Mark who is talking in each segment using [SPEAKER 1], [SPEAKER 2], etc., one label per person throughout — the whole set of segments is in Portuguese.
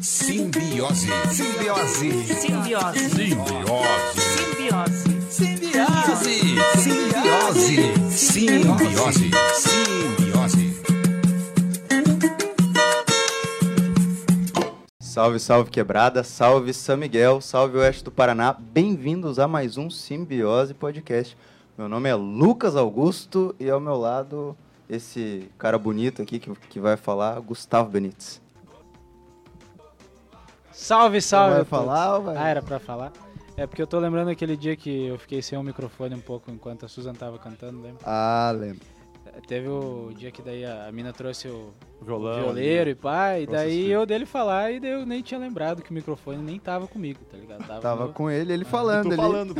[SPEAKER 1] Simbiose. Simbiose.
[SPEAKER 2] Simbiose.
[SPEAKER 1] Simbiose.
[SPEAKER 2] Simbiose.
[SPEAKER 1] Simbiose. Simbiose. Simbiose. Simbiose.
[SPEAKER 3] Salve, salve quebrada, salve São Miguel, salve Oeste do Paraná. Bem-vindos a mais um Simbiose Podcast. Meu nome é Lucas Augusto e ao meu lado esse cara bonito aqui que, que vai falar, Gustavo Benites.
[SPEAKER 4] Salve, salve.
[SPEAKER 3] vai
[SPEAKER 4] putz.
[SPEAKER 3] falar ou vai-
[SPEAKER 4] Ah, era pra falar. É porque eu tô lembrando aquele dia que eu fiquei sem o microfone um pouco enquanto a Susan tava cantando, lembra?
[SPEAKER 3] Ah, lembro.
[SPEAKER 4] Eh, Teve o dia que daí a, a mina trouxe o
[SPEAKER 5] Violão. né?
[SPEAKER 4] violeiro e pá, e
[SPEAKER 5] trouxe
[SPEAKER 4] daí
[SPEAKER 5] os
[SPEAKER 4] eu dele falar e daí eu nem tinha lembrado que o microfone nem tava comigo, tá ligado? Tava,
[SPEAKER 3] Tava
[SPEAKER 4] no-
[SPEAKER 3] com ele, ele falando
[SPEAKER 5] Tô
[SPEAKER 3] ali.
[SPEAKER 5] falando,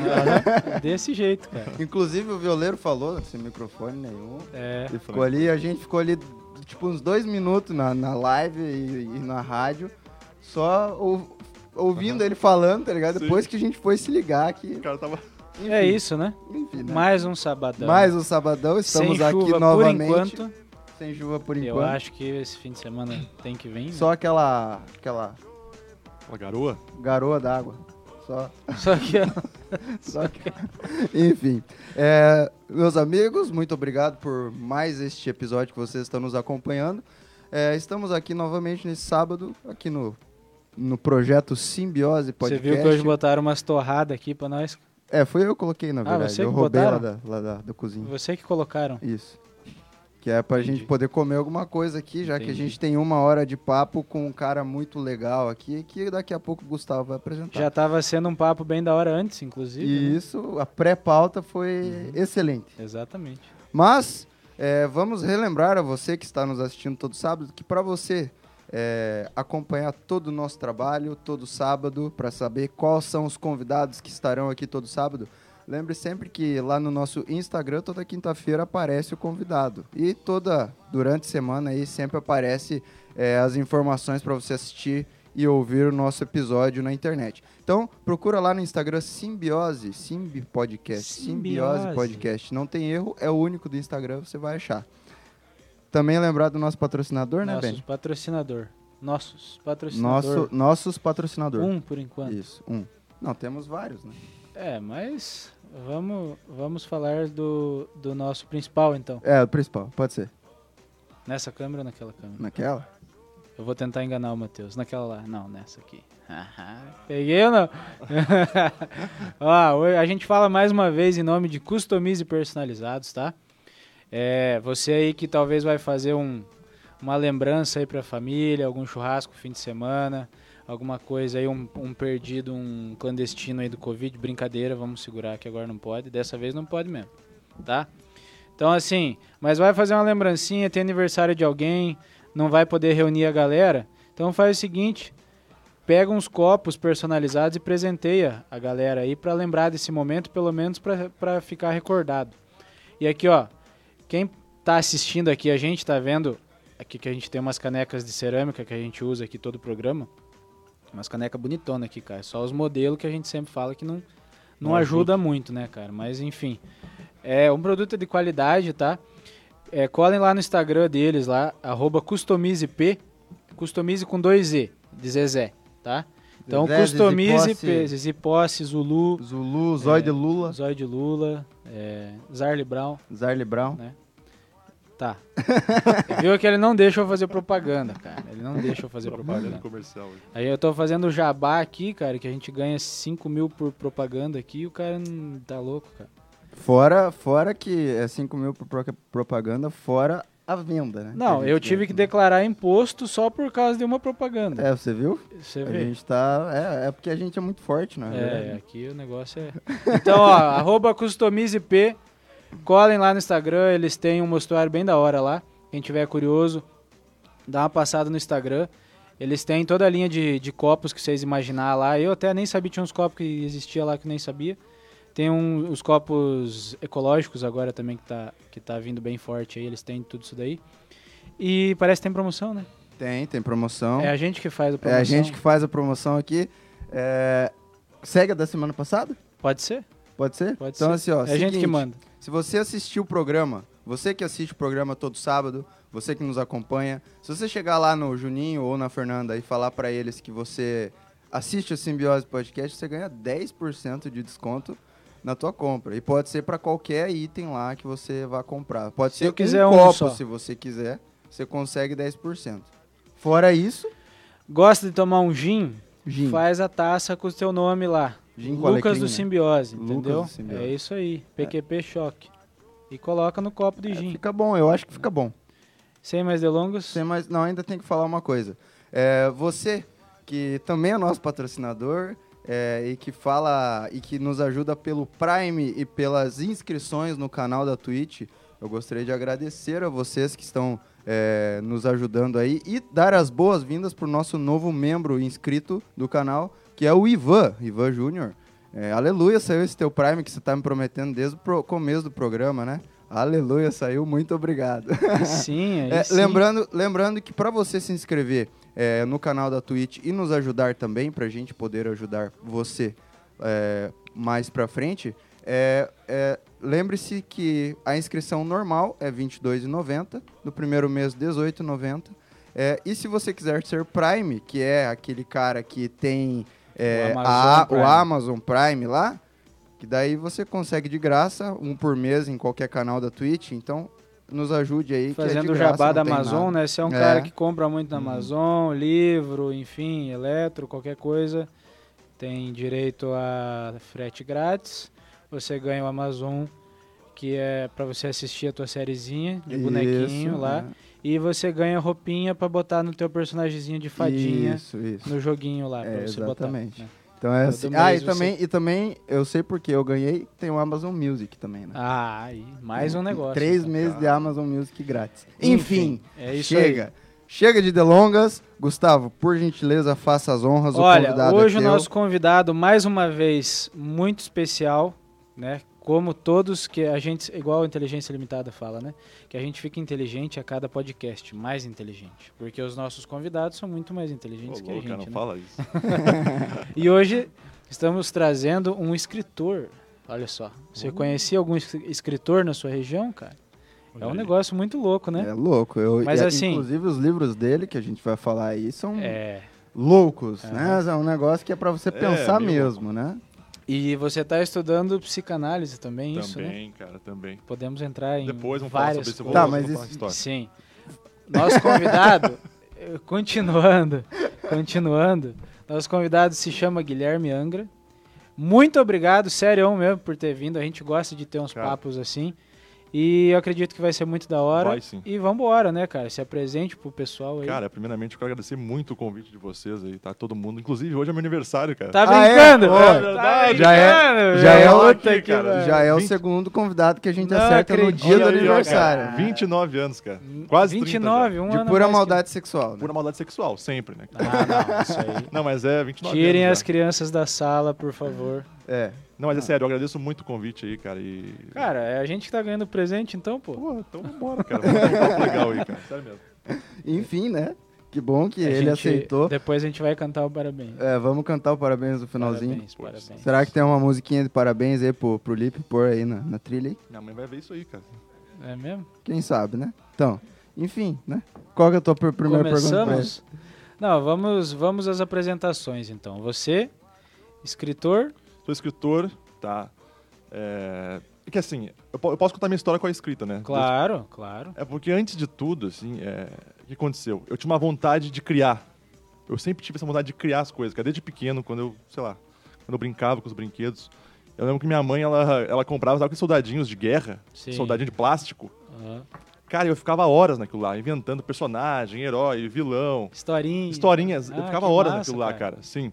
[SPEAKER 4] desse jeito, cara.
[SPEAKER 3] Inclusive o violeiro falou, sem microfone nenhum.
[SPEAKER 4] É.
[SPEAKER 3] E ficou ali, a gente ficou ali tipo uns dois minutos na, na live e, e na rádio, só ou- ouvindo ele falando, tá ligado?
[SPEAKER 5] Sim.
[SPEAKER 3] Depois que a gente foi se ligar que.
[SPEAKER 5] o cara tá. tava.
[SPEAKER 4] É isso, né?
[SPEAKER 3] Enfim, né?
[SPEAKER 4] Mais um sabadão.
[SPEAKER 3] Mais um sabadão, estamos
[SPEAKER 4] sem
[SPEAKER 3] aqui
[SPEAKER 4] chuva
[SPEAKER 3] novamente.
[SPEAKER 4] Por enquanto,
[SPEAKER 3] Sem chuva por
[SPEAKER 4] eu
[SPEAKER 3] enquanto.
[SPEAKER 4] acho que esse fim de semana tem que vir. né?
[SPEAKER 3] Só aquela. aquela
[SPEAKER 5] Uma garoa?
[SPEAKER 3] garoa d'água. Só.
[SPEAKER 4] Só que
[SPEAKER 3] só que- Enfim. é, meus amigos, muito obrigado por mais este episódio que vocês estão nos acompanhando. É, estamos aqui novamente nesse sábado, aqui no, no projeto Simbiose
[SPEAKER 4] você
[SPEAKER 3] Podcast.
[SPEAKER 4] viu que hoje botaram umas torradas aqui pra nós.
[SPEAKER 3] É, foi eu que coloquei, na
[SPEAKER 4] Ah,
[SPEAKER 3] verdade.
[SPEAKER 4] você
[SPEAKER 3] eu
[SPEAKER 4] que
[SPEAKER 3] roubei lá da,
[SPEAKER 4] botaram?
[SPEAKER 3] lá da, da cozinha.
[SPEAKER 4] Você que colocaram.
[SPEAKER 3] Isso. Que é pra gente
[SPEAKER 4] Entendi.
[SPEAKER 3] poder comer alguma coisa aqui, já que a
[SPEAKER 4] Entendi.
[SPEAKER 3] gente tem uma hora de papo com um cara muito legal aqui, que daqui a pouco o Gustavo vai apresentar.
[SPEAKER 4] Já tava sendo um papo bem da hora antes, inclusive.
[SPEAKER 3] e
[SPEAKER 4] né?
[SPEAKER 3] isso, a pré-pauta
[SPEAKER 4] Uhum.
[SPEAKER 3] foi excelente.
[SPEAKER 4] Exatamente.
[SPEAKER 3] Mas, é, vamos relembrar a você que está nos assistindo todo sábado, que para você é, acompanhar todo o nosso trabalho, todo sábado, para saber quais são os convidados que estarão aqui todo sábado, Lembre sempre que lá no nosso Instagram, toda quinta-feira aparece o convidado. E toda, durante a semana aí, sempre aparece eh, as informações para você assistir e ouvir o nosso episódio na internet. Então, procura lá no Instagram Simbiose, Simbi Podcast, Simbiose.
[SPEAKER 4] Simbiose.
[SPEAKER 3] Podcast. Não tem erro, é o único do Instagram, você vai achar. Também lembrar do nosso patrocinador, né,
[SPEAKER 4] Nossos
[SPEAKER 3] Ben?
[SPEAKER 4] patrocinador. Nossos patrocinador.
[SPEAKER 3] Nosso, nossos patrocinadores.
[SPEAKER 4] Um por enquanto.
[SPEAKER 3] Isso, um. Não, temos vários, né?
[SPEAKER 4] É, mas vamos, vamos falar do, do nosso principal então.
[SPEAKER 3] É, o principal, pode ser.
[SPEAKER 4] Nessa câmera ou naquela câmera?
[SPEAKER 3] Naquela?
[SPEAKER 4] Eu vou tentar enganar o Matheus. Naquela lá. Não, nessa aqui. Haha, Peguei ou não? Ó, hoje a gente fala mais uma vez em nome de Customize Personalizados, tá? É, você aí que talvez vai fazer um, uma lembrança aí pra família, algum churrasco fim de semana, alguma coisa aí, um, um perdido, um clandestino aí do Covid, brincadeira, vamos segurar que agora não pode, dessa vez não pode mesmo, tá? Então assim, mas vai fazer uma lembrancinha, tem aniversário de alguém, não vai poder reunir a galera, então faz o seguinte, pega uns copos personalizados e presenteia a galera aí pra lembrar desse momento, pelo menos pra- pra ficar recordado. E aqui, ó, quem tá assistindo aqui, a gente tá vendo aqui que a gente tem umas canecas de cerâmica que a gente usa aqui todo o programa. Umas canecas bonitonas aqui, cara. Só os modelos que a gente sempre fala que não, não,
[SPEAKER 5] Não
[SPEAKER 4] ajuda muito, né, cara? Mas enfim. É um produto de qualidade, tá? É, colhem lá no Instagram deles, lá, arroba customizep, customize com dois E, de Zezé, tá? Então,
[SPEAKER 3] Zezé,
[SPEAKER 4] customize,
[SPEAKER 3] Ziposse.
[SPEAKER 4] P, Ziposse, Zulu,
[SPEAKER 3] Zulu, Zói de Lula,
[SPEAKER 4] Zóio de Lula, é, Zarly Brown.
[SPEAKER 3] Zarle Brown.
[SPEAKER 4] Tá. Viu que ele não deixa eu fazer propaganda, cara. Ele não deixa eu fazer
[SPEAKER 5] Trabalhando
[SPEAKER 4] propaganda.
[SPEAKER 5] comercial. hoje.
[SPEAKER 4] Aí eu tô fazendo jabá aqui, cara, que a gente ganha 5 mil por propaganda aqui e o cara não tá louco, cara.
[SPEAKER 3] Fora, fora que é 5 mil por pro- propaganda, fora a venda, né?
[SPEAKER 4] Não,
[SPEAKER 3] Que a
[SPEAKER 4] eu
[SPEAKER 3] gente
[SPEAKER 4] tive
[SPEAKER 3] vende,
[SPEAKER 4] que
[SPEAKER 3] né?
[SPEAKER 4] declarar imposto só por causa de uma propaganda.
[SPEAKER 3] É, você viu?
[SPEAKER 4] Você
[SPEAKER 3] a
[SPEAKER 4] vê.
[SPEAKER 3] gente tá. É, é porque a gente é muito forte, né?
[SPEAKER 4] É, aqui o negócio é. Então, ó, arroba customizep. Colhem lá no Instagram, eles têm um mostruário bem da hora lá. Quem tiver curioso, dá uma passada no Instagram. Eles têm toda a linha de, de copos que vocês imaginar lá. Eu até nem sabia, tinha uns copos que existia lá que eu nem sabia. Tem um- os copos ecológicos agora também que tá, que tá vindo bem forte aí. Eles têm tudo isso daí. E parece que tem promoção, né?
[SPEAKER 3] Tem, tem promoção.
[SPEAKER 4] É
[SPEAKER 3] É
[SPEAKER 4] a gente que faz a
[SPEAKER 3] a,
[SPEAKER 4] promoção.
[SPEAKER 3] gente que faz a promoção aqui. É, Segue a da semana passada?
[SPEAKER 4] Pode ser?
[SPEAKER 3] Pode ser?
[SPEAKER 4] Pode
[SPEAKER 3] então,
[SPEAKER 4] ser.
[SPEAKER 3] assim, ó.
[SPEAKER 4] é a gente que
[SPEAKER 3] seguinte,
[SPEAKER 4] manda.
[SPEAKER 3] Se você assistiu o programa, Você que assiste o programa todo sábado, você que nos acompanha, se você chegar lá no Juninho ou na Fernanda e falar para eles que você assiste o Simbiose Podcast, você ganha 10% de desconto na tua compra. E pode ser para qualquer item lá que você vá comprar. Pode
[SPEAKER 4] Se
[SPEAKER 3] ser
[SPEAKER 4] eu quiser
[SPEAKER 3] um
[SPEAKER 4] um
[SPEAKER 3] copo,
[SPEAKER 4] só.
[SPEAKER 3] se você quiser, você consegue 10%. Fora isso,
[SPEAKER 4] Gosta de tomar um gin?
[SPEAKER 3] gin.
[SPEAKER 4] Faz a taça com o teu nome lá.
[SPEAKER 3] Gin com
[SPEAKER 4] Lucas
[SPEAKER 3] alecrim,
[SPEAKER 4] do
[SPEAKER 3] né?
[SPEAKER 4] Simbiose,
[SPEAKER 3] Lucas
[SPEAKER 4] entendeu?
[SPEAKER 3] do Simbiose.
[SPEAKER 4] É isso aí. PQP Choque. E coloca no copo
[SPEAKER 3] É,
[SPEAKER 4] de gin.
[SPEAKER 3] Fica bom, eu acho que fica bom.
[SPEAKER 4] Sem mais delongas.
[SPEAKER 3] Sem mais, não, ainda tem que falar uma coisa. É, você, que também é nosso patrocinador é, e que fala e que nos ajuda pelo Prime e pelas inscrições no canal da Twitch, eu gostaria de agradecer a vocês que estão é, nos ajudando aí e dar as boas-vindas para o nosso novo membro inscrito do canal, que é o Ivan, Ivan Júnior. É, aleluia, saiu esse teu Prime que você está me prometendo desde o pro- começo do programa, né? Aleluia, saiu, muito obrigado.
[SPEAKER 4] Sim, aí
[SPEAKER 3] É,
[SPEAKER 4] sim.
[SPEAKER 3] lembrando, lembrando que para você se inscrever é, no canal da Twitch e nos ajudar também, para a gente poder ajudar você é, mais para frente, é, é, lembre-se que a inscrição normal é R$ 22,90, no primeiro mês R$ 18,90. É, e se você quiser ser Prime, que é aquele cara que tem é,
[SPEAKER 4] O
[SPEAKER 3] a-
[SPEAKER 4] Amazon
[SPEAKER 3] o
[SPEAKER 4] Prime.
[SPEAKER 3] Amazon Prime lá, que daí você consegue de graça, um por mês em qualquer canal da Twitch. Então, nos ajude aí. que é de
[SPEAKER 4] Fazendo o
[SPEAKER 3] graça,
[SPEAKER 4] jabá
[SPEAKER 3] não
[SPEAKER 4] da
[SPEAKER 3] tem
[SPEAKER 4] Amazon,
[SPEAKER 3] nada.
[SPEAKER 4] né? Se é um
[SPEAKER 3] É.
[SPEAKER 4] cara que compra muito na Amazon, livro, enfim, eletro, qualquer coisa, tem direito a frete grátis. Você ganha o Amazon, que é pra você assistir a tua sériezinha de bonequinho
[SPEAKER 3] Isso,
[SPEAKER 4] lá.
[SPEAKER 3] é.
[SPEAKER 4] E você ganha roupinha pra botar no teu personagemzinho de fadinha
[SPEAKER 3] Isso, isso.
[SPEAKER 4] no joguinho lá, pra
[SPEAKER 3] É,
[SPEAKER 4] você
[SPEAKER 3] exatamente.
[SPEAKER 4] botar. né?
[SPEAKER 3] Então é
[SPEAKER 4] Todo
[SPEAKER 3] assim.
[SPEAKER 4] mês
[SPEAKER 3] Ah, e
[SPEAKER 4] você-
[SPEAKER 3] também, e também, eu sei porque eu ganhei, tem o Amazon Music também, né?
[SPEAKER 4] Ah, aí, mais um negócio.
[SPEAKER 3] Três
[SPEAKER 4] né?
[SPEAKER 3] meses de Amazon Music grátis. Enfim,
[SPEAKER 4] Enfim, é isso
[SPEAKER 3] chega. Chega de delongas. Gustavo, por gentileza, faça as honras. o
[SPEAKER 4] Olha,
[SPEAKER 3] convidado
[SPEAKER 4] hoje
[SPEAKER 3] é
[SPEAKER 4] o
[SPEAKER 3] teu.
[SPEAKER 4] nosso convidado, mais uma vez, muito especial, né? Como todos que a gente, igual a Inteligência Limitada fala, né? Que a gente fica inteligente a cada podcast, mais inteligente. Porque os nossos convidados são muito mais
[SPEAKER 2] Ô,
[SPEAKER 4] inteligentes que a
[SPEAKER 2] louca,
[SPEAKER 4] gente.
[SPEAKER 2] não
[SPEAKER 4] né?
[SPEAKER 2] fala isso.
[SPEAKER 4] E hoje estamos trazendo um escritor. Olha só, você conhecia algum es- escritor na sua região, cara? É um
[SPEAKER 2] aí.
[SPEAKER 4] negócio muito louco, né?
[SPEAKER 3] É louco. Eu,
[SPEAKER 4] Mas
[SPEAKER 3] e,
[SPEAKER 4] assim-
[SPEAKER 3] Inclusive, os livros dele, que a gente vai falar aí, são
[SPEAKER 4] É.
[SPEAKER 3] loucos, né? É um negócio que é pra você pensar
[SPEAKER 2] meio
[SPEAKER 3] mesmo, né?
[SPEAKER 4] E você está estudando psicanálise também, isso, né?
[SPEAKER 2] também, cara, também.
[SPEAKER 4] Podemos entrar em
[SPEAKER 2] Depois vamos falar
[SPEAKER 4] várias
[SPEAKER 2] sobre isso.
[SPEAKER 4] coisas.
[SPEAKER 2] eu vou-
[SPEAKER 3] Tá,
[SPEAKER 2] vou
[SPEAKER 3] mas
[SPEAKER 2] falar
[SPEAKER 3] isso-
[SPEAKER 2] história.
[SPEAKER 4] Sim. Nosso convidado, eh, continuando, continuando, nosso convidado se chama Guilherme Angra. Muito obrigado, sério mesmo, por ter vindo. A gente gosta de ter uns
[SPEAKER 2] Cara.
[SPEAKER 4] papos assim. E eu acredito que vai ser muito da hora.
[SPEAKER 2] Vai sim.
[SPEAKER 4] E vambora, né, cara? Se apresente pro pessoal aí.
[SPEAKER 2] Cara, é primeiramente eu quero agradecer muito o convite de vocês aí, tá? Todo mundo. Inclusive, hoje é meu aniversário, cara.
[SPEAKER 4] tá
[SPEAKER 3] Ah, é?
[SPEAKER 4] brincando?
[SPEAKER 3] Pô,
[SPEAKER 4] Tá
[SPEAKER 2] verdade.
[SPEAKER 3] Já é-
[SPEAKER 4] brincando,
[SPEAKER 3] já
[SPEAKER 4] velho?
[SPEAKER 3] é
[SPEAKER 4] Puta
[SPEAKER 2] aqui,
[SPEAKER 4] que
[SPEAKER 2] cara.
[SPEAKER 4] pariu.
[SPEAKER 3] Já é o
[SPEAKER 2] Vinte-
[SPEAKER 3] segundo convidado que a gente
[SPEAKER 4] Não
[SPEAKER 3] acerta no
[SPEAKER 4] acredito.
[SPEAKER 3] dia do
[SPEAKER 2] Olha aí, ó,
[SPEAKER 3] aniversário.
[SPEAKER 2] cara, 29 anos, cara.
[SPEAKER 4] Hum,
[SPEAKER 2] Quase 30 já.
[SPEAKER 4] 29, um ano
[SPEAKER 3] é De
[SPEAKER 4] a
[SPEAKER 3] pura
[SPEAKER 4] mais que-
[SPEAKER 3] maldade sexual. né?
[SPEAKER 2] Pura maldade sexual, sempre, né? cara?
[SPEAKER 4] Ah, não, isso aí.
[SPEAKER 2] Não, mas é 29
[SPEAKER 4] Tirem
[SPEAKER 2] anos.
[SPEAKER 4] as
[SPEAKER 2] já.
[SPEAKER 4] crianças da sala, por favor.
[SPEAKER 3] É.
[SPEAKER 2] Não, mas é sério, eu agradeço muito o convite aí, cara. E.
[SPEAKER 4] Cara, é a gente que tá ganhando presente, então, pô.
[SPEAKER 2] Pô, então vambora, cara. Vamos ter um papo legal aí, cara. Sério mesmo.
[SPEAKER 3] Enfim, né? Que bom que
[SPEAKER 4] A
[SPEAKER 3] ele
[SPEAKER 4] gente-
[SPEAKER 3] aceitou.
[SPEAKER 4] Depois a gente vai cantar o parabéns.
[SPEAKER 3] É, vamos cantar o parabéns no finalzinho.
[SPEAKER 4] Parabéns,
[SPEAKER 2] Pois.
[SPEAKER 4] parabéns.
[SPEAKER 3] Será que tem uma musiquinha de parabéns aí pro, pro Lipe pôr aí na, na trilha? aí?
[SPEAKER 2] Minha mãe vai ver isso aí, cara.
[SPEAKER 4] É mesmo?
[SPEAKER 3] Quem sabe, né? Então, enfim, né? Qual que é a tua pr- primeira pergunta? pra ele?
[SPEAKER 4] Começamos? Não, vamos, vamos às apresentações, então. Você, escritor,
[SPEAKER 2] Sou escritor, tá? É. é que assim, eu po- eu posso contar minha história com a escrita, né?
[SPEAKER 4] claro, claro.
[SPEAKER 2] É porque antes de tudo, assim, é, o que aconteceu? Eu tinha uma vontade de criar. Eu sempre tive essa vontade de criar as coisas, cara, desde pequeno, quando eu, sei lá, quando eu brincava com os brinquedos. Eu lembro que minha mãe, ela, ela comprava, sabe, aqueles soldadinhos de guerra,
[SPEAKER 4] Sim.
[SPEAKER 2] soldadinho de plástico.
[SPEAKER 4] Aham.
[SPEAKER 2] Cara, eu ficava horas naquilo lá, inventando personagem, herói, vilão,
[SPEAKER 4] Historinha.
[SPEAKER 2] historinhas. eu
[SPEAKER 4] Ah,
[SPEAKER 2] ficava
[SPEAKER 4] que
[SPEAKER 2] horas
[SPEAKER 4] massa,
[SPEAKER 2] naquilo lá,
[SPEAKER 4] cara.
[SPEAKER 2] cara. Sim.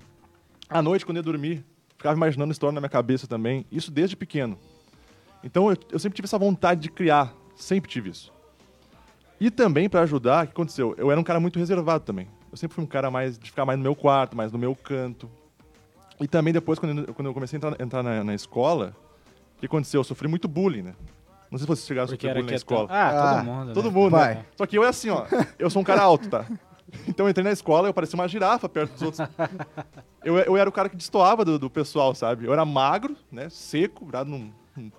[SPEAKER 2] À noite, quando eu dormir, ficava imaginando história na minha cabeça também. Isso desde pequeno. Então, eu, eu sempre tive essa vontade de criar. Sempre tive isso. E também, pra ajudar, o que aconteceu? Eu era um cara muito reservado também. Eu sempre fui um cara mais de ficar mais no meu quarto, mais no meu canto. E também depois, quando eu, quando eu comecei a entrar, entrar na, na escola, o que aconteceu? Eu sofri muito bullying, né? Não sei se vocês chegaram a
[SPEAKER 4] Porque
[SPEAKER 2] sofrer
[SPEAKER 4] era
[SPEAKER 2] bullying na
[SPEAKER 4] que
[SPEAKER 2] escola.
[SPEAKER 4] Ah,
[SPEAKER 3] Ah,
[SPEAKER 4] todo mundo.
[SPEAKER 2] Todo
[SPEAKER 4] né?
[SPEAKER 2] mundo,
[SPEAKER 3] Vai.
[SPEAKER 2] né? Só que eu é assim, ó. Eu sou um cara alto, tá? Então eu entrei na escola, eu parecia uma girafa perto dos outros. Eu, eu era o cara que destoava do, do pessoal, sabe? Eu era magro, né? Seco, virado num, num-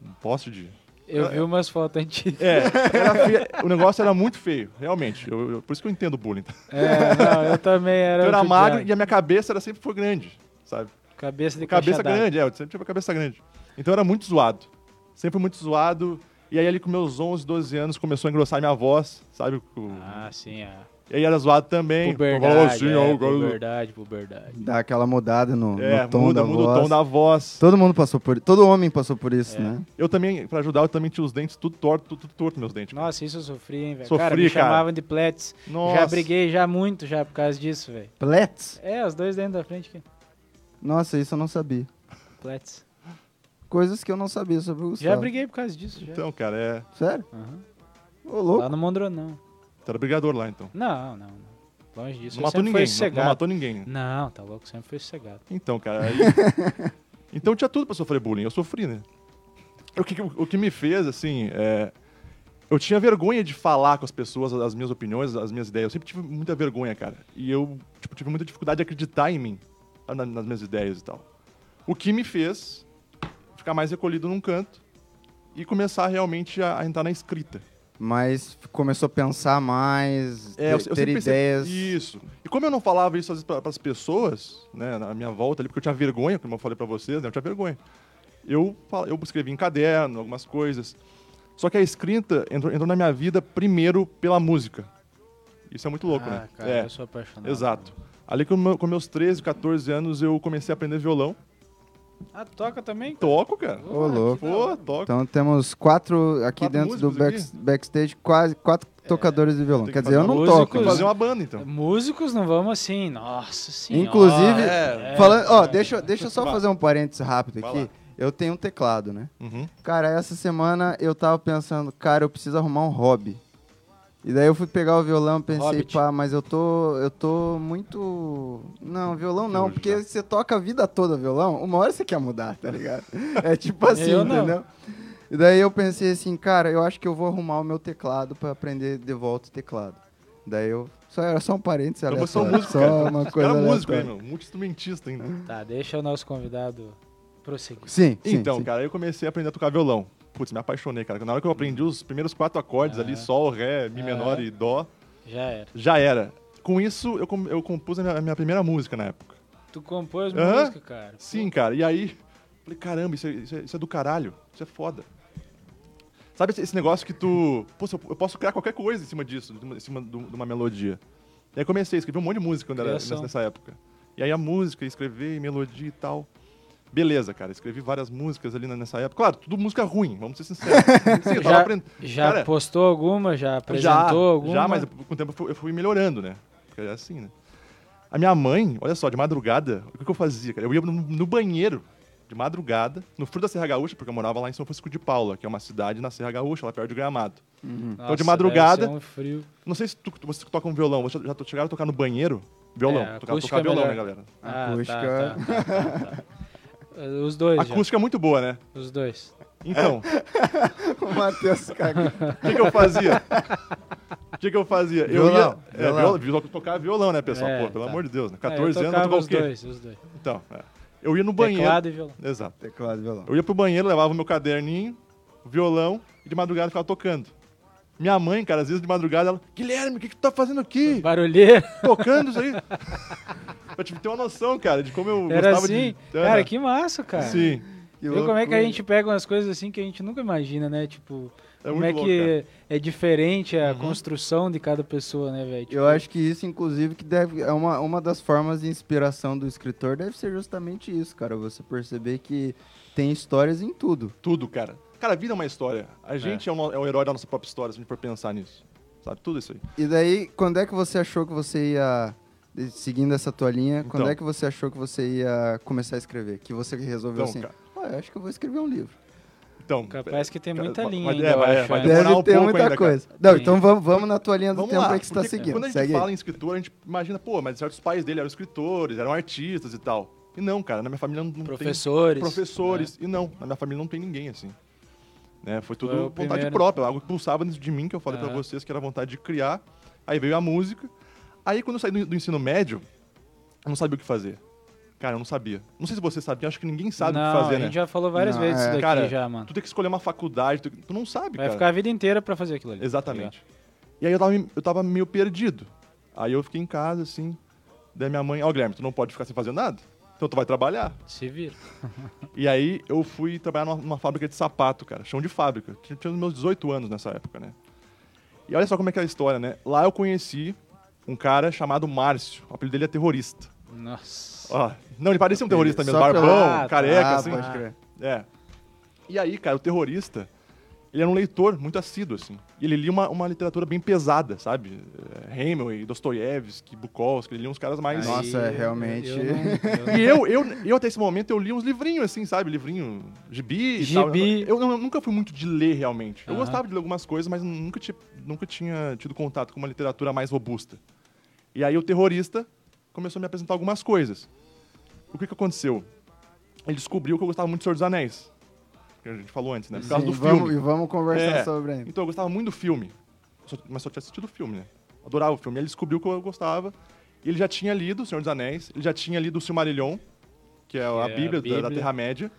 [SPEAKER 2] num poste de,
[SPEAKER 4] Eu vi umas fotos antigas.
[SPEAKER 2] É, era feia- o negócio era muito feio, realmente. Eu- eu- por isso que eu entendo bullying. tá?
[SPEAKER 4] É, não, eu também era.
[SPEAKER 2] Eu era
[SPEAKER 4] judiado.
[SPEAKER 2] magro e a minha cabeça era, sempre foi grande, sabe?
[SPEAKER 4] Cabeça de
[SPEAKER 2] cabeça
[SPEAKER 4] caixa d'água.
[SPEAKER 2] grande, é, eu sempre tive a cabeça grande. Então eu era muito zoado. Sempre muito zoado. E aí ali com meus 11, 12 anos começou a engrossar minha voz, sabe? O-
[SPEAKER 4] Ah, sim, é.
[SPEAKER 2] E aí era zoado também. Falava
[SPEAKER 4] Puberdade,
[SPEAKER 2] assim, ó,
[SPEAKER 4] é,
[SPEAKER 2] o garoto-
[SPEAKER 4] puberdade, puberdade.
[SPEAKER 3] Dá aquela mudada no,
[SPEAKER 2] É,
[SPEAKER 3] no tom
[SPEAKER 2] muda,
[SPEAKER 3] da
[SPEAKER 2] muda
[SPEAKER 3] voz.
[SPEAKER 2] o tom da É. voz.
[SPEAKER 3] Todo mundo passou por Todo homem passou por isso, né?
[SPEAKER 2] Eu também, pra ajudar, eu também tinha os dentes tudo torto, tudo, tudo torto meus dentes.
[SPEAKER 4] Nossa, isso eu sofri, hein, velho.
[SPEAKER 2] Sofri,
[SPEAKER 4] Cara, me
[SPEAKER 2] cara.
[SPEAKER 4] chamavam de plets.
[SPEAKER 2] Nossa.
[SPEAKER 4] Já briguei já muito já por causa disso, velho.
[SPEAKER 3] Plets?
[SPEAKER 4] É, os dois dentro da frente aqui.
[SPEAKER 3] Nossa, isso eu não sabia.
[SPEAKER 4] Plets.
[SPEAKER 3] Coisas que eu não sabia sobre o Gustavo.
[SPEAKER 4] Já briguei por causa disso, já.
[SPEAKER 2] Então, cara, é...
[SPEAKER 3] Sério?
[SPEAKER 4] Aham.
[SPEAKER 3] Ô, louco.
[SPEAKER 4] Lá no Mondronão.
[SPEAKER 2] Tu era brigador lá, então.
[SPEAKER 4] Não, não, não. Longe disso.
[SPEAKER 2] Não
[SPEAKER 4] eu
[SPEAKER 2] matou
[SPEAKER 4] sempre
[SPEAKER 2] ninguém,
[SPEAKER 4] fui
[SPEAKER 2] não, não
[SPEAKER 4] sossegado.
[SPEAKER 2] matou ninguém.
[SPEAKER 4] Não, tá louco, sempre foi sossegado.
[SPEAKER 2] Então, cara, aí... Então tinha tudo pra sofrer bullying, eu sofri, né? O que, o que me fez, assim, é... Eu tinha vergonha de falar com as pessoas as minhas opiniões, as minhas ideias. Eu sempre tive muita vergonha, cara. E eu tipo, tive muita dificuldade de acreditar em mim, na- nas minhas ideias e tal. O que me fez ficar mais recolhido num canto e começar realmente a, a entrar na escrita.
[SPEAKER 3] Mas começou a pensar mais,
[SPEAKER 2] É,
[SPEAKER 3] ter,
[SPEAKER 2] eu, eu
[SPEAKER 3] ter
[SPEAKER 2] sempre pensei-
[SPEAKER 3] ideias.
[SPEAKER 2] Isso. E como eu não falava isso às vezes para as pessoas, né, na minha volta ali, porque eu tinha vergonha, como eu falei para vocês, né, eu tinha vergonha. Eu, fal- eu escrevi em caderno, algumas coisas. Só que a escrita entrou, entrou na minha vida primeiro pela música. Isso é muito louco,
[SPEAKER 4] ah,
[SPEAKER 2] né?
[SPEAKER 4] cara,
[SPEAKER 2] é,
[SPEAKER 4] eu sou apaixonado.
[SPEAKER 2] exato. Ali com, meu- com meus 13, 14 anos, eu comecei a aprender violão.
[SPEAKER 4] Ah, toca também?
[SPEAKER 2] Toco, cara.
[SPEAKER 3] Ô, louco.
[SPEAKER 2] Pô, toco.
[SPEAKER 3] Então temos quatro aqui
[SPEAKER 2] Quatro
[SPEAKER 3] dentro do
[SPEAKER 2] músicos É,
[SPEAKER 3] back- backstage, quase quatro tocadores de violão.
[SPEAKER 2] Tem que
[SPEAKER 3] Quer dizer, eu
[SPEAKER 2] fazer um
[SPEAKER 3] não
[SPEAKER 4] uma-
[SPEAKER 3] toco. né?
[SPEAKER 4] Músicos.
[SPEAKER 2] Fazer uma banda, então.
[SPEAKER 4] Músicos não vamos assim, nossa senhora.
[SPEAKER 3] Inclusive,
[SPEAKER 4] É,
[SPEAKER 3] falando, ó, deixa, eu- deixa eu só
[SPEAKER 2] um- Vai.
[SPEAKER 3] fazer um parênteses rápido
[SPEAKER 2] Vai
[SPEAKER 3] aqui.
[SPEAKER 2] lá.
[SPEAKER 3] Eu tenho um teclado, né?
[SPEAKER 2] Uhum.
[SPEAKER 3] Cara, essa semana eu tava pensando, cara, eu preciso arrumar um hobby. E daí eu fui pegar o violão, pensei,
[SPEAKER 4] Hobbit.
[SPEAKER 3] pá, mas eu tô, eu tô muito, não, violão não,
[SPEAKER 2] Hoje
[SPEAKER 3] porque
[SPEAKER 2] já.
[SPEAKER 3] você toca a vida toda violão, uma hora você quer mudar, tá ligado? É tipo assim,
[SPEAKER 4] Eu não.
[SPEAKER 3] entendeu? E daí eu pensei assim, cara, eu acho que eu vou arrumar o meu teclado pra aprender de volta o teclado. Daí eu só era só um parênteses
[SPEAKER 2] Então,
[SPEAKER 3] aleatório,
[SPEAKER 2] você é um músico,
[SPEAKER 3] só
[SPEAKER 2] cara.
[SPEAKER 3] uma
[SPEAKER 2] Era
[SPEAKER 3] coisa
[SPEAKER 2] músico,
[SPEAKER 3] aleatória.
[SPEAKER 2] hein, meu? Multi-instrumentista ainda.
[SPEAKER 4] Tá, deixa o nosso convidado prosseguir.
[SPEAKER 3] Sim, sim,
[SPEAKER 2] Então,
[SPEAKER 3] sim.
[SPEAKER 2] cara, aí eu comecei a aprender a tocar violão. Putz, me apaixonei, cara. Na hora que eu aprendi os primeiros quatro acordes
[SPEAKER 3] É.
[SPEAKER 2] ali, sol, ré, mi menor e dó,
[SPEAKER 4] Já era.
[SPEAKER 2] já era. Com isso, eu, com- eu compus a minha, a minha primeira música na época.
[SPEAKER 4] Tu compôs
[SPEAKER 2] Aham.
[SPEAKER 4] música, cara.
[SPEAKER 2] Sim, cara. E aí, falei, caramba, isso é, isso é- isso é do caralho. Isso é foda. Sabe esse, esse negócio que tu... Pô, eu, eu posso criar qualquer coisa em cima disso, em cima do- de uma melodia. E aí comecei a escrever um monte de música quando era,
[SPEAKER 4] Criação.
[SPEAKER 2] nessa, nessa época. E aí a música, escrever, melodia e tal. Beleza, cara. Escrevi várias músicas ali na- nessa época. Claro, tudo música ruim, vamos ser sinceros. Sim, eu tava
[SPEAKER 4] Já,
[SPEAKER 2] aprendendo.
[SPEAKER 4] já
[SPEAKER 2] Cara,
[SPEAKER 4] postou alguma? Já
[SPEAKER 2] já,
[SPEAKER 4] apresentou alguma?
[SPEAKER 2] já, mas com o tempo eu fui, eu fui melhorando, né? Porque é assim, né? A minha mãe, olha só, de madrugada, o que que eu fazia, cara? Eu ia no, no banheiro, de madrugada, no frio da Serra Gaúcha, porque eu morava lá em São Francisco de Paula, que é uma cidade na Serra Gaúcha, lá perto de Gramado.
[SPEAKER 4] Nossa,
[SPEAKER 2] de madrugada-
[SPEAKER 4] deve ser um frio.
[SPEAKER 2] Não sei se tu, tu- você que toca um violão, você já to- chegaram a tocar no banheiro? Violão,
[SPEAKER 4] É,
[SPEAKER 2] tocar,
[SPEAKER 4] acústica
[SPEAKER 2] tocar
[SPEAKER 4] é
[SPEAKER 2] violão, né,
[SPEAKER 4] melhor.
[SPEAKER 2] galera?
[SPEAKER 4] Ah,
[SPEAKER 3] Acústica.
[SPEAKER 4] tá, tá, tá, tá, tá. Os dois, já.
[SPEAKER 2] Acústica é muito boa, né?
[SPEAKER 4] Os dois.
[SPEAKER 2] Então,
[SPEAKER 3] O Matheus cagou.
[SPEAKER 2] o que, que eu fazia? O que, que eu fazia?
[SPEAKER 3] Violão,
[SPEAKER 2] eu ia. é,
[SPEAKER 3] violão.
[SPEAKER 2] viol- viol- tocar violão, né, pessoal?
[SPEAKER 4] É,
[SPEAKER 2] Pô, pelo
[SPEAKER 4] tá.
[SPEAKER 2] amor de Deus, né?
[SPEAKER 4] Ah,
[SPEAKER 2] 14
[SPEAKER 4] eu
[SPEAKER 2] anos,
[SPEAKER 4] tocava
[SPEAKER 2] tocar
[SPEAKER 4] os
[SPEAKER 2] o quê?
[SPEAKER 4] dois, os dois.
[SPEAKER 2] Então, é. eu ia no banheiro.
[SPEAKER 4] Teclado e violão.
[SPEAKER 2] Exato.
[SPEAKER 3] Teclado, violão.
[SPEAKER 2] Eu ia pro banheiro, levava meu caderninho, violão e de madrugada ficava tocando. Minha mãe, cara, às vezes de madrugada, ela, Guilherme, o que, que tu tá fazendo aqui?
[SPEAKER 4] Barulheiro.
[SPEAKER 2] Tocando isso aí? eu tive que ter uma noção, cara, de como eu
[SPEAKER 4] Era
[SPEAKER 2] gostava
[SPEAKER 4] assim?
[SPEAKER 2] de.
[SPEAKER 4] Cara, que massa, cara.
[SPEAKER 2] Sim.
[SPEAKER 3] Que
[SPEAKER 4] Viu como é que a
[SPEAKER 3] loucura.
[SPEAKER 4] gente pega umas coisas assim que a gente nunca imagina, né? Tipo,
[SPEAKER 2] É
[SPEAKER 4] como
[SPEAKER 2] muito
[SPEAKER 4] é
[SPEAKER 2] louco,
[SPEAKER 4] que
[SPEAKER 2] cara.
[SPEAKER 4] é diferente a construção de cada pessoa, né, velho? Tipo,
[SPEAKER 3] Uhum. Eu acho que isso, inclusive, que deve é uma, uma das formas de inspiração do escritor deve ser justamente isso, cara. Você perceber que tem histórias em tudo.
[SPEAKER 2] Tudo, cara. Cara, a vida é uma história. A gente é, o no- é o herói da nossa própria história, se a gente for pensar nisso. Sabe? Tudo isso aí.
[SPEAKER 3] E daí, quando é que você achou que você ia eh, seguindo essa tua linha? Quando
[SPEAKER 2] Então.
[SPEAKER 3] é que você achou que você ia começar a escrever? Que você resolveu
[SPEAKER 2] Então,
[SPEAKER 3] assim?
[SPEAKER 2] cara.
[SPEAKER 3] "Ah, eu acho que eu vou escrever um livro.
[SPEAKER 2] Então.
[SPEAKER 4] Capaz que tem
[SPEAKER 2] cara,
[SPEAKER 4] muita
[SPEAKER 2] vai-
[SPEAKER 4] linha
[SPEAKER 2] vai-
[SPEAKER 4] ainda,
[SPEAKER 2] é,
[SPEAKER 4] eu
[SPEAKER 2] vai-
[SPEAKER 4] acho,
[SPEAKER 2] vai
[SPEAKER 4] né?
[SPEAKER 2] demorar
[SPEAKER 3] Deve
[SPEAKER 2] um
[SPEAKER 3] ter
[SPEAKER 2] pouco
[SPEAKER 3] muita
[SPEAKER 2] ainda, cara.
[SPEAKER 3] coisa. Não,
[SPEAKER 4] Sim.
[SPEAKER 3] então vamos, vamos na tua linha do
[SPEAKER 2] Vamos
[SPEAKER 3] tempo
[SPEAKER 2] lá,
[SPEAKER 3] aí que você tá
[SPEAKER 2] porque
[SPEAKER 3] seguindo.
[SPEAKER 2] Quando a gente
[SPEAKER 3] Segue aí.
[SPEAKER 2] fala em escritura, a gente imagina, pô, mas certos pais dele eram escritores, eram artistas e tal. E não, cara, na minha família não não
[SPEAKER 4] Professores, né?
[SPEAKER 2] tem... Professores. E não, na minha família não tem ninguém assim. Né? Foi tudo
[SPEAKER 4] Foi o
[SPEAKER 2] vontade
[SPEAKER 4] primeiro.
[SPEAKER 2] própria, algo que pulsava dentro de mim, que eu falei pra
[SPEAKER 4] Aham.
[SPEAKER 2] vocês que era vontade de criar. Aí veio a música. Aí quando eu saí do, do ensino médio, eu não sabia o que fazer. Cara, eu não sabia. Não sei se você sabia, acho que ninguém sabe
[SPEAKER 4] não,
[SPEAKER 2] o que fazer,
[SPEAKER 4] a gente
[SPEAKER 2] né?
[SPEAKER 4] já falou várias
[SPEAKER 3] Não,
[SPEAKER 4] vezes
[SPEAKER 3] é.
[SPEAKER 4] isso daqui
[SPEAKER 2] Cara,
[SPEAKER 4] já, mano.
[SPEAKER 2] Tu tem que escolher uma faculdade, tu, tu não sabe,
[SPEAKER 4] Vai
[SPEAKER 2] cara.
[SPEAKER 4] ficar a vida inteira pra fazer aquilo ali. tá
[SPEAKER 2] Exatamente.
[SPEAKER 4] ligado?
[SPEAKER 2] e aí eu tava, me- eu tava meio perdido. Aí eu fiquei em casa, assim. Daí minha mãe, ó, Guilherme, tu não pode ficar sem fazer nada. Então tu vai trabalhar.
[SPEAKER 4] Se vira.
[SPEAKER 2] E aí eu fui trabalhar numa, numa fábrica de sapato, cara, chão de fábrica. Eu Tinha, tinha os meus 18 anos nessa época, né? E olha só como é que é a história, né? Lá eu conheci um cara chamado Márcio. O apelido dele é terrorista.
[SPEAKER 4] Nossa.
[SPEAKER 2] Ó, não, ele parecia um terrorista mesmo,
[SPEAKER 3] Só
[SPEAKER 2] barbão,
[SPEAKER 3] pelo-
[SPEAKER 4] Ah,
[SPEAKER 2] careca,
[SPEAKER 3] ah,
[SPEAKER 2] assim.
[SPEAKER 3] pode crer.
[SPEAKER 2] É. E aí, cara, o terrorista, ele era um leitor muito assíduo, assim. E ele lia uma, uma literatura bem pesada, sabe? Eh, Hemingway, Dostoiévski, Bukowski, ele lia uns caras mais...
[SPEAKER 4] Aí
[SPEAKER 3] Nossa, é, realmente.
[SPEAKER 4] eu não- eu-
[SPEAKER 2] E eu, eu, eu, até esse momento, eu li uns livrinhos, assim, sabe? Livrinho, gibi e tal.
[SPEAKER 4] Gibi.
[SPEAKER 2] Eu, não- nunca fui muito de ler, realmente. Eu
[SPEAKER 4] Aham.
[SPEAKER 2] gostava de ler algumas coisas, mas nunca, ti- nunca tinha tido contato com uma literatura mais robusta. E aí o terrorista começou a me apresentar algumas coisas. O que que aconteceu? Ele descobriu que eu gostava muito do Senhor dos Anéis. Que a gente falou antes, né? Por causa
[SPEAKER 3] Sim,
[SPEAKER 2] do filme.
[SPEAKER 3] vamos, e vamos conversar
[SPEAKER 2] É.
[SPEAKER 3] sobre ainda.
[SPEAKER 2] Então eu gostava muito do filme, só- mas só tinha assistido o filme, né? Adorava o filme. Ele descobriu que eu gostava. E Ele já tinha lido O Senhor dos Anéis, ele já tinha lido O Silmarillion, que é a
[SPEAKER 4] Que é a
[SPEAKER 2] Bíblia, da- da,
[SPEAKER 4] Bíblia.
[SPEAKER 2] Terra-média.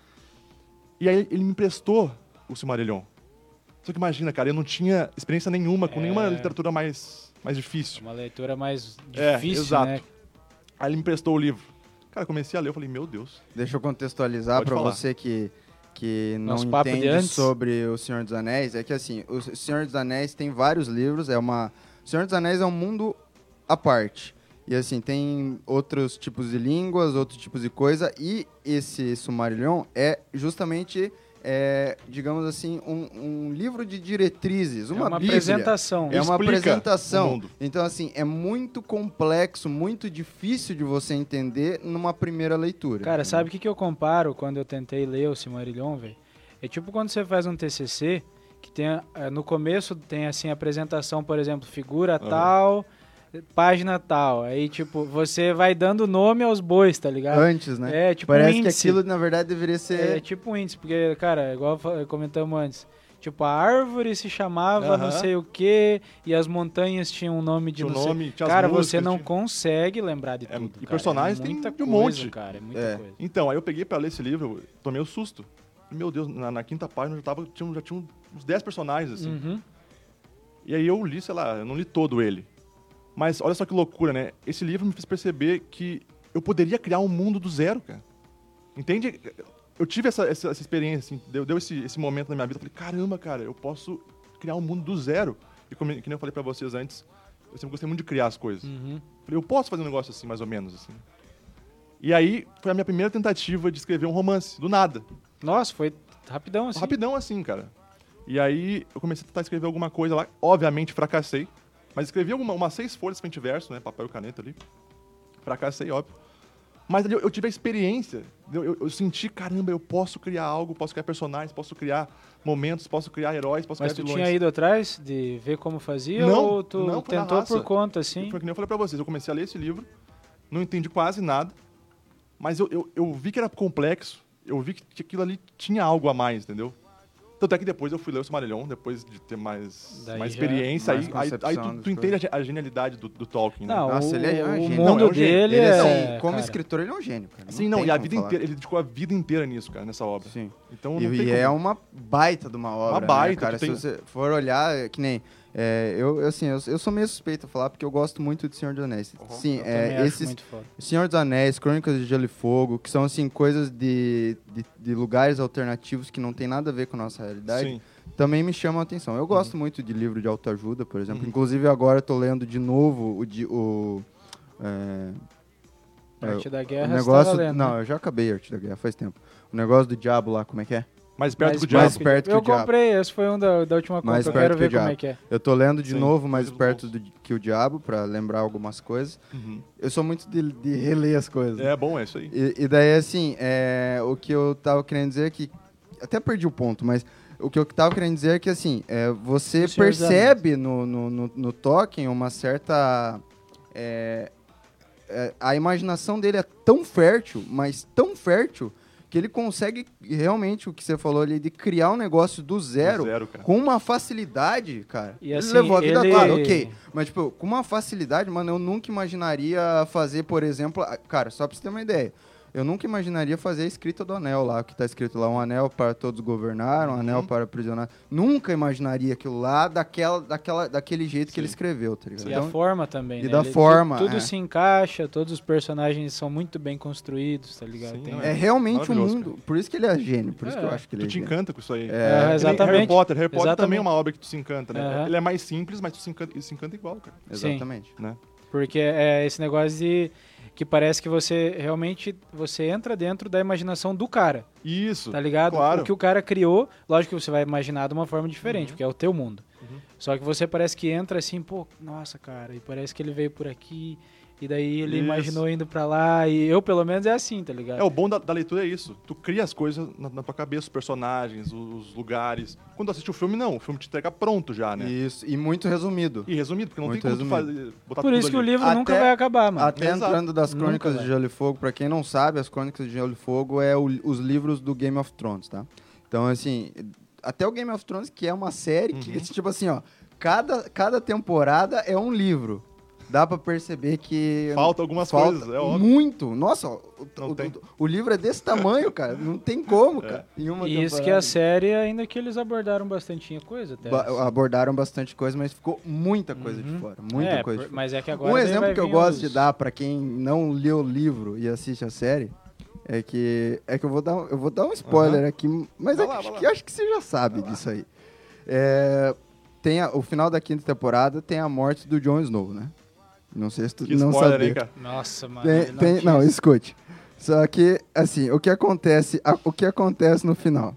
[SPEAKER 2] E aí ele me emprestou O Silmarillion. Só que imagina, cara, eu não tinha experiência nenhuma com
[SPEAKER 4] É.
[SPEAKER 2] nenhuma literatura mais, mais difícil.
[SPEAKER 4] Uma leitura mais
[SPEAKER 2] É,
[SPEAKER 4] difícil,
[SPEAKER 2] exato.
[SPEAKER 4] né?
[SPEAKER 2] Aí ele me emprestou o livro. Cara, eu comecei a ler, eu falei, meu Deus.
[SPEAKER 3] Deixa eu contextualizar
[SPEAKER 2] Pode
[SPEAKER 3] para
[SPEAKER 2] falar.
[SPEAKER 3] você que, que não
[SPEAKER 4] Nosso papo de
[SPEAKER 3] entende
[SPEAKER 4] antes.
[SPEAKER 3] sobre o Senhor dos Anéis. É que assim, o Senhor dos Anéis tem vários livros, é uma. O Senhor dos Anéis é um mundo à parte. E assim, tem outros tipos de línguas, outros tipos de coisa, e esse Sumarillion é justamente, é, digamos assim, um, um livro de diretrizes, uma,
[SPEAKER 4] é uma
[SPEAKER 3] bíblia.
[SPEAKER 4] apresentação.
[SPEAKER 3] É uma
[SPEAKER 2] Explica o
[SPEAKER 3] apresentação.
[SPEAKER 2] mundo.
[SPEAKER 3] Então, assim, é muito complexo, muito difícil de você entender numa primeira leitura.
[SPEAKER 4] Cara,
[SPEAKER 3] entendeu?
[SPEAKER 4] sabe o que, que eu comparo quando eu tentei ler o Silmarillion, velho? É tipo quando você faz um TCC, que tem, a- eh, no começo tem assim, a apresentação, por exemplo, figura
[SPEAKER 2] Aham.
[SPEAKER 4] tal, eh, página tal. Aí, tipo, você vai dando nome aos bois, tá ligado?
[SPEAKER 3] Antes, né?
[SPEAKER 4] É, tipo um
[SPEAKER 3] Parece que
[SPEAKER 4] índice.
[SPEAKER 3] aquilo, na verdade, deveria
[SPEAKER 4] É
[SPEAKER 3] ser.
[SPEAKER 4] tipo um índice, porque, cara, igual fa- comentamos antes, tipo, a árvore se chamava
[SPEAKER 2] Aham.
[SPEAKER 4] não sei o quê, e as montanhas tinham um nome de
[SPEAKER 2] Tinha o
[SPEAKER 4] não sei-
[SPEAKER 2] nome, tinha as
[SPEAKER 4] Cara, você
[SPEAKER 2] músicas,
[SPEAKER 4] não
[SPEAKER 2] tinha-
[SPEAKER 4] consegue lembrar de
[SPEAKER 2] É,
[SPEAKER 4] tudo,
[SPEAKER 2] e
[SPEAKER 4] cara.
[SPEAKER 2] personagens
[SPEAKER 4] é
[SPEAKER 2] tem
[SPEAKER 4] muita
[SPEAKER 2] de um
[SPEAKER 4] coisa,
[SPEAKER 2] monte.
[SPEAKER 4] cara, é muita
[SPEAKER 3] É.
[SPEAKER 4] coisa.
[SPEAKER 2] Então, aí eu peguei pra ler esse livro, eu tomei um susto. Meu Deus, na, na quinta página eu já, tava, tinha, um, já tinha uns 10 personagens, assim.
[SPEAKER 4] Uhum.
[SPEAKER 2] E aí eu li, sei lá, eu não li todo ele. Mas olha só que loucura, né? Esse livro me fez perceber que eu poderia criar um mundo do zero, cara. Entende? Eu tive essa, essa, essa experiência, assim, deu, deu esse, esse momento na minha vida. Eu falei, caramba, cara, eu posso criar um mundo do zero. E como, que nem eu falei pra vocês antes, eu sempre gostei muito de criar as coisas.
[SPEAKER 4] Uhum.
[SPEAKER 2] Falei, eu posso fazer um negócio assim, mais ou menos, assim. E aí foi a minha primeira tentativa de escrever um romance, do nada.
[SPEAKER 4] Nossa, foi rapidão assim.
[SPEAKER 2] Rapidão assim, cara. E aí eu comecei a tentar escrever alguma coisa lá. Obviamente fracassei. Mas escrevi alguma, umas seis folhas frente e verso, né? Papel e caneta ali. Fracassei, óbvio. Mas ali eu, eu tive a experiência. Eu, eu- eu senti, caramba, eu posso criar algo, posso criar personagens, posso criar momentos, posso criar heróis, posso
[SPEAKER 4] Mas tu
[SPEAKER 2] criar vilões.
[SPEAKER 4] tinha ido atrás de ver como fazia
[SPEAKER 2] Não,
[SPEAKER 4] ou tu
[SPEAKER 2] não, foi na
[SPEAKER 4] tentou
[SPEAKER 2] raça.
[SPEAKER 4] por conta assim?
[SPEAKER 2] Foi que nem eu falei pra vocês, eu comecei a ler esse livro, não entendi quase nada, mas eu, eu, eu vi que era complexo, eu vi que, que aquilo ali tinha algo a mais, entendeu? Tanto é que depois eu fui ler o Silmarillion, depois de ter mais,
[SPEAKER 4] Daí
[SPEAKER 2] mais
[SPEAKER 4] já-
[SPEAKER 2] experiência,
[SPEAKER 3] Mais
[SPEAKER 2] aí, aí,
[SPEAKER 3] concepção
[SPEAKER 2] aí tu,
[SPEAKER 3] das
[SPEAKER 2] tu entende a, ge- a genialidade do, do Tolkien, né?
[SPEAKER 4] Não,
[SPEAKER 3] Nossa,
[SPEAKER 4] o,
[SPEAKER 3] ele é um
[SPEAKER 4] ah, o
[SPEAKER 3] gênio.
[SPEAKER 4] mundo
[SPEAKER 2] Não, é um gênio.
[SPEAKER 4] dele
[SPEAKER 3] Ele,
[SPEAKER 4] é,
[SPEAKER 3] assim, como
[SPEAKER 4] cara,
[SPEAKER 3] escritor, ele é um gênio, cara.
[SPEAKER 2] Sim, não, e a
[SPEAKER 3] tem
[SPEAKER 2] vida
[SPEAKER 3] como falar.
[SPEAKER 2] inteira, ele dedicou a vida inteira nisso, cara, nessa
[SPEAKER 4] é
[SPEAKER 2] obra.
[SPEAKER 3] Sim.
[SPEAKER 2] Então
[SPEAKER 3] E,
[SPEAKER 2] não tem
[SPEAKER 3] e
[SPEAKER 2] como-
[SPEAKER 3] é uma baita de uma obra. né,
[SPEAKER 2] baita,
[SPEAKER 3] cara.
[SPEAKER 2] tu tem-
[SPEAKER 3] Se você for olhar, é que nem. é, eu, eu, assim, eu, eu sou meio suspeito a falar porque eu gosto muito de Senhor dos Anéis. Sim,
[SPEAKER 4] Uhum. eu também
[SPEAKER 3] é,
[SPEAKER 4] acho
[SPEAKER 3] esses,
[SPEAKER 4] muito foda.
[SPEAKER 3] Senhor dos Anéis, Crônicas de Gelo e Fogo, que são assim coisas de, de, de lugares alternativos que não tem nada a ver com a nossa realidade,
[SPEAKER 2] Sim.
[SPEAKER 3] também me chamam a atenção. Eu gosto muito de livro de autoajuda, por exemplo.
[SPEAKER 2] Uhum.
[SPEAKER 3] Inclusive agora eu tô lendo de novo o de- o, é,
[SPEAKER 4] Arte da
[SPEAKER 3] o
[SPEAKER 4] guerra, você
[SPEAKER 3] negócio,
[SPEAKER 4] tá valendo,
[SPEAKER 3] não,
[SPEAKER 4] né?
[SPEAKER 3] eu já acabei a Arte da Guerra faz tempo. O negócio do diabo lá, como é que é?
[SPEAKER 2] Mais perto
[SPEAKER 4] Mais
[SPEAKER 2] que o
[SPEAKER 3] mais
[SPEAKER 2] diabo.
[SPEAKER 3] perto
[SPEAKER 4] perto
[SPEAKER 3] que
[SPEAKER 4] eu
[SPEAKER 3] o diabo.
[SPEAKER 4] comprei, esse foi um da, da última compra,
[SPEAKER 3] Mais
[SPEAKER 4] eu
[SPEAKER 3] perto
[SPEAKER 4] quero
[SPEAKER 3] que
[SPEAKER 4] ver
[SPEAKER 3] o
[SPEAKER 4] como
[SPEAKER 3] diabo.
[SPEAKER 4] é que é.
[SPEAKER 3] Eu tô lendo de
[SPEAKER 2] Sim,
[SPEAKER 3] novo, mais
[SPEAKER 2] livro
[SPEAKER 3] perto do, que o diabo para lembrar algumas coisas.
[SPEAKER 2] Uhum.
[SPEAKER 3] Eu sou muito de, de reler as coisas.
[SPEAKER 2] É bom, é isso aí.
[SPEAKER 3] E, e daí, assim, é, o que eu tava querendo dizer é que. Até perdi o ponto, mas o que eu tava querendo dizer é que, assim, é, você
[SPEAKER 4] O Senhor dos
[SPEAKER 3] percebe no, no, no, no Tolkien uma certa. é, é, a imaginação dele é tão fértil, mas tão fértil, que ele consegue realmente o que você falou ali de criar um negócio do zero,
[SPEAKER 2] Do zero, cara.
[SPEAKER 3] com uma facilidade, cara.
[SPEAKER 4] E assim,
[SPEAKER 3] ele levou a vida
[SPEAKER 4] ele-
[SPEAKER 3] claro, ok. Mas, tipo, com uma facilidade, mano, eu nunca imaginaria fazer, por exemplo. a- Cara, só pra você ter uma ideia. Eu nunca imaginaria fazer a escrita do anel lá, que tá escrito lá, um anel para todos governar, um
[SPEAKER 4] Uhum.
[SPEAKER 3] anel para aprisionar. Nunca imaginaria aquilo lá daquela, daquela, daquele jeito que ele escreveu, tá ligado?
[SPEAKER 4] E a forma também,
[SPEAKER 3] e
[SPEAKER 4] né?
[SPEAKER 3] da
[SPEAKER 4] tu-
[SPEAKER 3] forma,
[SPEAKER 4] Tudo
[SPEAKER 3] é.
[SPEAKER 4] se encaixa, todos os personagens são muito bem construídos, tá ligado?
[SPEAKER 2] Sim,
[SPEAKER 4] Tem-
[SPEAKER 2] não
[SPEAKER 3] é realmente um
[SPEAKER 2] Maravilhoso,
[SPEAKER 3] mundo. Por isso que ele é gênio, por isso que eu
[SPEAKER 4] É,
[SPEAKER 3] acho que ele
[SPEAKER 2] Tu
[SPEAKER 3] é
[SPEAKER 2] te
[SPEAKER 3] gênio.
[SPEAKER 2] encanta com isso aí.
[SPEAKER 4] É,
[SPEAKER 2] Que nem
[SPEAKER 4] exatamente.
[SPEAKER 2] Harry Potter. Harry Potter também
[SPEAKER 4] Exatamente.
[SPEAKER 2] é uma obra que tu se encanta, né?
[SPEAKER 4] Aham.
[SPEAKER 2] Ele é mais simples, mas tu se encanta, se encanta igual, cara.
[SPEAKER 4] Sim.
[SPEAKER 3] Exatamente.
[SPEAKER 2] Né?
[SPEAKER 4] Porque é esse negócio de que parece que você realmente você entra dentro da imaginação do cara,
[SPEAKER 2] Isso.
[SPEAKER 4] tá ligado?
[SPEAKER 2] Claro. Uhum.
[SPEAKER 4] O que o cara criou, lógico que você vai imaginar de uma forma diferente, porque é o teu mundo. Só que você parece que entra assim, pô, nossa, cara, e parece que ele veio por aqui e daí ele
[SPEAKER 2] Isso.
[SPEAKER 4] imaginou indo pra lá e eu pelo menos é assim, tá ligado?
[SPEAKER 2] É, o bom da, da leitura é isso. Tu cria as coisas na, na tua cabeça, os personagens, os, os lugares. Quando tu assiste o filme, não. O filme te entrega pronto já, né?
[SPEAKER 3] Isso, e muito resumido.
[SPEAKER 2] E, resumido, porque não
[SPEAKER 3] Muito
[SPEAKER 2] tem como tu fazer, botar
[SPEAKER 4] Por
[SPEAKER 2] tudo
[SPEAKER 4] isso que o
[SPEAKER 2] ali. Ah,
[SPEAKER 4] livro nunca
[SPEAKER 3] Até-
[SPEAKER 4] vai acabar, mano.
[SPEAKER 3] Até
[SPEAKER 2] Exato.
[SPEAKER 3] entrando das
[SPEAKER 4] Nunca
[SPEAKER 3] Crônicas
[SPEAKER 4] vai.
[SPEAKER 3] de Gelo e Fogo, pra quem não sabe, as Crônicas de Gelo e Fogo é o- os livros do Game of Thrones, tá? Então, assim, até o Game of Thrones, que é uma série que,
[SPEAKER 2] Uhum.
[SPEAKER 3] tipo assim, ó, cada, cada temporada é um livro. Dá pra perceber que...
[SPEAKER 2] Falta algumas
[SPEAKER 3] falta
[SPEAKER 2] coisas, é óbvio.
[SPEAKER 3] Muito! Nossa, ó, o,
[SPEAKER 2] Não
[SPEAKER 3] o-
[SPEAKER 2] tem. É.
[SPEAKER 3] o- o livro é desse tamanho, cara. Não tem como, cara. Em uma
[SPEAKER 4] E isso que é
[SPEAKER 3] temporada.
[SPEAKER 4] a série, ainda que eles abordaram bastante coisa até.
[SPEAKER 3] Ba- abordaram bastante coisa, mas ficou muita coisa de fora. Muita
[SPEAKER 4] É,
[SPEAKER 3] coisa
[SPEAKER 4] por-
[SPEAKER 3] de fora.
[SPEAKER 4] mas é que agora
[SPEAKER 3] um
[SPEAKER 4] daí
[SPEAKER 3] exemplo
[SPEAKER 4] vai
[SPEAKER 3] que eu
[SPEAKER 4] vir
[SPEAKER 3] gosto
[SPEAKER 4] os-
[SPEAKER 3] de dar pra quem não leu o livro e assiste a série é que é que eu vou dar um- eu vou dar um spoiler aqui, mas
[SPEAKER 2] Vai
[SPEAKER 3] é
[SPEAKER 2] lá,
[SPEAKER 3] que,
[SPEAKER 2] vai
[SPEAKER 3] acho que acho que você já sabe disso aí. É, tem a- o final da quinta temporada tem a morte do Jon Snow, né? Não sei se tu
[SPEAKER 2] Que
[SPEAKER 3] não
[SPEAKER 2] spoiler,
[SPEAKER 3] sabia.
[SPEAKER 2] hein, cara?
[SPEAKER 4] Nossa, mano.
[SPEAKER 3] Tem-
[SPEAKER 4] ele não
[SPEAKER 3] tem-
[SPEAKER 4] tinha-
[SPEAKER 3] não, escute. Só que, assim, o que acontece, a- o que acontece no final?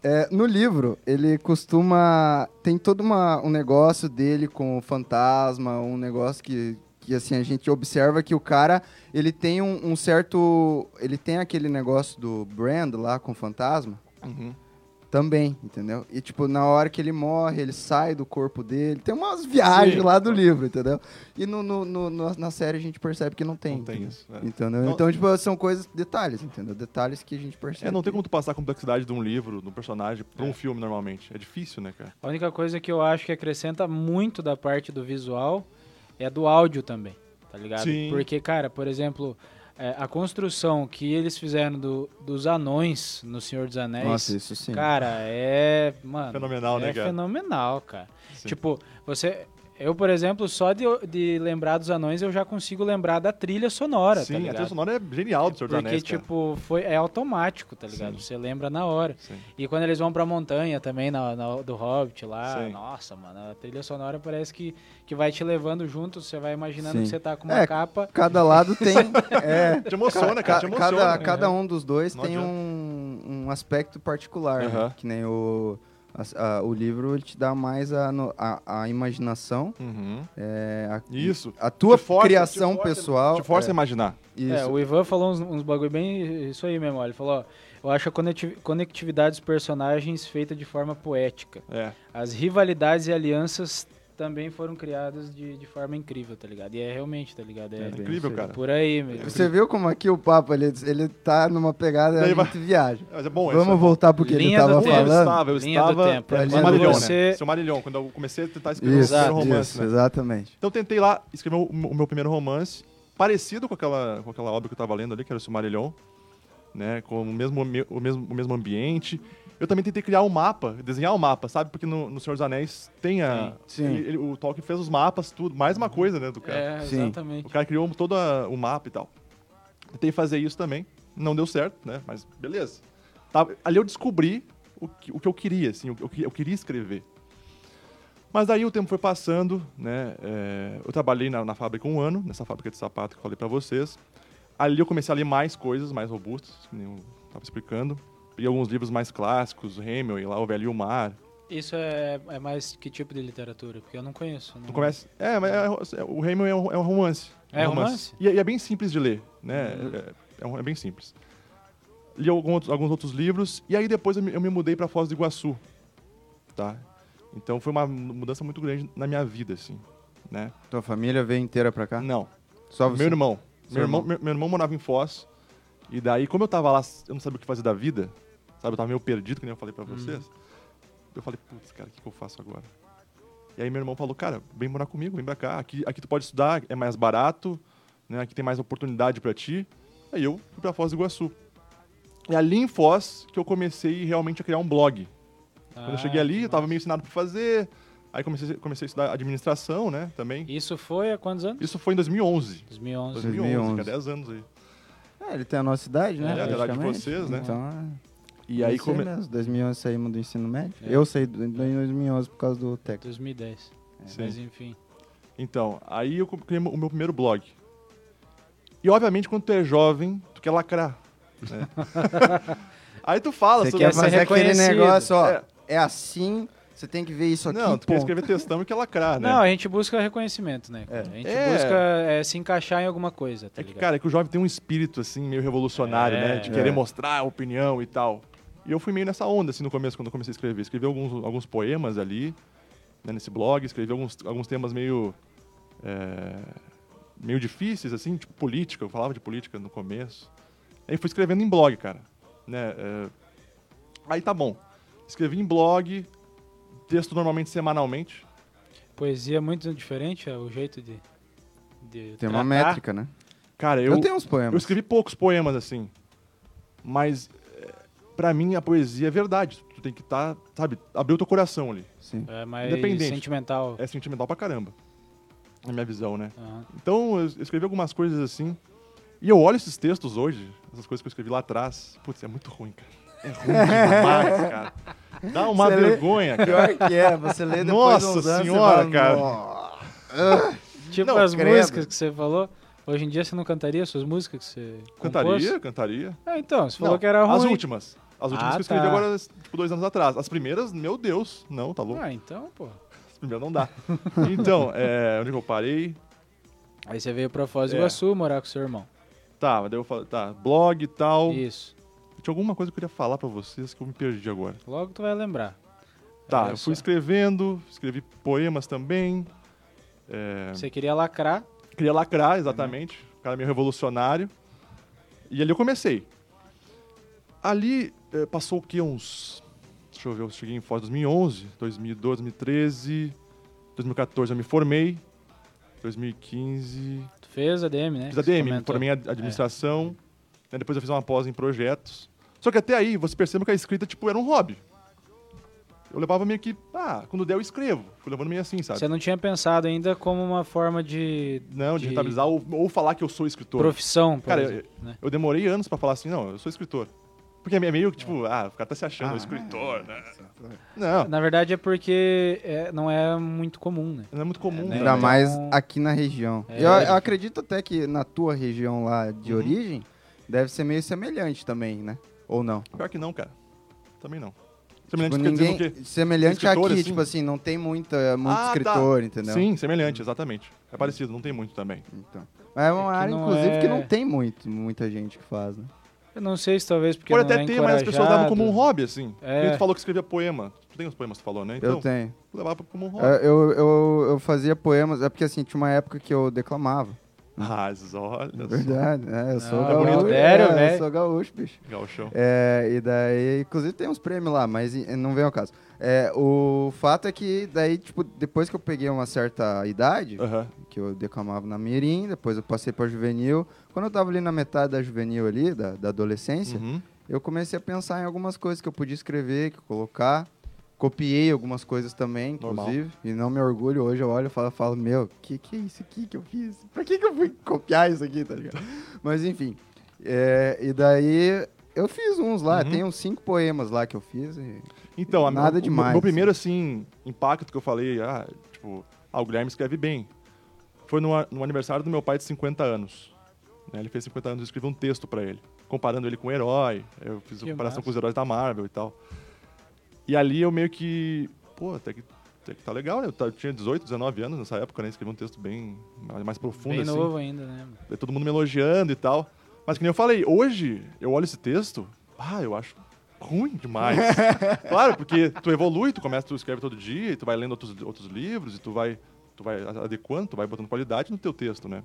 [SPEAKER 3] É, no livro, ele costuma. Tem todo uma, um negócio dele com o fantasma, um negócio que, que assim, a gente observa que o cara ele tem um, um certo. Ele tem aquele negócio do brand lá com o fantasma.
[SPEAKER 2] Uhum.
[SPEAKER 3] Também, entendeu? E, tipo, na hora que ele morre, ele sai do corpo dele. Tem umas viagens lá do livro, entendeu? E no, no- no- no- na série a gente percebe que não tem.
[SPEAKER 2] Não tem
[SPEAKER 3] entendeu?
[SPEAKER 2] isso, é.
[SPEAKER 3] Entendeu?
[SPEAKER 2] Não-
[SPEAKER 3] Então, tipo, são coisas, detalhes, entendeu? Detalhes que a gente percebe.
[SPEAKER 2] É, não tem como tu passar a complexidade de um livro, de um personagem, pra um filme normalmente. É difícil, né, cara?
[SPEAKER 4] A única coisa que eu acho que acrescenta muito da parte do visual é do áudio também, tá ligado?
[SPEAKER 2] Sim.
[SPEAKER 4] Porque, cara, por exemplo, é, a construção que eles fizeram do- dos anões no Senhor dos
[SPEAKER 2] É
[SPEAKER 4] Anéis.
[SPEAKER 3] Nossa, isso sim.
[SPEAKER 4] Cara, é. Mano.
[SPEAKER 2] Fenomenal,
[SPEAKER 4] é
[SPEAKER 2] né, cara?
[SPEAKER 4] fenomenal, cara.
[SPEAKER 2] Sim.
[SPEAKER 4] Tipo, você. Eu, por exemplo, só de, de lembrar dos anões, eu já consigo lembrar da trilha sonora, tá
[SPEAKER 2] Sim, a
[SPEAKER 4] ligado?
[SPEAKER 2] trilha sonora é genial do Senhor dos
[SPEAKER 4] Porque,
[SPEAKER 2] Anéis, cara.
[SPEAKER 4] tipo, foi, é automático, tá ligado? Você lembra na hora.
[SPEAKER 2] Sim.
[SPEAKER 4] E quando eles vão pra montanha também, na, na- do Hobbit lá,
[SPEAKER 2] Sim.
[SPEAKER 4] nossa, mano, a trilha sonora parece que, que vai te levando junto, você vai imaginando
[SPEAKER 3] Sim.
[SPEAKER 4] que você tá com uma
[SPEAKER 3] É,
[SPEAKER 4] capa.
[SPEAKER 3] Cada lado tem. é,
[SPEAKER 2] Te emociona, cara, te
[SPEAKER 3] ca-
[SPEAKER 2] emociona.
[SPEAKER 3] Cada, cada um dos dois
[SPEAKER 2] Não
[SPEAKER 3] tem
[SPEAKER 2] adianta.
[SPEAKER 3] um, um aspecto particular, né?
[SPEAKER 2] Aham.
[SPEAKER 3] Que nem o. as- a- o livro ele te dá mais a, no- a, a imaginação,
[SPEAKER 2] Uhum.
[SPEAKER 3] é, a,
[SPEAKER 2] Isso.
[SPEAKER 3] a tua
[SPEAKER 2] Te força- te
[SPEAKER 3] criação
[SPEAKER 2] força-
[SPEAKER 3] pessoal.
[SPEAKER 2] Te força a
[SPEAKER 3] é,
[SPEAKER 2] imaginar.
[SPEAKER 3] isso.
[SPEAKER 4] É, o Ivan falou uns, uns bagulho bem isso aí mesmo, ó, ele falou, ó, eu acho a conecti- conectividade dos personagens feita de forma poética.
[SPEAKER 2] É.
[SPEAKER 4] As rivalidades e alianças também foram criadas de, de forma incrível, tá ligado? E é realmente, tá ligado?
[SPEAKER 2] É
[SPEAKER 4] É,
[SPEAKER 2] incrível,
[SPEAKER 3] isso aí.
[SPEAKER 2] cara.
[SPEAKER 4] por aí mesmo.
[SPEAKER 3] Você viu como aqui o papo ele, ele tá numa pegada
[SPEAKER 2] Daí
[SPEAKER 3] a
[SPEAKER 2] vai-
[SPEAKER 3] gente viaja.
[SPEAKER 2] Mas é bom isso.
[SPEAKER 3] Vamos voltar pro que ele
[SPEAKER 4] Linha do
[SPEAKER 3] tava
[SPEAKER 4] tempo.
[SPEAKER 2] Eu
[SPEAKER 3] falando.
[SPEAKER 2] estava, eu
[SPEAKER 4] Linha do
[SPEAKER 2] estava.
[SPEAKER 4] tempo, é.
[SPEAKER 2] É,
[SPEAKER 3] Quando
[SPEAKER 2] Silmarillion,
[SPEAKER 4] você-
[SPEAKER 2] né? Silmarillion, quando eu comecei a tentar escrever
[SPEAKER 3] Isso,
[SPEAKER 2] o meu
[SPEAKER 4] Exato,
[SPEAKER 2] romance,
[SPEAKER 3] isso,
[SPEAKER 2] né?
[SPEAKER 3] exatamente.
[SPEAKER 2] Então tentei lá escrever o, o meu primeiro romance, parecido com aquela, com aquela obra que eu tava lendo ali, que era o Silmarillion, né? Com o mesmo, ame- o mesmo, o mesmo ambiente. Eu também tentei criar um mapa, desenhar um mapa, sabe? Porque no, no Senhor dos Anéis tem a.
[SPEAKER 3] Sim, sim.
[SPEAKER 2] ele- ele- o Tolkien fez os mapas, tudo. Mais uma coisa, né, do cara.
[SPEAKER 4] É,
[SPEAKER 3] Sim.
[SPEAKER 4] exatamente.
[SPEAKER 2] O cara criou um, todo a- o mapa e tal. Tentei fazer isso também. Não deu certo, né? Mas beleza. Tá, ali eu descobri o que, o que eu queria, assim, o, que- o que eu queria escrever. Mas daí o tempo foi passando, né? é, eu trabalhei na, na fábrica um ano, nessa fábrica de sapato que eu falei pra vocês. Ali eu comecei a ler mais coisas, mais robustas, que nem eu tava explicando. Peguei alguns livros mais clássicos, Hemingway, lá, O Velho e o Mar.
[SPEAKER 4] Isso é, é mais que tipo de literatura? Porque eu não conheço. né? Não,
[SPEAKER 2] Tu começa. É, mas é- é- o Raymond é um, é um romance.
[SPEAKER 4] É
[SPEAKER 2] Um
[SPEAKER 4] romance? Uhum.
[SPEAKER 2] E, é- e é bem simples de ler, né? É, é um- é bem simples. Li algum outro- alguns outros livros e aí depois eu me, eu me mudei para Foz do Iguaçu, tá? Então foi uma mudança muito grande na minha vida, assim, né?
[SPEAKER 3] Tua família veio inteira pra cá?
[SPEAKER 2] Não.
[SPEAKER 3] Só você?
[SPEAKER 2] Meu irmão.
[SPEAKER 3] assim. Seu
[SPEAKER 2] Meu irmão,
[SPEAKER 3] irmão.
[SPEAKER 2] meu, meu irmão morava em Foz. E daí, como eu tava lá, eu não sabia o que fazer da vida, sabe? Eu tava meio perdido, que nem eu falei pra vocês. Eu falei, putz, cara, o que, que eu faço agora? E aí meu irmão falou, cara, vem morar comigo, vem pra cá. Aqui, aqui tu pode estudar, é mais barato, né? Aqui tem mais oportunidade pra ti. Aí eu fui pra Foz do Iguaçu. E ali em Foz que eu comecei realmente a criar um blog.
[SPEAKER 4] Tá. Ah,
[SPEAKER 2] Quando eu cheguei ali, eu tava meio ensinado pra fazer. Aí comecei, comecei a estudar administração, né, também.
[SPEAKER 4] Isso foi há quantos anos?
[SPEAKER 2] Isso foi em 2011.
[SPEAKER 4] 2011.
[SPEAKER 2] 2011,
[SPEAKER 3] 2011.
[SPEAKER 2] que é 10 anos aí.
[SPEAKER 3] É, ele tem a nossa idade, né?
[SPEAKER 2] É, a idade de
[SPEAKER 3] praticamente.
[SPEAKER 2] vocês, né?
[SPEAKER 3] Então, é.
[SPEAKER 2] E aí
[SPEAKER 3] Comecei
[SPEAKER 2] come...
[SPEAKER 3] mesmo, 2011 saímos do ensino médio.
[SPEAKER 4] É.
[SPEAKER 3] Eu saí do- em 2011 por causa do técnico.
[SPEAKER 4] 2010.
[SPEAKER 3] é-
[SPEAKER 2] Sim.
[SPEAKER 4] Mas enfim.
[SPEAKER 2] Então, aí eu criei o meu primeiro blog. E obviamente, quando tu é jovem, tu quer lacrar. né? aí tu fala
[SPEAKER 3] Você
[SPEAKER 2] sobre
[SPEAKER 3] quer
[SPEAKER 4] quer ser
[SPEAKER 3] fazer aquele
[SPEAKER 4] reconhecido.
[SPEAKER 3] negócio, ó,
[SPEAKER 2] É.
[SPEAKER 3] é. assim, você tem que ver isso aqui,
[SPEAKER 2] Não, tu quer
[SPEAKER 3] ponto.
[SPEAKER 2] escrever textão e quer lacrar, né?
[SPEAKER 4] Não, a gente busca reconhecimento, né? cara? A gente
[SPEAKER 2] É.
[SPEAKER 4] busca é, se encaixar em alguma coisa, tá
[SPEAKER 2] É que,
[SPEAKER 4] ligado?
[SPEAKER 2] cara, é que o jovem tem um espírito, assim, meio revolucionário,
[SPEAKER 4] É.
[SPEAKER 2] né? De querer
[SPEAKER 3] É.
[SPEAKER 2] mostrar a opinião e tal. E eu fui meio nessa onda, assim, no começo, quando eu comecei a escrever. Escrevi alguns, alguns poemas ali, né, nesse blog. Escrevi alguns, alguns temas meio... é, meio difíceis, assim, tipo política. Eu falava de política no começo. Aí fui escrevendo em blog, cara. Né? é. Aí tá bom. Escrevi em blog, texto normalmente semanalmente.
[SPEAKER 4] Poesia é muito diferente, é o jeito de. de
[SPEAKER 3] Tem uma
[SPEAKER 4] tratar.
[SPEAKER 3] métrica, né?
[SPEAKER 2] Cara,
[SPEAKER 3] Eu,
[SPEAKER 2] eu...
[SPEAKER 3] tenho uns poemas.
[SPEAKER 2] Eu escrevi poucos poemas assim. Mas é, pra mim a poesia é verdade. Tu tem que estar, sabe, abrir o teu coração ali.
[SPEAKER 3] Sim.
[SPEAKER 4] É mais
[SPEAKER 2] Independente.
[SPEAKER 4] sentimental.
[SPEAKER 2] É sentimental pra caramba. Na minha visão, né?
[SPEAKER 4] Aham.
[SPEAKER 2] Então eu escrevi algumas coisas assim. E eu olho esses textos hoje, essas coisas que eu escrevi lá atrás. Putz, é muito ruim, cara. É ruim demais, cara. Dá uma
[SPEAKER 3] Você lê-
[SPEAKER 2] vergonha, cara.
[SPEAKER 3] Pior que é, você lê depois
[SPEAKER 2] Nossa
[SPEAKER 3] uns anos, você
[SPEAKER 2] senhora,
[SPEAKER 3] fala,
[SPEAKER 2] cara.
[SPEAKER 3] "Nó".
[SPEAKER 4] Tipo
[SPEAKER 2] Não,
[SPEAKER 4] as
[SPEAKER 3] credo.
[SPEAKER 4] músicas que você falou. Hoje em dia você não cantaria suas músicas que você.
[SPEAKER 2] Cantaria,
[SPEAKER 4] compôs?
[SPEAKER 2] cantaria.
[SPEAKER 4] Ah, então, você falou
[SPEAKER 2] Não,
[SPEAKER 4] que era ruim.
[SPEAKER 2] As últimas. As últimas
[SPEAKER 4] Ah,
[SPEAKER 2] que eu escrevi
[SPEAKER 4] tá.
[SPEAKER 2] agora, tipo, dois anos atrás. As primeiras, meu Deus, não, tá louco.
[SPEAKER 4] Ah, então, pô.
[SPEAKER 2] As primeiras não dá. Então, é, onde que eu parei?
[SPEAKER 4] Aí você veio pra Foz do
[SPEAKER 2] É.
[SPEAKER 4] Iguaçu morar com seu irmão.
[SPEAKER 2] Tá, mas daí eu falei, tá, blog e tal.
[SPEAKER 4] Isso.
[SPEAKER 2] Tinha alguma coisa que eu queria falar pra vocês que eu me perdi agora.
[SPEAKER 4] Logo tu vai lembrar.
[SPEAKER 2] Tá,
[SPEAKER 4] Olha
[SPEAKER 2] eu
[SPEAKER 4] só.
[SPEAKER 2] fui escrevendo, escrevi poemas também. É,
[SPEAKER 4] Você queria lacrar.
[SPEAKER 2] Queria lacrar, exatamente.
[SPEAKER 4] Uhum.
[SPEAKER 2] O cara meio revolucionário. E ali eu comecei. Ali eh, passou o quê? Uns. Deixa eu ver, eu cheguei em Foz em 2011, 2012, 2013, 2014 eu me formei, 2015
[SPEAKER 4] Tu fez ADM, né?
[SPEAKER 2] Fiz
[SPEAKER 4] Que você
[SPEAKER 2] ADM,
[SPEAKER 4] comentou. É.
[SPEAKER 2] formei em ad- administração, né, depois eu fiz uma pós em projetos. Só que até aí você percebe que a escrita tipo, era um hobby. Eu levava meio que, ah, quando der eu escrevo. Fui levando meio assim, sabe?
[SPEAKER 4] Você não tinha pensado ainda como uma forma de
[SPEAKER 2] Não, de,
[SPEAKER 4] de-
[SPEAKER 2] rentabilizar ou, ou falar que eu sou escritor.
[SPEAKER 4] profissão, por
[SPEAKER 2] Cara, eu-
[SPEAKER 4] exemplo, né?
[SPEAKER 2] Eu demorei anos pra falar assim, não, eu sou escritor. Porque é meio que tipo, ah, o cara tá se achando
[SPEAKER 3] Ah,
[SPEAKER 2] escritor, né? Não,
[SPEAKER 4] Na verdade é porque é, não é muito comum, né?
[SPEAKER 2] não é muito comum.
[SPEAKER 4] né?
[SPEAKER 2] né?
[SPEAKER 3] Ainda
[SPEAKER 4] Então-
[SPEAKER 3] mais aqui na região.
[SPEAKER 4] É.
[SPEAKER 3] Eu, eu acredito até que na tua região lá de
[SPEAKER 2] Uhum.
[SPEAKER 3] origem, deve ser meio semelhante também, né? Ou não?
[SPEAKER 2] Pior que não, cara. Também não.
[SPEAKER 3] Tipo,
[SPEAKER 2] Semelhante quer dizer o quê?
[SPEAKER 3] ninguém, semelhante
[SPEAKER 2] Escritor,
[SPEAKER 3] aqui,
[SPEAKER 2] assim?
[SPEAKER 3] tipo assim, não tem muita, muito
[SPEAKER 2] Ah, tá.
[SPEAKER 3] escritor, entendeu?
[SPEAKER 2] Sim, semelhante, exatamente. É parecido, não tem muito também.
[SPEAKER 3] Então. É uma
[SPEAKER 4] É que
[SPEAKER 3] área,
[SPEAKER 4] não
[SPEAKER 3] inclusive, que
[SPEAKER 4] é-
[SPEAKER 3] não tem muito, muita gente que faz, né?
[SPEAKER 4] Eu não sei se talvez porque
[SPEAKER 2] Pode
[SPEAKER 4] não
[SPEAKER 2] até
[SPEAKER 4] é
[SPEAKER 2] ter, mas as pessoas davam como um
[SPEAKER 4] encorajado.
[SPEAKER 2] hobby, assim.
[SPEAKER 4] É.
[SPEAKER 2] É. Tu falou que escrevia poema. Tu tem os poemas que tu falou, né? Então,
[SPEAKER 3] eu tenho. É.
[SPEAKER 2] tu levava como um hobby.
[SPEAKER 3] Eu, eu, eu, eu fazia poemas, é porque assim, tinha uma época que eu declamava.
[SPEAKER 2] Ah, esses olhos.
[SPEAKER 3] Verdade, é, eu sou
[SPEAKER 4] Ah,
[SPEAKER 3] gaúcho.
[SPEAKER 4] Bonitério,
[SPEAKER 3] é,
[SPEAKER 2] né?
[SPEAKER 4] velho.
[SPEAKER 3] eu sou gaúcho, bicho.
[SPEAKER 2] Galchão.
[SPEAKER 3] É, e daí, inclusive tem uns prêmios lá, mas eh, não vem ao caso. É, o fato é que daí, tipo, depois que eu peguei uma certa idade,
[SPEAKER 2] Aham.
[SPEAKER 3] que eu declamava na Mirim, depois eu passei pra juvenil. Quando eu tava ali na metade da juvenil ali, da, da adolescência,
[SPEAKER 2] Uhum.
[SPEAKER 3] eu comecei a pensar em algumas coisas que eu podia escrever, que eu colocar. Copiei algumas coisas também,
[SPEAKER 2] Normal.
[SPEAKER 3] inclusive. E não me orgulho hoje, eu olho e falo, falo meu, que que é isso aqui que eu fiz? Pra que que eu fui copiar isso aqui, tá ligado? Mas enfim. É, e daí eu fiz uns lá,
[SPEAKER 2] Uhum.
[SPEAKER 3] tem uns cinco poemas lá que eu fiz. e-
[SPEAKER 2] Então, a-
[SPEAKER 3] Nada
[SPEAKER 2] o- o
[SPEAKER 3] demais,
[SPEAKER 2] Meu primeiro, assim, impacto que eu falei, ah, tipo, ah, o Guilherme escreve bem. Foi no, a- no aniversário do meu pai de 50 anos. Né, Ele fez 50 anos, eu escrevi um texto pra ele, comparando ele com um herói. Eu fiz
[SPEAKER 4] Que
[SPEAKER 2] uma comparação
[SPEAKER 4] massa.
[SPEAKER 2] com os heróis da Marvel e tal. E ali eu meio que, pô, até que, até que tá legal, né? Eu, ta- eu tinha 18, 19 anos nessa época, né? Escrevi um texto bem mais- mais profundo,
[SPEAKER 4] Bem
[SPEAKER 2] assim.
[SPEAKER 4] novo ainda, né? mano?
[SPEAKER 2] Todo mundo me elogiando e tal. Mas que nem eu falei, hoje eu olho esse texto, ah, eu acho ruim demais. claro, porque tu evolui, tu começa, tu escreve todo dia, e tu vai lendo outros, outros livros, e tu vai, tu vai adequando, tu vai botando qualidade no teu texto, né?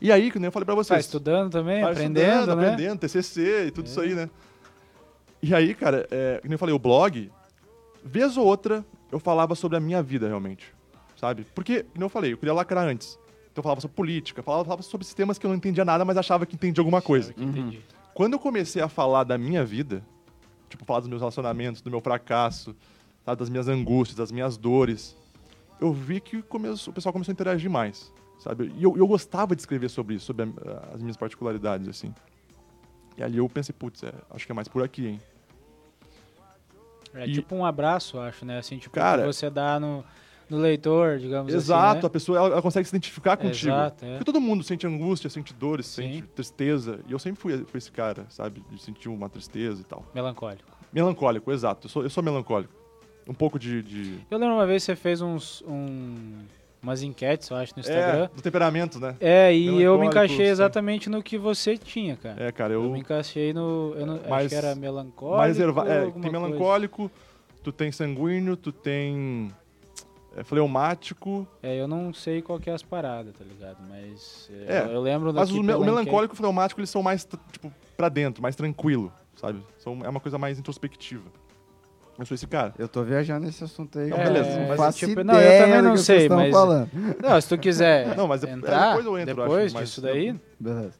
[SPEAKER 2] E aí, que nem eu falei pra vocês.
[SPEAKER 4] Tá estudando também,
[SPEAKER 2] Tá
[SPEAKER 4] aprendendo,
[SPEAKER 2] estudando,
[SPEAKER 4] né?
[SPEAKER 2] aprendendo, TCC e tudo isso aí, né? E aí, cara, é, como eu falei, o blog, vez ou outra, eu falava sobre a minha vida, realmente, sabe? Porque, como eu falei, eu queria lacrar antes. Então eu falava sobre política, falava, falava sobre sistemas que eu não entendia nada, mas achava que entendia alguma
[SPEAKER 4] É
[SPEAKER 2] coisa.
[SPEAKER 4] Entendi.
[SPEAKER 2] Quando eu comecei a falar da minha vida, tipo, falar dos meus relacionamentos, do meu fracasso, sabe, das minhas angústias, das minhas dores, eu vi que começou- o pessoal começou a interagir mais, sabe? E eu, eu gostava de escrever sobre isso, sobre a- as minhas particularidades, assim. E ali eu pensei, putz, é, acho que é mais por aqui, hein?
[SPEAKER 4] É
[SPEAKER 2] E-
[SPEAKER 4] tipo um abraço, eu acho, né? Assim, tipo,
[SPEAKER 2] Cara-
[SPEAKER 4] que você dá no, no leitor, digamos
[SPEAKER 2] Exato,
[SPEAKER 4] assim.
[SPEAKER 2] a pessoa ela, ela consegue se identificar contigo.
[SPEAKER 4] Exato, é.
[SPEAKER 2] Porque todo mundo sente angústia, sente dores,
[SPEAKER 4] Sim.
[SPEAKER 2] sente tristeza. E eu sempre fui, fui esse cara, sabe? De sentir uma tristeza e tal.
[SPEAKER 4] Né? Melancólico.
[SPEAKER 2] Melancólico, exato. Eu sou, eu sou melancólico. Um pouco de. de-
[SPEAKER 4] Eu lembro uma vez que você fez uns, um, umas enquetes, eu acho, no
[SPEAKER 2] É,
[SPEAKER 4] Instagram.
[SPEAKER 2] do temperamento, né?
[SPEAKER 4] É, e eu
[SPEAKER 2] Melancólico,
[SPEAKER 4] me encaixei
[SPEAKER 2] sim.
[SPEAKER 4] exatamente no que você tinha, cara.
[SPEAKER 2] É, cara,
[SPEAKER 4] eu...
[SPEAKER 2] eu.
[SPEAKER 4] me encaixei no. Eu não, acho
[SPEAKER 2] Mais-
[SPEAKER 4] que era melancólico.
[SPEAKER 2] mais erva... é,
[SPEAKER 4] alguma
[SPEAKER 2] tem
[SPEAKER 4] coisa.
[SPEAKER 2] melancólico, tu tem sanguíneo, tu tem. é, fleumático.
[SPEAKER 4] É, eu não sei qual que é as paradas, tá ligado? Mas é,
[SPEAKER 2] É,
[SPEAKER 4] eu, eu lembro
[SPEAKER 2] Mas
[SPEAKER 4] daqui
[SPEAKER 2] o, me- o
[SPEAKER 4] pela
[SPEAKER 2] melancólico e o fleumático, eles são mais, t- tipo, pra dentro, mais tranquilo, sabe? São, é uma coisa mais introspectiva. Eu sou esse cara.
[SPEAKER 3] Eu tô viajando nesse assunto aí.
[SPEAKER 4] Não,
[SPEAKER 3] cara.
[SPEAKER 2] beleza,
[SPEAKER 3] Não
[SPEAKER 2] mas
[SPEAKER 3] faço
[SPEAKER 4] tipo,
[SPEAKER 3] ideia
[SPEAKER 4] não, eu também
[SPEAKER 3] do
[SPEAKER 4] não
[SPEAKER 3] que vocês
[SPEAKER 4] sei,
[SPEAKER 3] estão
[SPEAKER 4] mas-
[SPEAKER 3] falando.
[SPEAKER 4] enquete. Não, se tu quiser
[SPEAKER 2] Não, mas é- é
[SPEAKER 4] entrar
[SPEAKER 2] depois eu entro, eu acho,
[SPEAKER 4] depois
[SPEAKER 2] mas-
[SPEAKER 4] disso daí...
[SPEAKER 3] Beleza.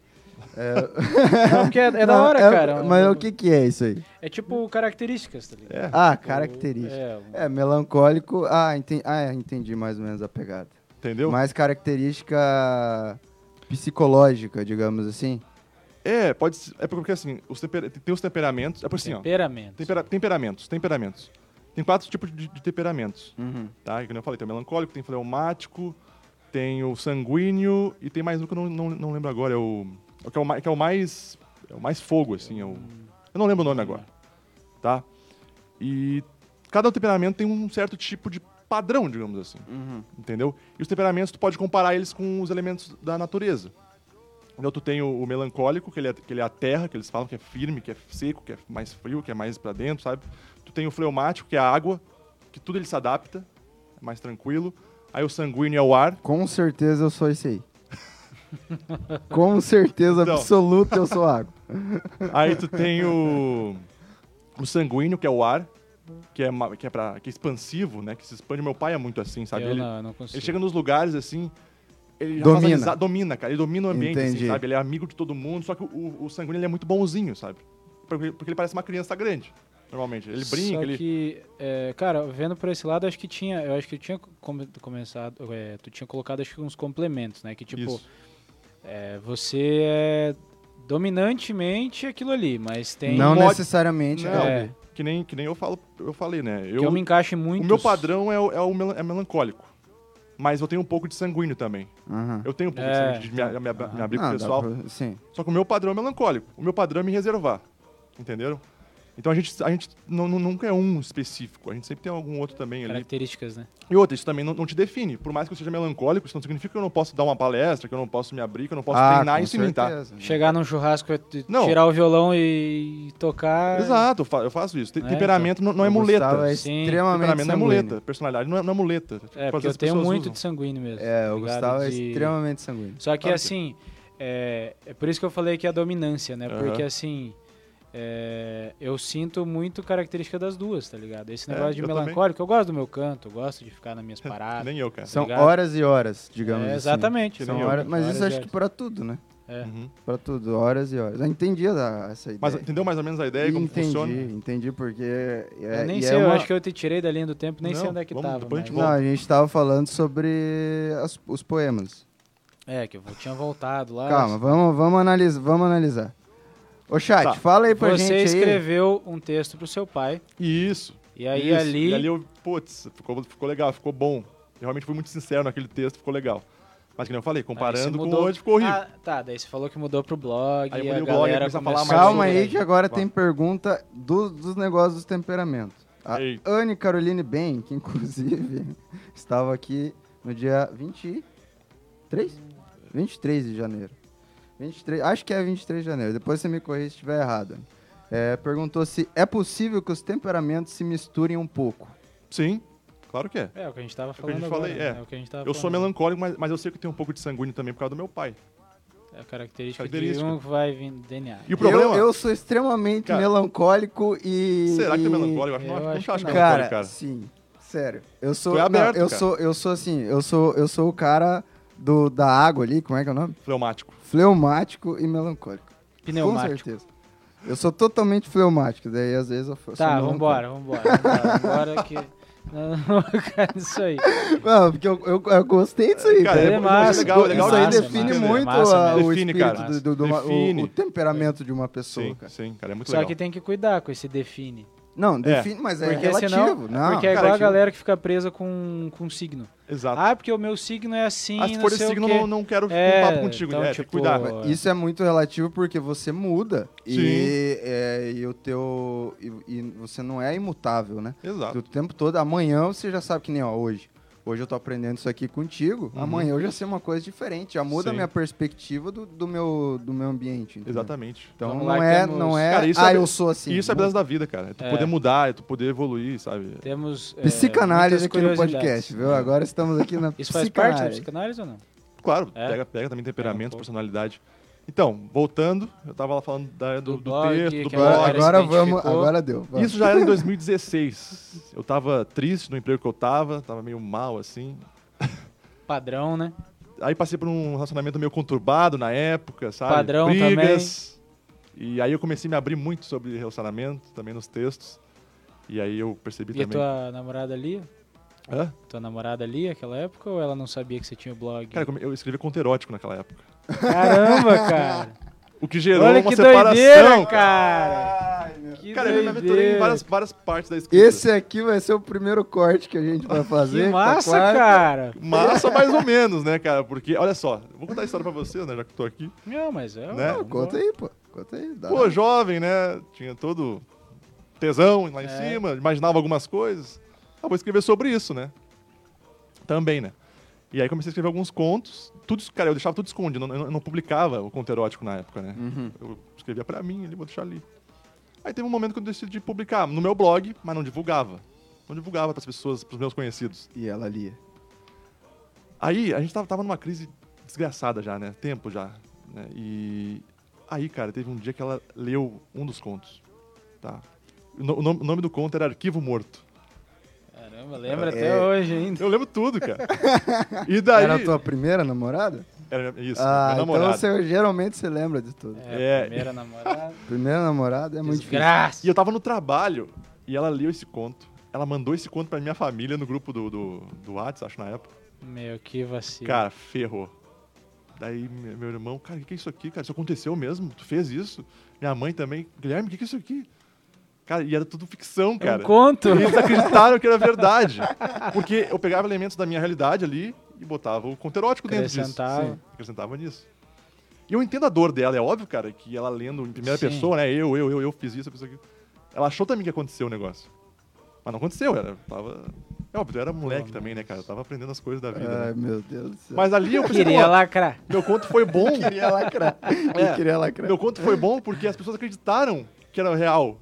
[SPEAKER 4] Não, porque é, é da
[SPEAKER 3] Não,
[SPEAKER 4] hora,
[SPEAKER 3] é-
[SPEAKER 4] cara.
[SPEAKER 3] Mas
[SPEAKER 4] é,
[SPEAKER 3] o que que é isso aí?
[SPEAKER 4] é tipo características, tá ligado?
[SPEAKER 2] É.
[SPEAKER 3] Ah, característica.
[SPEAKER 4] É, um-
[SPEAKER 3] É, melancólico. Ah, entendi, ah, é, entendi mais ou menos a pegada.
[SPEAKER 2] Entendeu?
[SPEAKER 3] Mais característica psicológica, digamos assim.
[SPEAKER 2] É, pode ser. É porque assim, os tempera- tem os temperamentos. É por assim, ó.
[SPEAKER 4] temperamento.
[SPEAKER 2] Tempera- temperamentos, temperamentos. Tem quatro tipos de, de temperamentos, tá? Que nem eu falei, tem o melancólico, tem o fleumático, tem o sanguíneo e tem mais um que eu não, não, não lembro agora. É o, é o que é o, mai- que é o mais é o mais fogo, assim. É o, eu não lembro o nome agora, tá? E cada temperamento tem um certo tipo de padrão, digamos assim entendeu? E os temperamentos tu pode comparar eles com os elementos da natureza. Então tu tem o, o melancólico, que ele, é, que ele é a terra, que eles falam que é firme, que é seco, que é mais frio, que é mais pra dentro, sabe? Tu tem o fleumático, que é a água, que tudo ele se adapta, é mais tranquilo. Aí o sanguíneo é o ar.
[SPEAKER 3] Com certeza eu sou esse aí. Com certeza
[SPEAKER 2] Então.
[SPEAKER 3] absoluta eu sou água.
[SPEAKER 2] Aí tu tem o, o sanguíneo, que é o ar, que é, ma- que é, pra, que é expansivo, né? Que se expande. Meu pai é muito assim, sabe?
[SPEAKER 4] Eu
[SPEAKER 2] Ele-
[SPEAKER 4] não, eu não consigo.
[SPEAKER 2] Ele chega nos lugares assim. Ele já
[SPEAKER 3] Domina.
[SPEAKER 2] faz amizade- domina, cara. Ele domina o ambiente, assim,
[SPEAKER 3] Entendi.
[SPEAKER 2] sabe? Ele é amigo de todo mundo, só que o, o sanguíneo ele é muito bonzinho, sabe? Porque, porque ele parece uma criança grande, normalmente. Ele brinca,
[SPEAKER 4] Só
[SPEAKER 2] ele.
[SPEAKER 4] que, é, cara, vendo por esse lado, acho que tinha, eu acho que eu tinha come- começado, é, tu tinha colocado acho que uns complementos, né? Que tipo,
[SPEAKER 2] Isso.
[SPEAKER 4] é, você é dominantemente aquilo ali, mas tem
[SPEAKER 3] Não
[SPEAKER 2] mod-
[SPEAKER 3] necessariamente.
[SPEAKER 2] Não,
[SPEAKER 3] né?
[SPEAKER 4] é.
[SPEAKER 2] que, nem, que nem eu falo, eu falei, né?
[SPEAKER 4] que é um eu,
[SPEAKER 2] Eu,
[SPEAKER 4] me encaixo muito.
[SPEAKER 2] o meu padrão é, o- é o mel- é melancólico. Mas eu tenho um pouco de sanguíneo também.
[SPEAKER 3] Aham.
[SPEAKER 2] Eu tenho um pouco
[SPEAKER 4] É.
[SPEAKER 2] de, sanguíneo, de me, a- me, ab- me abrir
[SPEAKER 3] Ah, dá
[SPEAKER 2] pro pessoal.
[SPEAKER 3] pra- Sim.
[SPEAKER 2] Só que o meu padrão é melancólico. O meu padrão é me reservar. Entenderam? Então a gente, a gente não- não- nunca é um específico. A gente sempre tem algum outro também ali.
[SPEAKER 4] características, né?
[SPEAKER 2] E outra, isso também não, não te define. Por mais que eu seja melancólico, isso não significa que eu não posso dar uma palestra, que eu não posso me abrir, que eu não posso
[SPEAKER 3] ah,
[SPEAKER 2] treinar
[SPEAKER 3] com
[SPEAKER 2] isso em mim, tá?
[SPEAKER 3] certeza.
[SPEAKER 4] Chegar num churrasco, é tu-
[SPEAKER 2] Não.
[SPEAKER 4] tirar o violão e tocar.
[SPEAKER 2] Exato, eu fa- eu faço isso. Te-
[SPEAKER 4] É,
[SPEAKER 2] Temperamento não, não é
[SPEAKER 3] O Gustavo
[SPEAKER 2] muleta.
[SPEAKER 3] É
[SPEAKER 4] Sim.
[SPEAKER 3] extremamente
[SPEAKER 2] Temperamento não é
[SPEAKER 3] sanguíneo.
[SPEAKER 2] muleta. Personalidade não é, não é muleta. Tipo,
[SPEAKER 4] É,
[SPEAKER 2] às
[SPEAKER 4] porque eu
[SPEAKER 2] vezes
[SPEAKER 4] tenho
[SPEAKER 2] pessoas
[SPEAKER 4] muito
[SPEAKER 2] usam.
[SPEAKER 4] de sanguíneo mesmo.
[SPEAKER 3] É,
[SPEAKER 4] tá
[SPEAKER 3] o
[SPEAKER 4] ligado?
[SPEAKER 3] Gustavo é
[SPEAKER 4] De-
[SPEAKER 3] extremamente sanguíneo.
[SPEAKER 4] Só que
[SPEAKER 2] Claro que
[SPEAKER 4] assim, é, é por isso que eu falei que é a dominância, né?
[SPEAKER 2] Aham.
[SPEAKER 4] Porque assim, é, eu sinto muito característica das duas, tá ligado? Esse
[SPEAKER 2] É,
[SPEAKER 4] negócio de
[SPEAKER 2] eu
[SPEAKER 4] melancólico, eu gosto do meu canto, eu gosto de ficar nas minhas paradas.
[SPEAKER 2] Nem eu, cara.
[SPEAKER 3] São
[SPEAKER 4] tá ligado?
[SPEAKER 3] horas e horas, digamos
[SPEAKER 4] É,
[SPEAKER 3] assim.
[SPEAKER 4] exatamente.
[SPEAKER 3] São
[SPEAKER 2] nem eu.
[SPEAKER 3] horas, mas
[SPEAKER 4] Horas
[SPEAKER 3] isso
[SPEAKER 4] e
[SPEAKER 3] acho que
[SPEAKER 4] horas.
[SPEAKER 3] pra tudo, né?
[SPEAKER 4] É.
[SPEAKER 2] Uhum.
[SPEAKER 3] Pra tudo, horas e horas. Eu entendi a- essa ideia.
[SPEAKER 2] Mas entendeu mais ou menos a ideia, é como
[SPEAKER 3] entendi,
[SPEAKER 2] funciona?
[SPEAKER 3] entendi, porque... É,
[SPEAKER 4] eu nem
[SPEAKER 3] e
[SPEAKER 4] sei,
[SPEAKER 3] é
[SPEAKER 4] eu
[SPEAKER 3] uma-
[SPEAKER 4] acho que eu te tirei da linha do tempo, nem sei
[SPEAKER 2] Não,
[SPEAKER 4] onde é que
[SPEAKER 2] vamos,
[SPEAKER 4] tava.
[SPEAKER 2] depois a gente
[SPEAKER 4] mas-
[SPEAKER 2] volta.
[SPEAKER 3] Não, a gente tava falando sobre as- os poemas.
[SPEAKER 4] É, que eu vo- tinha voltado lá.
[SPEAKER 3] Calma, vamos, vamos, analisar, vamos analisar. Ô, chat,
[SPEAKER 2] Tá.
[SPEAKER 3] fala aí pra
[SPEAKER 4] Você
[SPEAKER 3] gente aí.
[SPEAKER 4] escreveu um texto pro seu pai,
[SPEAKER 2] Isso.
[SPEAKER 4] e aí
[SPEAKER 2] isso.
[SPEAKER 4] ali.
[SPEAKER 2] E ali eu, putz, ficou, ficou legal, ficou bom. Eu realmente fui muito sincero naquele texto, ficou legal. Mas que nem eu falei,
[SPEAKER 4] aí você
[SPEAKER 2] comparando com
[SPEAKER 4] mudou-
[SPEAKER 2] hoje, ficou horrível.
[SPEAKER 4] Ah, tá, daí você falou que mudou pro blog,
[SPEAKER 2] Aí eu
[SPEAKER 4] e a
[SPEAKER 2] mudei o blog, aí
[SPEAKER 4] galera
[SPEAKER 2] comecei a falar
[SPEAKER 4] começou
[SPEAKER 2] mais
[SPEAKER 3] Calma
[SPEAKER 2] sobre
[SPEAKER 3] aí que agora
[SPEAKER 2] Tá.
[SPEAKER 3] tem pergunta do- dos negócios dos temperamentos. A
[SPEAKER 2] Eita.
[SPEAKER 3] Anne Caroline Ben, que inclusive estava aqui no dia 23? 23 de janeiro. 23, acho que é 23 de janeiro. Depois você me corrige se estiver errado. Anne. É, perguntou se é possível que os temperamentos se misturem um pouco.
[SPEAKER 4] Ah.
[SPEAKER 2] Sim, claro que é.
[SPEAKER 4] É, o que a gente tava
[SPEAKER 2] que a
[SPEAKER 4] falando.
[SPEAKER 2] gente
[SPEAKER 4] agora,
[SPEAKER 2] falei,
[SPEAKER 4] né?
[SPEAKER 2] é.
[SPEAKER 4] o que a gente tava
[SPEAKER 2] Eu sou
[SPEAKER 4] falando.
[SPEAKER 2] melancólico, mas, mas eu sei que tem um pouco de sanguíneo também por causa do meu pai.
[SPEAKER 4] É a característica,
[SPEAKER 2] Característica.
[SPEAKER 4] de um que vai vir do DNA.
[SPEAKER 2] E o problema?
[SPEAKER 3] Eu, eu sou extremamente
[SPEAKER 2] Cara,
[SPEAKER 3] melancólico e.
[SPEAKER 2] Será que tu é
[SPEAKER 3] e-
[SPEAKER 2] melancólico? Acho que
[SPEAKER 4] eu
[SPEAKER 2] não,
[SPEAKER 4] acho
[SPEAKER 2] acho,
[SPEAKER 4] que
[SPEAKER 2] não
[SPEAKER 4] não.
[SPEAKER 2] acho melancólico,
[SPEAKER 3] Cara,
[SPEAKER 2] cara.
[SPEAKER 3] sim. Sério. Eu sou.
[SPEAKER 2] Tu é
[SPEAKER 3] não,
[SPEAKER 2] aberto,
[SPEAKER 3] eu
[SPEAKER 2] cara.
[SPEAKER 3] sou, eu sou assim, eu sou, eu sou o cara do, da água ali, como é que é o nome?
[SPEAKER 2] Fleumático.
[SPEAKER 3] Fleumático e melancólico. Com
[SPEAKER 4] Pneumático.
[SPEAKER 3] certeza. Eu sou totalmente fleumático, daí às vezes eu sou
[SPEAKER 4] Tá,
[SPEAKER 3] melancólico.
[SPEAKER 4] vambora, vambora, vambora. Vambora que. Não, não, cara, isso aí.
[SPEAKER 3] Não, Ah, porque eu, eu, eu gostei disso aí.
[SPEAKER 2] Cara,
[SPEAKER 3] cara.
[SPEAKER 4] é massa,
[SPEAKER 2] legal, é legal
[SPEAKER 3] isso aí
[SPEAKER 2] massa,
[SPEAKER 3] define
[SPEAKER 2] massa,
[SPEAKER 3] muito
[SPEAKER 4] massa,
[SPEAKER 3] a-
[SPEAKER 2] massa.
[SPEAKER 3] o
[SPEAKER 2] Define,
[SPEAKER 3] espírito
[SPEAKER 2] cara.
[SPEAKER 3] do, do- do- o-
[SPEAKER 2] Define.
[SPEAKER 3] o, temperamento de uma pessoa,
[SPEAKER 2] Sim,
[SPEAKER 3] cara.
[SPEAKER 2] sim, cara, é muito
[SPEAKER 4] Só
[SPEAKER 2] legal.
[SPEAKER 4] que tem que cuidar com esse define.
[SPEAKER 3] Não, define, mas é
[SPEAKER 4] Porque
[SPEAKER 3] relativo.
[SPEAKER 4] senão.
[SPEAKER 3] não,
[SPEAKER 4] porque é igual
[SPEAKER 2] cara,
[SPEAKER 4] a
[SPEAKER 2] aquilo-
[SPEAKER 4] galera que fica presa com, com signo.
[SPEAKER 2] Exato.
[SPEAKER 4] Ah, porque o meu signo é assim.
[SPEAKER 2] Ah, se
[SPEAKER 4] não
[SPEAKER 2] for esse
[SPEAKER 4] sei o
[SPEAKER 2] signo,
[SPEAKER 4] quê.
[SPEAKER 2] não, não quero
[SPEAKER 4] É,
[SPEAKER 2] um papo contigo.
[SPEAKER 4] então,
[SPEAKER 2] é, tem que
[SPEAKER 4] tipo,
[SPEAKER 2] cuidar.
[SPEAKER 4] é-
[SPEAKER 3] Isso é muito relativo porque você muda e,
[SPEAKER 2] Sim.
[SPEAKER 3] é, e o teu e, e você não é imutável, né?
[SPEAKER 2] Exato.
[SPEAKER 3] O tempo todo, amanhã você já sabe que nem ó, hoje. Hoje eu tô aprendendo isso aqui contigo, amanhã eu já sei uma coisa diferente, já muda a
[SPEAKER 2] Uhum. Sim.
[SPEAKER 3] minha perspectiva do, do meu do meu ambiente. entendeu?
[SPEAKER 2] Exatamente.
[SPEAKER 3] Então
[SPEAKER 4] Vamos
[SPEAKER 3] não,
[SPEAKER 4] lá,
[SPEAKER 3] é,
[SPEAKER 4] temos-
[SPEAKER 3] não é,
[SPEAKER 2] Cara, isso
[SPEAKER 3] ah,
[SPEAKER 2] é-
[SPEAKER 3] eu sou assim.
[SPEAKER 2] E isso é a beleza da vida, cara. É tu
[SPEAKER 4] É.
[SPEAKER 2] poder mudar, é tu poder evoluir, sabe?
[SPEAKER 4] Temos. é,
[SPEAKER 3] Psicanálise
[SPEAKER 4] muitas
[SPEAKER 3] aqui no
[SPEAKER 4] curiosidades.
[SPEAKER 3] podcast,
[SPEAKER 2] né?
[SPEAKER 3] viu? Agora estamos aqui na
[SPEAKER 4] Isso faz parte da
[SPEAKER 3] psicanálise.
[SPEAKER 4] psicanálise ou não?
[SPEAKER 2] Claro,
[SPEAKER 4] É.
[SPEAKER 2] pega, pega também temperamento,
[SPEAKER 4] Pega um pouco.
[SPEAKER 2] personalidade. Então, voltando, eu tava lá falando da- do,
[SPEAKER 4] Do
[SPEAKER 2] do
[SPEAKER 4] blog,
[SPEAKER 2] texto, do
[SPEAKER 4] que
[SPEAKER 2] blog.
[SPEAKER 4] galera se
[SPEAKER 3] Agora vamos,
[SPEAKER 4] identificou.
[SPEAKER 3] agora deu. vai.
[SPEAKER 2] Isso já era em 2016. Eu tava triste no emprego que eu tava, tava meio mal assim.
[SPEAKER 4] Padrão, né?
[SPEAKER 2] Aí passei por um relacionamento meio conturbado na época, sabe?
[SPEAKER 4] Padrão
[SPEAKER 2] Brigas. E aí eu comecei a me abrir muito sobre relacionamento, também nos textos. E aí eu percebi
[SPEAKER 4] E a
[SPEAKER 2] também.
[SPEAKER 4] tua namorada ali?
[SPEAKER 2] Hã?
[SPEAKER 4] Tua namorada ali, aquela época, ou ela não sabia que você tinha o blog?
[SPEAKER 2] Cara, eu come- eu escrevi conto erótico naquela época.
[SPEAKER 4] Caramba, cara!
[SPEAKER 2] O que gerou
[SPEAKER 4] Olha
[SPEAKER 2] uma
[SPEAKER 4] que
[SPEAKER 2] separação.
[SPEAKER 4] doideira, cara!
[SPEAKER 3] Ai, meu
[SPEAKER 4] Que
[SPEAKER 2] Cara, eu me aventurei em
[SPEAKER 4] doideira.
[SPEAKER 2] várias, várias partes da escrita.
[SPEAKER 3] Esse aqui vai ser o primeiro corte que a gente vai fazer. tá
[SPEAKER 4] Que
[SPEAKER 3] pra
[SPEAKER 4] massa,
[SPEAKER 2] Tá
[SPEAKER 3] quarta.
[SPEAKER 4] cara!
[SPEAKER 2] Massa mais ou menos, né, cara? Porque, olha só, vou contar a história pra vocês, né, já que eu tô aqui.
[SPEAKER 4] Não, mas é.
[SPEAKER 2] Né?
[SPEAKER 4] uma
[SPEAKER 3] Não, conta aí, pô. Conta aí. Dá
[SPEAKER 2] Pô, jovem, né? Tinha todo tesão lá em
[SPEAKER 4] É.
[SPEAKER 2] cima, imaginava algumas coisas. Ah, vou escrever sobre isso, né? Também, né? E aí comecei a escrever alguns contos. Tudo, es- cara, eu deixava tudo escondido, eu não, eu não publicava o conto erótico na época, né?
[SPEAKER 3] Uhum.
[SPEAKER 2] Eu escrevia pra mim, ali, vou deixar ali. Aí teve um momento que eu decidi publicar no meu blog, mas não divulgava. Não divulgava pras pessoas, pros meus conhecidos.
[SPEAKER 3] E ela ali.
[SPEAKER 2] Aí a gente tava, tava numa crise desgraçada já, né? Tempo já. né? E aí, cara, teve um dia que ela leu um dos contos. Tá? O, no- o nome- o nome do conto era Arquivo Morto.
[SPEAKER 4] Caramba, lembra
[SPEAKER 3] É.
[SPEAKER 4] até hoje ainda.
[SPEAKER 2] Eu lembro tudo, cara. E daí.
[SPEAKER 3] Era a tua primeira namorada?
[SPEAKER 2] Era minha- isso,
[SPEAKER 3] ah,
[SPEAKER 2] minha
[SPEAKER 3] então
[SPEAKER 2] namorada.
[SPEAKER 3] você, geralmente você lembra de tudo.
[SPEAKER 4] É,
[SPEAKER 2] É.
[SPEAKER 4] primeira namorada.
[SPEAKER 3] Primeira namorada é muito difícil.
[SPEAKER 4] Desgraça!
[SPEAKER 2] E eu tava no trabalho e ela leu esse conto. Ela mandou esse conto pra minha família no grupo do, do, do Whats, acho na época.
[SPEAKER 4] Meu, que vacilo.
[SPEAKER 2] Cara, ferrou. Daí me- meu irmão, cara, o que, que é isso aqui, cara? Isso aconteceu mesmo? Tu fez isso? Minha mãe também. Guilherme, o que, que é isso aqui? Cara, e era tudo ficção,
[SPEAKER 4] É um
[SPEAKER 2] cara.
[SPEAKER 4] conto!
[SPEAKER 2] E eles acreditaram que era verdade. Porque eu pegava elementos da minha realidade ali e botava o conto erótico dentro disso.
[SPEAKER 4] Acrescentava.
[SPEAKER 2] Sim, acrescentava nisso. E eu entendo a dor dela, é óbvio, cara, que ela lendo em primeira
[SPEAKER 4] Sim.
[SPEAKER 2] pessoa, né? Eu, eu, eu, eu fiz isso, eu fiz aquilo. Ela achou também que aconteceu o negócio. Mas não aconteceu, era, tava. É óbvio, eu era moleque também, né, cara? Eu tava aprendendo as coisas da
[SPEAKER 4] É,
[SPEAKER 2] vida. né?
[SPEAKER 3] Ai, meu Deus do céu.
[SPEAKER 2] Mas ali eu pensei,
[SPEAKER 4] Queria
[SPEAKER 2] "Pô,
[SPEAKER 4] lacrar.
[SPEAKER 2] meu conto foi bom. É.
[SPEAKER 3] queria lacrar. Eu queria lacrar.
[SPEAKER 2] meu conto foi bom porque as pessoas acreditaram que era real.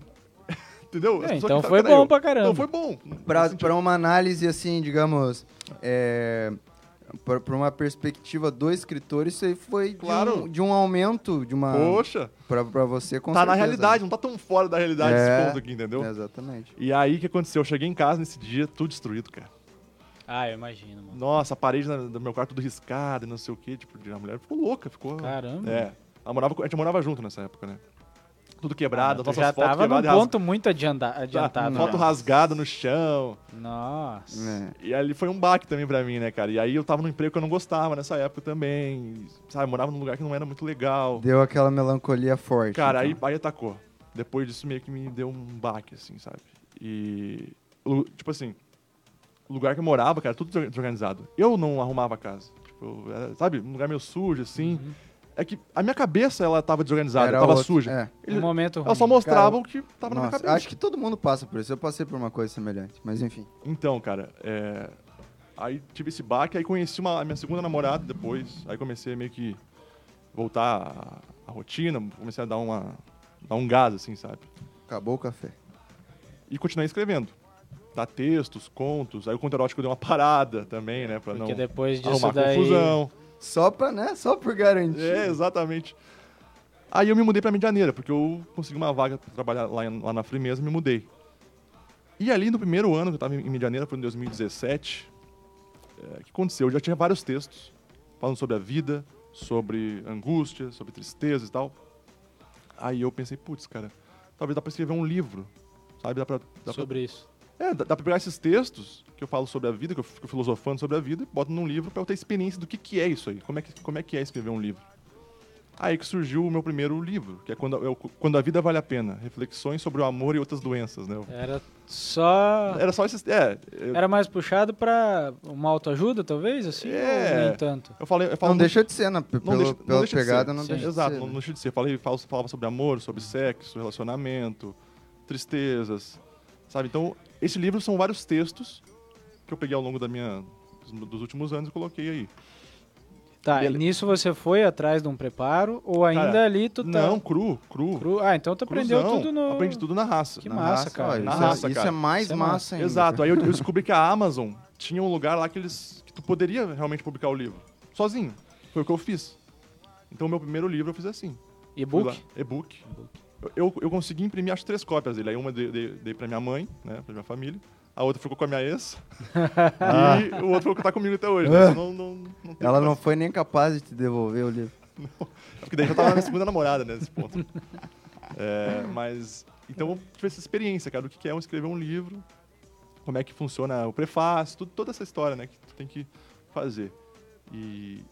[SPEAKER 2] Entendeu? As
[SPEAKER 4] É,
[SPEAKER 2] pessoas
[SPEAKER 4] então
[SPEAKER 2] acreditaram
[SPEAKER 4] foi
[SPEAKER 2] que era
[SPEAKER 4] bom
[SPEAKER 2] eu.
[SPEAKER 4] pra caramba.
[SPEAKER 2] Não, foi bom.
[SPEAKER 3] Pra, pra uma análise, assim, digamos, é, pra, pra uma perspectiva do escritor, isso aí foi de
[SPEAKER 2] Claro.
[SPEAKER 3] um- de, um, aumento, de uma...
[SPEAKER 2] Poxa,
[SPEAKER 3] Pra, pra você, com
[SPEAKER 2] tá na
[SPEAKER 3] certeza.
[SPEAKER 2] realidade, não tá tão fora da realidade
[SPEAKER 3] É.
[SPEAKER 2] esse ponto aqui, entendeu?
[SPEAKER 3] Exatamente.
[SPEAKER 2] E aí, o que aconteceu? Eu cheguei em casa nesse dia, tudo destruído, cara.
[SPEAKER 4] Ah, eu imagino, mano.
[SPEAKER 2] Nossa, a parede na- do meu quarto tudo riscada e não sei o quê. Tipo, a mulher ficou louca, ficou...
[SPEAKER 4] Caramba.
[SPEAKER 2] É. Ela morava, com- a gente morava junto nessa época, né? Tudo
[SPEAKER 4] Nada,
[SPEAKER 2] quebrado,
[SPEAKER 4] Ah, tu
[SPEAKER 2] nossas
[SPEAKER 4] já
[SPEAKER 2] fotos
[SPEAKER 4] tava num
[SPEAKER 2] quebradas. e
[SPEAKER 4] ponto muito adianta-
[SPEAKER 2] rasga-
[SPEAKER 4] adiantado. né?
[SPEAKER 2] Foto rasgada no chão.
[SPEAKER 4] Nossa.
[SPEAKER 3] É.
[SPEAKER 2] E ali foi um baque também pra mim, né, cara? E aí eu tava num emprego que eu não gostava nessa época também. Sabe, eu morava num lugar que não era muito legal.
[SPEAKER 3] Deu aquela melancolia forte.
[SPEAKER 2] Cara, aí,
[SPEAKER 3] então.
[SPEAKER 2] aí atacou. Depois disso meio que me deu um baque, assim, sabe? E. lu- Tipo assim, o lugar que eu morava, cara, tudo desor- desorganizado. Eu não arrumava a casa. Tipo, era, sabe, um lugar meio sujo, assim. É que a minha cabeça, ela tava desorganizada,
[SPEAKER 3] Era
[SPEAKER 2] tava
[SPEAKER 3] outro-
[SPEAKER 2] suja.
[SPEAKER 3] é.
[SPEAKER 4] Um
[SPEAKER 2] Ele-
[SPEAKER 4] momento ruim.
[SPEAKER 2] Ela só mostrava
[SPEAKER 3] Cara,
[SPEAKER 2] o que tava na minha
[SPEAKER 3] Nossa,
[SPEAKER 2] cabeça.
[SPEAKER 3] acho que todo mundo passa por isso. Eu passei por uma coisa semelhante, mas enfim.
[SPEAKER 2] Então, cara, é... aí tive esse baque, aí conheci uma, a minha segunda namorada depois, aí comecei meio que voltar à, à rotina, comecei a dar, uma, dar um gás, assim, sabe?
[SPEAKER 3] Acabou o café.
[SPEAKER 2] E continuei escrevendo. Dar textos, contos, aí o conto erótico deu uma parada também, né? Pra
[SPEAKER 4] Porque
[SPEAKER 2] não
[SPEAKER 4] depois disso
[SPEAKER 2] arrumar
[SPEAKER 4] daí.
[SPEAKER 2] confusão.
[SPEAKER 3] Só pra, né? Só por garantir.
[SPEAKER 2] É, exatamente. Aí eu me mudei pra Medianeira, porque eu consegui uma vaga pra trabalhar lá, em- lá na Frimeza, me mudei. E ali no primeiro ano que eu tava em em Medianeira, foi em 2017, é, o que aconteceu? Eu já tinha vários textos, falando sobre a vida, sobre angústia, sobre tristeza e tal. Aí eu pensei, putz, cara, talvez dá pra escrever um livro, sabe? Dá pra, dá pra
[SPEAKER 4] sobre isso.
[SPEAKER 2] é, dá, dá pra pegar esses textos que eu falo sobre a vida, que eu fico filosofando sobre a vida, e boto num livro pra eu ter experiência do que, que é isso aí, como é que, como é que é escrever um livro. Aí que surgiu o meu primeiro livro, que é Quando, a- eu- Quando a Vida Vale a Pena, Reflexões sobre o Amor e Outras Doenças, né? Eu-
[SPEAKER 4] Era só.
[SPEAKER 2] Era só esses... É, eu,
[SPEAKER 4] Era mais puxado pra uma autoajuda, talvez, assim?
[SPEAKER 2] É.
[SPEAKER 4] Ou nem tanto?
[SPEAKER 2] eu falei... Eu falo
[SPEAKER 3] Não
[SPEAKER 2] muito-
[SPEAKER 3] deixa de ser, né? P- pelo-
[SPEAKER 2] deixa-
[SPEAKER 3] pela
[SPEAKER 2] deixa de
[SPEAKER 3] pegada,
[SPEAKER 2] ser.
[SPEAKER 3] não
[SPEAKER 4] Sim.
[SPEAKER 3] deixa
[SPEAKER 2] Exato,
[SPEAKER 3] de ser.
[SPEAKER 2] não
[SPEAKER 3] né?
[SPEAKER 2] deixa de ser. Falei, fal- falava sobre amor, sobre sexo, relacionamento, tristezas, sabe? Então, esse livro são vários textos que eu peguei ao longo da minha, dos, dos últimos anos e coloquei aí.
[SPEAKER 4] Tá,
[SPEAKER 2] Beleza.
[SPEAKER 4] e nisso você foi atrás de um preparo ou ainda
[SPEAKER 2] Cara,
[SPEAKER 4] ali tu tá...
[SPEAKER 2] Não, cru, cru.
[SPEAKER 4] Cru- Ah, então tu aprendeu
[SPEAKER 2] cruzão.
[SPEAKER 4] tudo no...
[SPEAKER 2] Aprendi tudo na raça.
[SPEAKER 4] Que
[SPEAKER 3] Na
[SPEAKER 4] massa, cara.
[SPEAKER 3] ó,
[SPEAKER 2] Na
[SPEAKER 3] isso,
[SPEAKER 2] raça,
[SPEAKER 3] é, isso
[SPEAKER 2] cara.
[SPEAKER 3] é mais
[SPEAKER 4] Isso é
[SPEAKER 3] massa,
[SPEAKER 4] massa.
[SPEAKER 3] ainda.
[SPEAKER 2] Exato. Aí eu, eu descobri que a Amazon tinha um lugar lá que eles que tu poderia realmente publicar o livro sozinho. Foi o que eu fiz. Então, o meu primeiro livro eu fiz assim. Fui
[SPEAKER 4] E-book?
[SPEAKER 2] lá, E-book. Eu- Eu, eu consegui imprimir acho três cópias dele. Aí uma dei, dei, dei pra minha mãe, né? Pra minha família. A outra ficou com a minha ex. E o outro ficou tá comigo até hoje. Né?
[SPEAKER 3] Ah.
[SPEAKER 2] Então Não, não, não tem
[SPEAKER 3] Ela não foi nem capaz de te devolver o livro.
[SPEAKER 2] Porque daí já tava na minha segunda namorada, né, nesse ponto. É, mas. Então eu tive essa experiência, cara, do que que é um escrever um livro, como é que funciona o prefácio, tudo- toda essa história, né, que tu tem que fazer. E,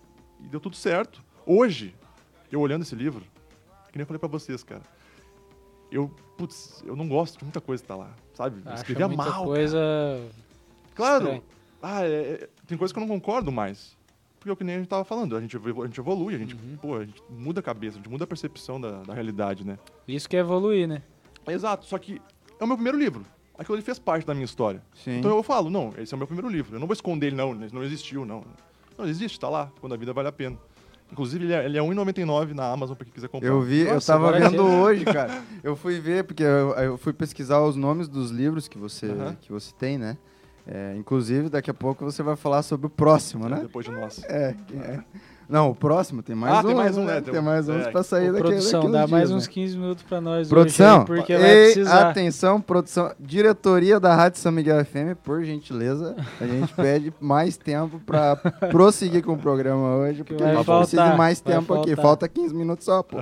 [SPEAKER 2] e deu tudo certo. Hoje, eu olhando esse livro, que nem eu falei pra vocês, cara. Eu, putz, eu não gosto de muita coisa que tá lá, sabe? Eu
[SPEAKER 4] Acha
[SPEAKER 2] escrevia
[SPEAKER 4] muita
[SPEAKER 2] mal.
[SPEAKER 4] coisa...
[SPEAKER 2] Claro!
[SPEAKER 4] estranha.
[SPEAKER 2] Ah, é- é- tem coisas que eu não concordo mais. Porque é o que nem a gente tava falando, a gente, evo- a gente evolui, a gente,
[SPEAKER 3] Uhum.
[SPEAKER 2] pô, a gente muda a cabeça, a gente muda a percepção da, da realidade, né?
[SPEAKER 4] Isso que é evoluir, né?
[SPEAKER 2] Exato, só que é o meu primeiro livro. Aquilo ali fez parte da minha história.
[SPEAKER 3] Sim.
[SPEAKER 2] Então eu falo, não, esse é o meu primeiro livro. Eu não vou esconder ele, não, ele não existiu, não. Não, ele existe, tá lá, quando a vida vale a pena. Inclusive, ele é, ele é R$1,99 na Amazon pra quem quiser comprar.
[SPEAKER 3] Eu vi, eu
[SPEAKER 4] Nossa,
[SPEAKER 3] tava
[SPEAKER 4] agora
[SPEAKER 3] vendo
[SPEAKER 4] eu sei.
[SPEAKER 3] hoje, cara. Eu fui ver, porque eu, eu fui pesquisar os nomes dos livros que você,
[SPEAKER 2] Aham.
[SPEAKER 3] que você tem, né? É, inclusive, daqui a pouco você vai falar sobre o próximo, né?
[SPEAKER 2] Depois de nós.
[SPEAKER 3] É, que é. Não, o próximo tem mais
[SPEAKER 2] Ah,
[SPEAKER 3] um.
[SPEAKER 2] tem mais um, né?
[SPEAKER 3] Tem,
[SPEAKER 2] Tem um-
[SPEAKER 3] mais
[SPEAKER 2] é.
[SPEAKER 3] uns pra sair
[SPEAKER 4] Ô,
[SPEAKER 3] daqui
[SPEAKER 4] produção,
[SPEAKER 3] daqueles
[SPEAKER 4] dá mais
[SPEAKER 3] dias,
[SPEAKER 4] uns
[SPEAKER 3] né?
[SPEAKER 4] 15 minutos pra nós hoje
[SPEAKER 3] Produção,
[SPEAKER 4] aí, porque
[SPEAKER 3] ei,
[SPEAKER 4] vai precisar.
[SPEAKER 3] atenção, produção, diretoria da Rádio São Miguel FM, por gentileza, a gente pede mais tempo pra prosseguir com o programa hoje, porque
[SPEAKER 4] vai
[SPEAKER 3] a gente
[SPEAKER 2] faltar,
[SPEAKER 3] precisa de mais
[SPEAKER 4] vai
[SPEAKER 3] tempo aqui,
[SPEAKER 4] faltar.
[SPEAKER 3] falta 15 minutos só, pô.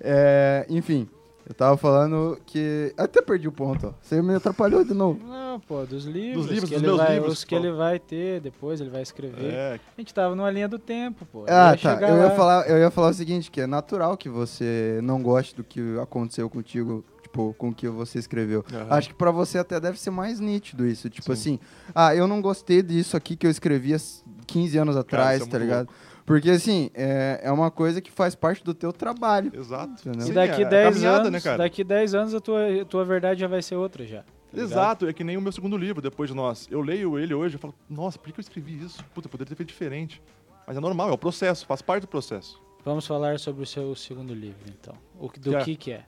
[SPEAKER 3] É, enfim, eu tava falando que... Até perdi o ponto, ó. você me atrapalhou de novo.
[SPEAKER 4] Não, pô, dos livros,
[SPEAKER 2] livros,
[SPEAKER 4] que
[SPEAKER 2] dos
[SPEAKER 4] ele
[SPEAKER 2] meus
[SPEAKER 4] vai,
[SPEAKER 2] livros,
[SPEAKER 4] os que
[SPEAKER 2] pô.
[SPEAKER 4] ele vai ter, depois ele vai escrever.
[SPEAKER 2] É,
[SPEAKER 4] A gente tava numa linha do tempo, pô.
[SPEAKER 3] Ah, tá.
[SPEAKER 4] chegar
[SPEAKER 3] Eu ia,
[SPEAKER 4] lá.
[SPEAKER 3] falar, eu ia falar o seguinte, que é natural que você não goste do que aconteceu contigo, tipo, com o que você escreveu.
[SPEAKER 2] Aham.
[SPEAKER 3] Acho que pra você até deve ser mais nítido isso, tipo
[SPEAKER 2] Sim.
[SPEAKER 3] assim, ah, eu não gostei disso aqui que eu escrevi há 15 anos atrás,
[SPEAKER 2] isso é
[SPEAKER 3] tá
[SPEAKER 2] muito
[SPEAKER 3] ligado? Porque assim, é, é uma coisa que faz parte do teu trabalho.
[SPEAKER 2] exato.
[SPEAKER 3] Entendeu?
[SPEAKER 4] E
[SPEAKER 2] Sim,
[SPEAKER 4] daqui
[SPEAKER 2] é a
[SPEAKER 4] 10
[SPEAKER 2] caminhada,
[SPEAKER 4] anos,
[SPEAKER 2] né, cara?
[SPEAKER 4] daqui 10 anos a tua, a tua verdade já vai ser outra já. tá ligado?
[SPEAKER 2] Exato, é que nem o meu segundo livro, Depois de Nós. Eu leio ele hoje e falo, nossa, por que que eu escrevi isso? Puta, eu poderia ter feito diferente. Mas é normal, é o processo, faz parte do processo.
[SPEAKER 4] Vamos falar sobre o seu segundo livro, então. O, que- do
[SPEAKER 2] Já.
[SPEAKER 4] que que é?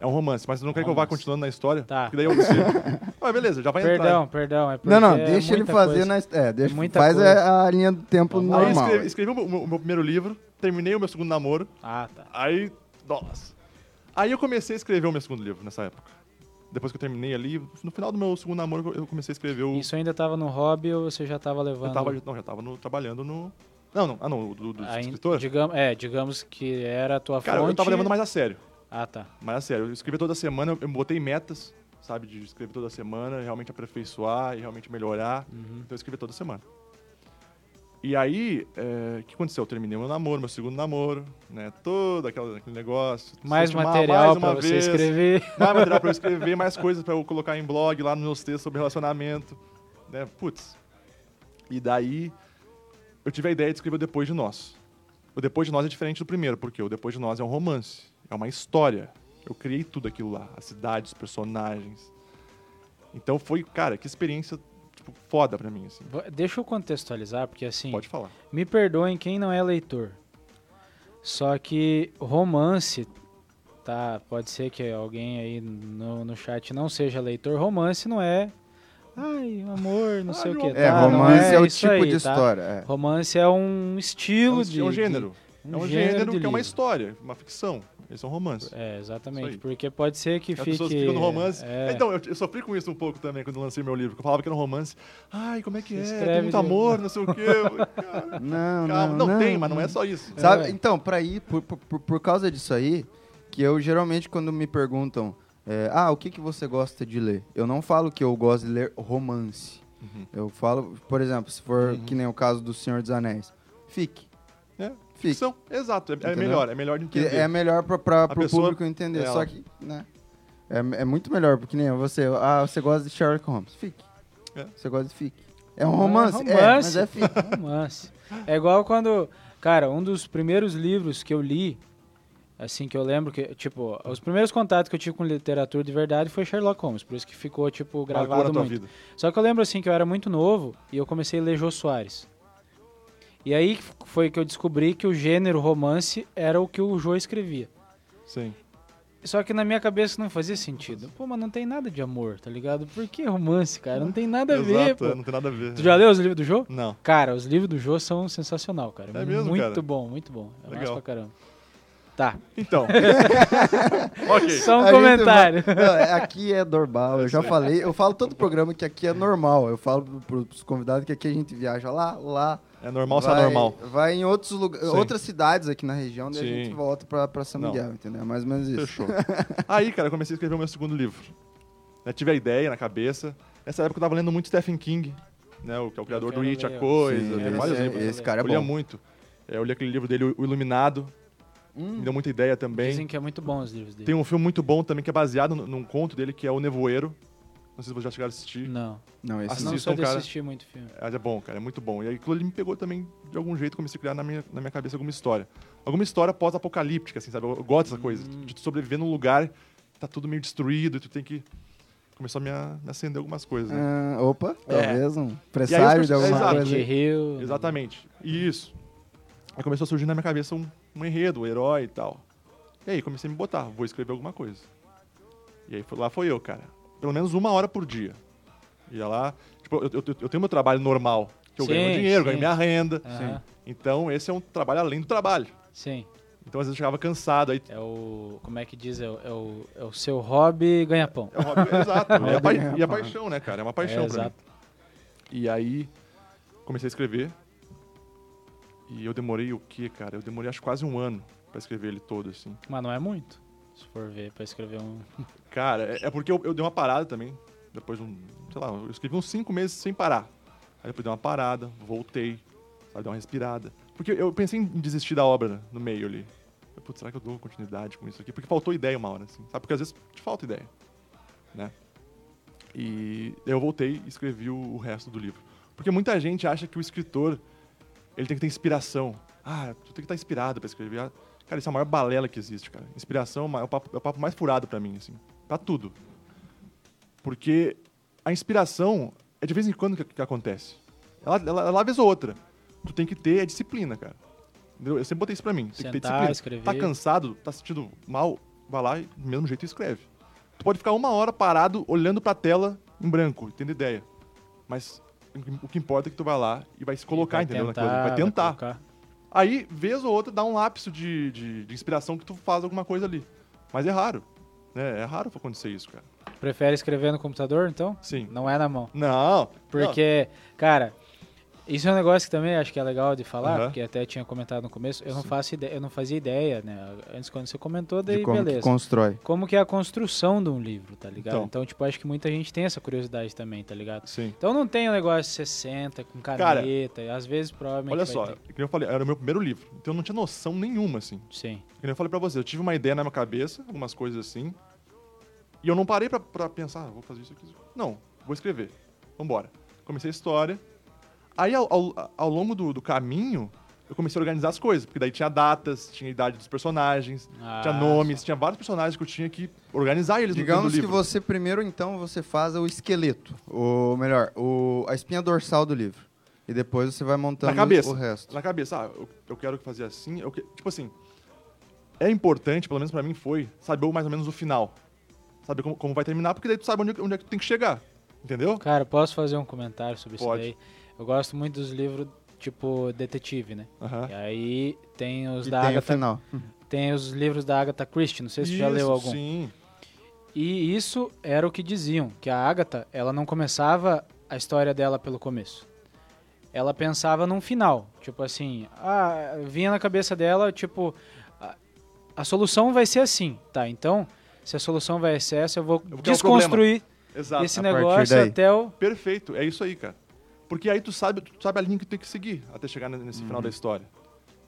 [SPEAKER 2] É um romance, mas eu não quero que eu vá
[SPEAKER 4] Romance.
[SPEAKER 2] continuando na história,
[SPEAKER 4] Tá.
[SPEAKER 2] porque daí eu consigo. Mas beleza, já vai
[SPEAKER 4] Perdão, perdão. É
[SPEAKER 3] Não, não,
[SPEAKER 4] porque é
[SPEAKER 3] deixa ele
[SPEAKER 4] muita
[SPEAKER 3] fazer
[SPEAKER 4] coisa.
[SPEAKER 2] né?
[SPEAKER 3] na... É, deixa,
[SPEAKER 4] Muita
[SPEAKER 3] faz
[SPEAKER 4] coisa.
[SPEAKER 3] a, a linha do tempo
[SPEAKER 4] Aí
[SPEAKER 2] entrar. Aí
[SPEAKER 3] normal.
[SPEAKER 2] escrevi, escrevi o, meu, o meu primeiro livro, terminei o meu segundo namoro,
[SPEAKER 4] Ah, tá.
[SPEAKER 2] aí. Nossa. Aí eu comecei a escrever o meu segundo livro nessa época. Depois que eu terminei ali, no final do meu segundo namoro, eu comecei a escrever o.
[SPEAKER 4] Isso ainda tava no hobby ou você já tava levando?
[SPEAKER 2] eu tava, não, já tava no- trabalhando no. Não, não. Ah, não, o do, do
[SPEAKER 4] Aí,
[SPEAKER 2] escritor?
[SPEAKER 4] digamos, é, digamos que era a tua
[SPEAKER 2] Cara,
[SPEAKER 4] fonte.
[SPEAKER 2] eu tava levando mais a sério.
[SPEAKER 4] Ah, tá.
[SPEAKER 2] Mas é sério, eu escrevi toda semana, eu- eu botei metas, sabe, de escrever toda semana, realmente aperfeiçoar e realmente melhorar.
[SPEAKER 4] Uhum.
[SPEAKER 2] Então eu escrevi toda semana. E aí, é, o que aconteceu? Eu terminei meu namoro, meu segundo namoro, né? Todo aquela- aquele negócio.
[SPEAKER 4] Mais
[SPEAKER 2] senti uma-
[SPEAKER 4] material
[SPEAKER 2] mais
[SPEAKER 4] pra
[SPEAKER 2] uma
[SPEAKER 4] você
[SPEAKER 2] vez,
[SPEAKER 4] escrever.
[SPEAKER 2] Mais material pra eu escrever, mais coisas pra eu colocar em blog, lá nos meus textos sobre relacionamento. Né? Putz. E daí, eu tive a ideia de escrever o Depois de Nós. O Depois de Nós é diferente do primeiro, porque o Depois de Nós é um romance, é uma história. Eu criei tudo aquilo lá, a cidade, os personagens. Então foi, cara, que experiência tipo, foda pra mim, assim.
[SPEAKER 4] Vo- Deixa eu contextualizar, porque assim,
[SPEAKER 2] Pode falar.
[SPEAKER 4] me perdoem quem não é leitor. Só que romance, tá? Pode ser que alguém aí no, no chat não seja leitor. Romance não é. Ai, amor, não sei o que.
[SPEAKER 3] É,
[SPEAKER 4] tá? Não
[SPEAKER 3] romance é, o
[SPEAKER 4] isso
[SPEAKER 3] tipo
[SPEAKER 4] aí,
[SPEAKER 3] de
[SPEAKER 4] tá?
[SPEAKER 3] história. é.
[SPEAKER 4] Romance é um
[SPEAKER 2] É
[SPEAKER 4] estilo
[SPEAKER 2] um,
[SPEAKER 4] de.
[SPEAKER 2] é um
[SPEAKER 4] de-
[SPEAKER 2] gênero.
[SPEAKER 4] um
[SPEAKER 2] é um
[SPEAKER 4] gênero
[SPEAKER 2] gênero,
[SPEAKER 4] de
[SPEAKER 2] que é uma
[SPEAKER 4] livro.
[SPEAKER 2] história, uma ficção. Esse é um romance.
[SPEAKER 4] É,
[SPEAKER 2] Isso
[SPEAKER 4] exatamente.
[SPEAKER 2] aí.
[SPEAKER 4] Porque pode ser que
[SPEAKER 2] As
[SPEAKER 4] fique.
[SPEAKER 2] pessoas ficam no romance.
[SPEAKER 4] É,
[SPEAKER 2] Então, eu, eu sofri com isso um pouco também quando lancei meu livro. que Eu falava que era um romance. Ai, como é que é? Tem
[SPEAKER 4] Escreve
[SPEAKER 2] muito
[SPEAKER 4] de-
[SPEAKER 2] amor, não sei o quê. Eu falei, Cara,
[SPEAKER 3] Não,
[SPEAKER 2] calma. Não,
[SPEAKER 3] não,
[SPEAKER 2] tem, mas não é só isso.
[SPEAKER 3] Sabe?
[SPEAKER 4] É.
[SPEAKER 3] Então, para ir, por, por, por causa disso aí, que eu geralmente quando me perguntam, é, ah, o que, que você gosta de ler? Eu não falo que eu gosto de ler romance. Eu falo, por exemplo, se for que nem o caso do Senhor dos Anéis, fique.
[SPEAKER 2] É,
[SPEAKER 3] Fique.
[SPEAKER 2] Ficção, exato. É- É,
[SPEAKER 3] Entendeu?
[SPEAKER 2] melhor, é melhor de
[SPEAKER 3] Que
[SPEAKER 2] entender.
[SPEAKER 3] é melhor para o
[SPEAKER 2] pessoa-
[SPEAKER 3] público entender.
[SPEAKER 2] ela-
[SPEAKER 3] Só que, né? É, é muito melhor, porque nem você. Ah, você gosta de Sherlock Holmes. Fique.
[SPEAKER 2] É.
[SPEAKER 3] Você gosta de fique. É um romance?
[SPEAKER 4] romance.
[SPEAKER 3] É, mas é fique.
[SPEAKER 4] Romance. Tá É igual quando. Cara, um dos primeiros livros que eu li, assim, que eu lembro que, tipo, os primeiros contatos que eu tive com literatura de verdade foi Sherlock Holmes, por isso que ficou, tipo,
[SPEAKER 2] Marcou
[SPEAKER 4] gravado
[SPEAKER 2] na tua
[SPEAKER 4] muito.
[SPEAKER 2] vida.
[SPEAKER 4] Só que eu lembro, assim, que eu era muito novo e eu comecei a ler Jô Soares. E aí foi que eu descobri que o gênero romance era o que o Jô escrevia.
[SPEAKER 2] Sim.
[SPEAKER 4] Só que na minha cabeça não fazia sentido. Pô, mas não tem nada de amor, tá ligado? Por que romance, cara? Não tem nada a ver,
[SPEAKER 2] Exato, é,
[SPEAKER 4] pô.
[SPEAKER 2] não tem nada a ver.
[SPEAKER 4] Tu já leu os livros do Jô?
[SPEAKER 2] Não.
[SPEAKER 4] Cara, os livros do Jô são sensacional, cara.
[SPEAKER 2] É mesmo,
[SPEAKER 4] muito
[SPEAKER 2] cara?
[SPEAKER 4] bom, muito bom. É massa
[SPEAKER 2] Legal.
[SPEAKER 4] pra caramba. Tá,
[SPEAKER 2] Então. ok.
[SPEAKER 4] só um
[SPEAKER 3] A gente
[SPEAKER 4] comentário.
[SPEAKER 3] vai- Não, é- aqui é normal, eu já falei, eu falo todo programa que aqui é normal. Eu falo pro- pros convidados que aqui a gente viaja lá, lá.
[SPEAKER 2] É normal
[SPEAKER 3] vai,
[SPEAKER 2] ser normal.
[SPEAKER 3] Vai em outros lugar,
[SPEAKER 2] Sim.
[SPEAKER 3] outras cidades aqui na região, daí a
[SPEAKER 2] Sim.
[SPEAKER 3] gente volta pra, pra São
[SPEAKER 2] Não.
[SPEAKER 3] Miguel, entendeu? É mais ou menos isso.
[SPEAKER 2] Fechou. Aí, cara, eu comecei a escrever o meu segundo livro. Né, tive a ideia na cabeça. Nessa época eu tava lendo muito Stephen King, né? O que é o criador do
[SPEAKER 4] quero
[SPEAKER 2] It,
[SPEAKER 4] ler,
[SPEAKER 2] a
[SPEAKER 4] ó.
[SPEAKER 2] coisa, tem
[SPEAKER 4] esse-
[SPEAKER 2] vários livros.
[SPEAKER 3] esse, esse cara é
[SPEAKER 2] eu lia
[SPEAKER 3] bom.
[SPEAKER 2] muito. É, Eu li aquele livro dele, O Iluminado.
[SPEAKER 3] Hum.
[SPEAKER 2] Me deu muita ideia também.
[SPEAKER 4] Dizem que é muito bom os livros dele.
[SPEAKER 2] Tem um filme muito bom também que é baseado num- num conto dele, que é O Nevoeiro. Não sei se vocês já chegaram a assistir.
[SPEAKER 4] Não,
[SPEAKER 3] Não, esse
[SPEAKER 2] Assim,
[SPEAKER 3] não.
[SPEAKER 4] não sou
[SPEAKER 2] um Assistam,
[SPEAKER 4] de
[SPEAKER 2] cara.
[SPEAKER 4] assistir muito filme.
[SPEAKER 2] Mas é bom, cara, é muito bom. E aí aquilo ali me pegou também, de algum jeito, comecei a criar na minha, na minha cabeça alguma história. Alguma história pós-apocalíptica, assim, sabe? Eu, eu gosto dessa coisa.
[SPEAKER 4] Hum.
[SPEAKER 2] De tu sobreviver num lugar que tá tudo meio destruído e tu tem que. Começou a me, a- me acender algumas coisas, né?
[SPEAKER 3] Ah, opa,
[SPEAKER 2] É.
[SPEAKER 3] talvez um presságio de
[SPEAKER 2] É,
[SPEAKER 3] alguma
[SPEAKER 2] exato.
[SPEAKER 4] Exato.
[SPEAKER 3] coisa.
[SPEAKER 4] De
[SPEAKER 3] aí.
[SPEAKER 4] Rio.
[SPEAKER 2] Exatamente. E isso. Aí começou a surgir na minha cabeça um, um enredo, um herói e tal. E aí comecei a me botar, vou escrever alguma coisa. E aí foi- lá foi eu, cara. Pelo menos uma hora por dia. Ia lá. Tipo, eu, eu- eu tenho meu trabalho normal. Que eu
[SPEAKER 4] Sim,
[SPEAKER 2] ganho meu dinheiro,
[SPEAKER 4] sim.
[SPEAKER 2] ganho minha renda.
[SPEAKER 4] Aham,
[SPEAKER 2] Então, esse é um trabalho além do trabalho.
[SPEAKER 4] Sim.
[SPEAKER 2] Então, às vezes eu chegava cansado, aí...
[SPEAKER 4] É o. Como é que diz? É o, é o, é o seu hobby ganha-pão.
[SPEAKER 2] É o hobby, exato. e, a pai-
[SPEAKER 3] Hobby,
[SPEAKER 2] e a
[SPEAKER 3] rapaz.
[SPEAKER 2] paixão, né, cara? É uma paixão
[SPEAKER 4] É,
[SPEAKER 2] pra mim.
[SPEAKER 4] exato.
[SPEAKER 2] E aí, comecei a escrever. E eu demorei o quê, cara? Eu demorei acho quase um ano pra escrever ele todo, assim.
[SPEAKER 4] Mas não é muito. Se for ver, pra escrever um.
[SPEAKER 2] Cara, é, é porque eu, eu dei uma parada também. Depois de um... Sei lá, eu escrevi uns cinco meses sem parar. Aí depois dei uma parada, voltei, sabe? Dei uma respirada. Porque eu pensei em desistir da obra né, no meio ali. Eu, Putz, será que eu dou continuidade com isso aqui? Porque faltou ideia uma hora, assim. Sabe? Porque às vezes te falta ideia, né? E eu voltei e escrevi o, o resto do livro. Porque muita gente acha que o escritor, ele tem que ter inspiração. Ah, tu tem que estar inspirado pra escrever. Ah, Cara, isso é a maior balela que existe, cara. Inspiração é o ma- é o papo, é o papo mais furado pra mim, assim. Pra tudo. Porque a inspiração é de vez em quando que, que acontece. Ela, ela, ela vez ou outra. Tu tem que ter a disciplina, cara. Entendeu? Eu sempre botei isso pra mim. Tem que ter
[SPEAKER 4] Sentar,
[SPEAKER 2] disciplina.
[SPEAKER 4] escrever.
[SPEAKER 2] Tá cansado, tá sentindo mal, vai lá e do mesmo jeito escreve. Tu pode ficar uma hora parado, olhando pra tela em branco, tendo ideia. Mas o que importa é que tu vai lá e vai se colocar,
[SPEAKER 4] vai
[SPEAKER 2] entendeu? na
[SPEAKER 4] tentar,
[SPEAKER 2] coisa. Vai tentar.
[SPEAKER 4] colocar.
[SPEAKER 2] Aí, vez ou outra, dá um lapso de, de, de inspiração que tu faz alguma coisa ali. Mas é raro. Né? É raro acontecer isso, cara.
[SPEAKER 4] Prefere escrever no computador, então?
[SPEAKER 2] Sim.
[SPEAKER 4] Não é na mão.
[SPEAKER 2] Não.
[SPEAKER 4] Porque, cara, isso é um negócio que também acho que é legal de falar,
[SPEAKER 2] Aham.
[SPEAKER 4] porque até tinha comentado no começo, eu não faço ideia, eu não fazia ideia, né? Antes quando você comentou, daí
[SPEAKER 3] De como que
[SPEAKER 4] beleza.
[SPEAKER 3] constrói.
[SPEAKER 4] Como que é a construção de um livro, tá ligado?
[SPEAKER 2] Então.
[SPEAKER 4] Então. tipo, acho que muita gente tem essa curiosidade também, tá ligado?
[SPEAKER 2] Sim.
[SPEAKER 4] Então não tem o negócio 60 com
[SPEAKER 2] Cara,
[SPEAKER 4] caneta, e às vezes provavelmente
[SPEAKER 2] Olha
[SPEAKER 4] é vai
[SPEAKER 2] só,
[SPEAKER 4] ter.
[SPEAKER 2] que nem eu falei, era o meu primeiro livro. Então eu não tinha noção nenhuma, assim.
[SPEAKER 4] Sim.
[SPEAKER 2] Que nem eu falei pra você, eu tive uma ideia na minha cabeça, algumas coisas assim. E eu não parei pra, pra pensar, ah, vou fazer isso aqui. isso aqui." Não, vou escrever. Vambora. Comecei a história. Aí, ao, ao, ao longo do, do caminho, eu comecei a organizar as coisas. Porque daí tinha datas, tinha idade dos personagens,
[SPEAKER 4] Ah,
[SPEAKER 2] tinha nomes, tinha vários personagens que eu tinha que organizar eles no- no
[SPEAKER 3] Digamos que
[SPEAKER 2] livro.
[SPEAKER 3] você primeiro então você faz o esqueleto, ou melhor, o, a espinha dorsal do livro. E depois você vai montando
[SPEAKER 2] Na cabeça.
[SPEAKER 3] o resto.
[SPEAKER 2] Na cabeça, ah, eu, eu quero fazer assim. eu que- Tipo assim, é importante, pelo menos pra mim foi, saber o- mais ou menos o final. Saber como, como vai terminar, porque daí tu sabe onde, onde é que tu tem que chegar. Entendeu?
[SPEAKER 4] Cara, posso fazer um comentário sobre
[SPEAKER 2] Pode.
[SPEAKER 4] isso daí? Eu gosto muito dos livros, tipo detetive, né?
[SPEAKER 2] Aham.
[SPEAKER 4] E aí tem os
[SPEAKER 3] E
[SPEAKER 4] da tá
[SPEAKER 3] tem o
[SPEAKER 4] Agatha-
[SPEAKER 3] final.
[SPEAKER 4] tem os livros da Agatha Christie, não sei se tu já leu
[SPEAKER 2] Isso,
[SPEAKER 4] algum.
[SPEAKER 2] Sim.
[SPEAKER 4] E isso era o que diziam, que a Agatha, ela não começava a história dela pelo começo. Ela pensava num final, tipo assim, ah, vinha na cabeça dela, tipo, a, a solução vai ser assim, tá? Então, se a solução vai ser essa, eu vou
[SPEAKER 2] vou um criar o
[SPEAKER 4] desconstruir
[SPEAKER 2] Exato.
[SPEAKER 4] esse
[SPEAKER 3] A partir
[SPEAKER 4] negócio
[SPEAKER 3] daí.
[SPEAKER 4] até o
[SPEAKER 2] Perfeito, é isso aí, cara. Porque aí tu sabe, tu sabe a linha que tu tem que seguir até chegar ne- nesse
[SPEAKER 4] Uhum.
[SPEAKER 2] final da história.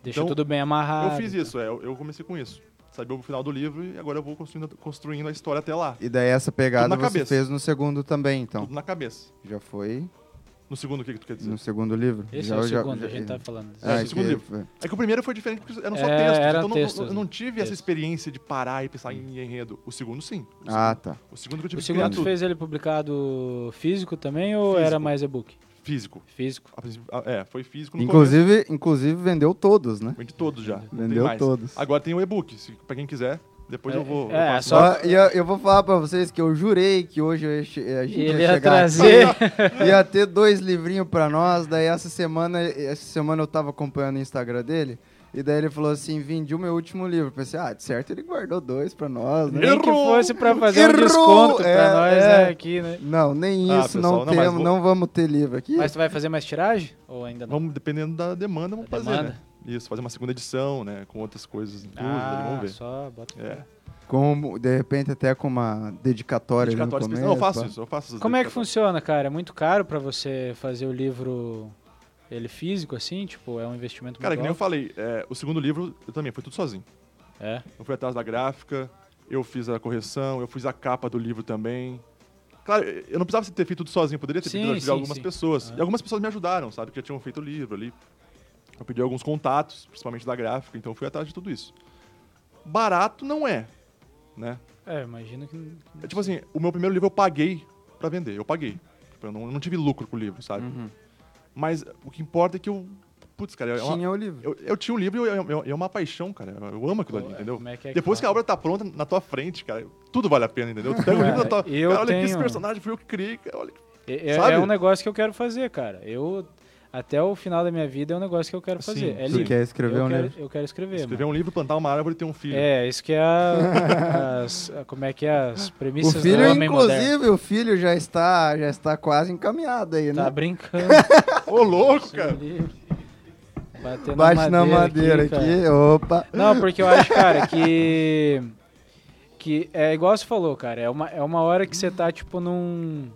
[SPEAKER 4] deixa
[SPEAKER 2] Então,
[SPEAKER 4] tudo bem amarrado.
[SPEAKER 2] eu fiz isso, é, eu, eu comecei com isso. Sabia o final do livro e agora eu vou construindo, construindo a história até lá.
[SPEAKER 3] E daí essa pegada
[SPEAKER 2] Tudo na
[SPEAKER 3] você
[SPEAKER 2] cabeça.
[SPEAKER 3] fez no segundo também, então.
[SPEAKER 2] Tudo na cabeça.
[SPEAKER 3] Já foi
[SPEAKER 2] No segundo, o que, que tu quer dizer?
[SPEAKER 3] no segundo livro?
[SPEAKER 4] Esse
[SPEAKER 3] já,
[SPEAKER 4] é o
[SPEAKER 3] já-
[SPEAKER 4] segundo,
[SPEAKER 3] já-
[SPEAKER 4] a gente tá falando. disso.
[SPEAKER 2] É,
[SPEAKER 3] Ah,
[SPEAKER 2] esse é o segundo
[SPEAKER 3] que-
[SPEAKER 2] livro. É que o primeiro foi diferente porque eram só
[SPEAKER 4] É,
[SPEAKER 2] textos.
[SPEAKER 4] eram
[SPEAKER 2] então não-
[SPEAKER 4] textos,
[SPEAKER 2] não, eu não
[SPEAKER 4] né?
[SPEAKER 2] tive essa
[SPEAKER 4] Textos.
[SPEAKER 2] experiência de parar e pensar em enredo. O segundo, sim. O
[SPEAKER 3] Ah,
[SPEAKER 2] segundo,
[SPEAKER 3] tá.
[SPEAKER 2] o segundo que eu tive
[SPEAKER 4] O
[SPEAKER 2] que criar
[SPEAKER 4] segundo tu
[SPEAKER 2] tudo.
[SPEAKER 4] fez ele publicado físico também ou
[SPEAKER 2] Físico.
[SPEAKER 4] era mais e-book?
[SPEAKER 2] Físico.
[SPEAKER 4] Físico.
[SPEAKER 2] A princípio- a- É, foi físico no começo.
[SPEAKER 3] Inclusive, inclusive vendeu todos, né?
[SPEAKER 2] Vende todos já. não tem
[SPEAKER 3] Vendeu
[SPEAKER 2] mais.
[SPEAKER 3] todos.
[SPEAKER 2] Agora tem o e-book, se- pra quem quiser. Depois
[SPEAKER 4] É,
[SPEAKER 2] eu vou.
[SPEAKER 4] é,
[SPEAKER 2] eu passo
[SPEAKER 4] só-
[SPEAKER 2] lá.
[SPEAKER 3] Ó, e eu, eu vou falar pra vocês que eu jurei que hoje eu ia che- a gente
[SPEAKER 4] Ele
[SPEAKER 3] ia
[SPEAKER 4] ia
[SPEAKER 3] chegar
[SPEAKER 4] trazer.
[SPEAKER 3] aqui, ia ter dois livrinhos pra nós, daí essa semana, essa semana eu tava acompanhando o Instagram dele, e daí ele falou assim, vendi o meu último livro. Eu Pensei, ah, de certo ele guardou dois pra nós, né?
[SPEAKER 4] Nem que
[SPEAKER 2] Errou!
[SPEAKER 4] fosse pra fazer um
[SPEAKER 3] Errou!
[SPEAKER 4] desconto pra
[SPEAKER 3] É,
[SPEAKER 4] nós
[SPEAKER 3] é.
[SPEAKER 4] né, aqui, né?
[SPEAKER 3] Não, nem
[SPEAKER 2] Ah,
[SPEAKER 3] isso,
[SPEAKER 2] pessoal,
[SPEAKER 3] não,
[SPEAKER 2] não, mas
[SPEAKER 3] temos,
[SPEAKER 2] vou-
[SPEAKER 3] não vamos ter livro aqui.
[SPEAKER 4] Mas tu vai fazer mais tiragem? Ou ainda não?
[SPEAKER 2] Vamos, dependendo da demanda, vamos
[SPEAKER 4] Da
[SPEAKER 2] fazer,
[SPEAKER 4] demanda.
[SPEAKER 2] né? Isso, fazer uma segunda edição, né? Com outras coisas inclusas,
[SPEAKER 4] ah,
[SPEAKER 2] vamos ver.
[SPEAKER 4] só bota.
[SPEAKER 2] É.
[SPEAKER 3] Como, de repente, até com uma dedicatória ali no
[SPEAKER 2] Dedicatórias
[SPEAKER 3] começo.
[SPEAKER 2] especiais. Não, eu faço
[SPEAKER 3] pá.
[SPEAKER 2] isso, eu faço essas
[SPEAKER 4] Como é que
[SPEAKER 2] dedicatórias.
[SPEAKER 4] funciona, cara? É muito caro pra você fazer o livro ele físico assim? Tipo, é um investimento
[SPEAKER 2] Cara,
[SPEAKER 4] muito
[SPEAKER 2] que nem eu
[SPEAKER 4] alto?
[SPEAKER 2] falei, é, o segundo livro eu também, foi tudo sozinho.
[SPEAKER 4] É.
[SPEAKER 2] Eu fui atrás da gráfica, eu fiz a correção, eu fiz a capa do livro também. Claro, eu não precisava ter feito tudo sozinho, eu poderia ter
[SPEAKER 4] Sim,
[SPEAKER 2] pedido ajuda de
[SPEAKER 4] sim,
[SPEAKER 2] algumas
[SPEAKER 4] sim.
[SPEAKER 2] pessoas.
[SPEAKER 4] Ah.
[SPEAKER 2] E algumas pessoas me ajudaram, sabe? Que já tinham feito o livro ali. Eu pedi alguns contatos, principalmente da gráfica, então eu fui atrás de tudo isso. Barato não é, né?
[SPEAKER 4] É, imagino que.
[SPEAKER 2] É tipo assim, o meu primeiro livro eu paguei pra vender, eu paguei. Tipo, Eu não, eu não tive lucro com o livro, sabe?
[SPEAKER 3] Uhum.
[SPEAKER 2] Mas o que importa é que eu. Putz, cara, é uma-
[SPEAKER 3] Tinha o livro.
[SPEAKER 2] eu, eu tinha um livro e eu- eu- eu- é uma paixão, cara. Eu eu amo aquilo ali,
[SPEAKER 4] Pô, é,
[SPEAKER 2] entendeu?
[SPEAKER 4] como é que é que
[SPEAKER 2] Depois que a
[SPEAKER 4] fala?
[SPEAKER 2] obra tá pronta na tua frente, cara, tudo vale a pena, entendeu? Tu pega o livro na tua.
[SPEAKER 4] É, eu
[SPEAKER 2] cara, olha que esse
[SPEAKER 4] tenho-
[SPEAKER 2] personagem foi eu que criei, cara, olha.
[SPEAKER 4] É, é-
[SPEAKER 2] Sabe?
[SPEAKER 4] é um negócio que eu quero fazer, cara. Eu. Até o final da minha vida é um negócio que eu quero
[SPEAKER 2] Sim,
[SPEAKER 4] fazer. é
[SPEAKER 2] tu
[SPEAKER 4] livro.
[SPEAKER 3] Tu quer escrever
[SPEAKER 4] eu
[SPEAKER 3] um
[SPEAKER 4] quero,
[SPEAKER 3] livro?
[SPEAKER 4] Eu quero escrever.
[SPEAKER 2] Escrever
[SPEAKER 4] mano.
[SPEAKER 2] um livro, plantar uma árvore e ter um filho.
[SPEAKER 4] É, isso que é a, as, a- como é que é as
[SPEAKER 3] O
[SPEAKER 4] premissas do
[SPEAKER 3] filho,
[SPEAKER 4] homem moderno.
[SPEAKER 3] inclusive, o filho já está, já está quase encaminhado aí, né?
[SPEAKER 4] Tá brincando.
[SPEAKER 2] Ô, louco, cara! É
[SPEAKER 4] Bateu
[SPEAKER 3] Bate na madeira aqui,
[SPEAKER 4] cara.
[SPEAKER 3] opa.
[SPEAKER 4] Não, porque eu acho, cara, que. Que é igual você falou, cara. É uma, é uma hora que você tá, tipo, num.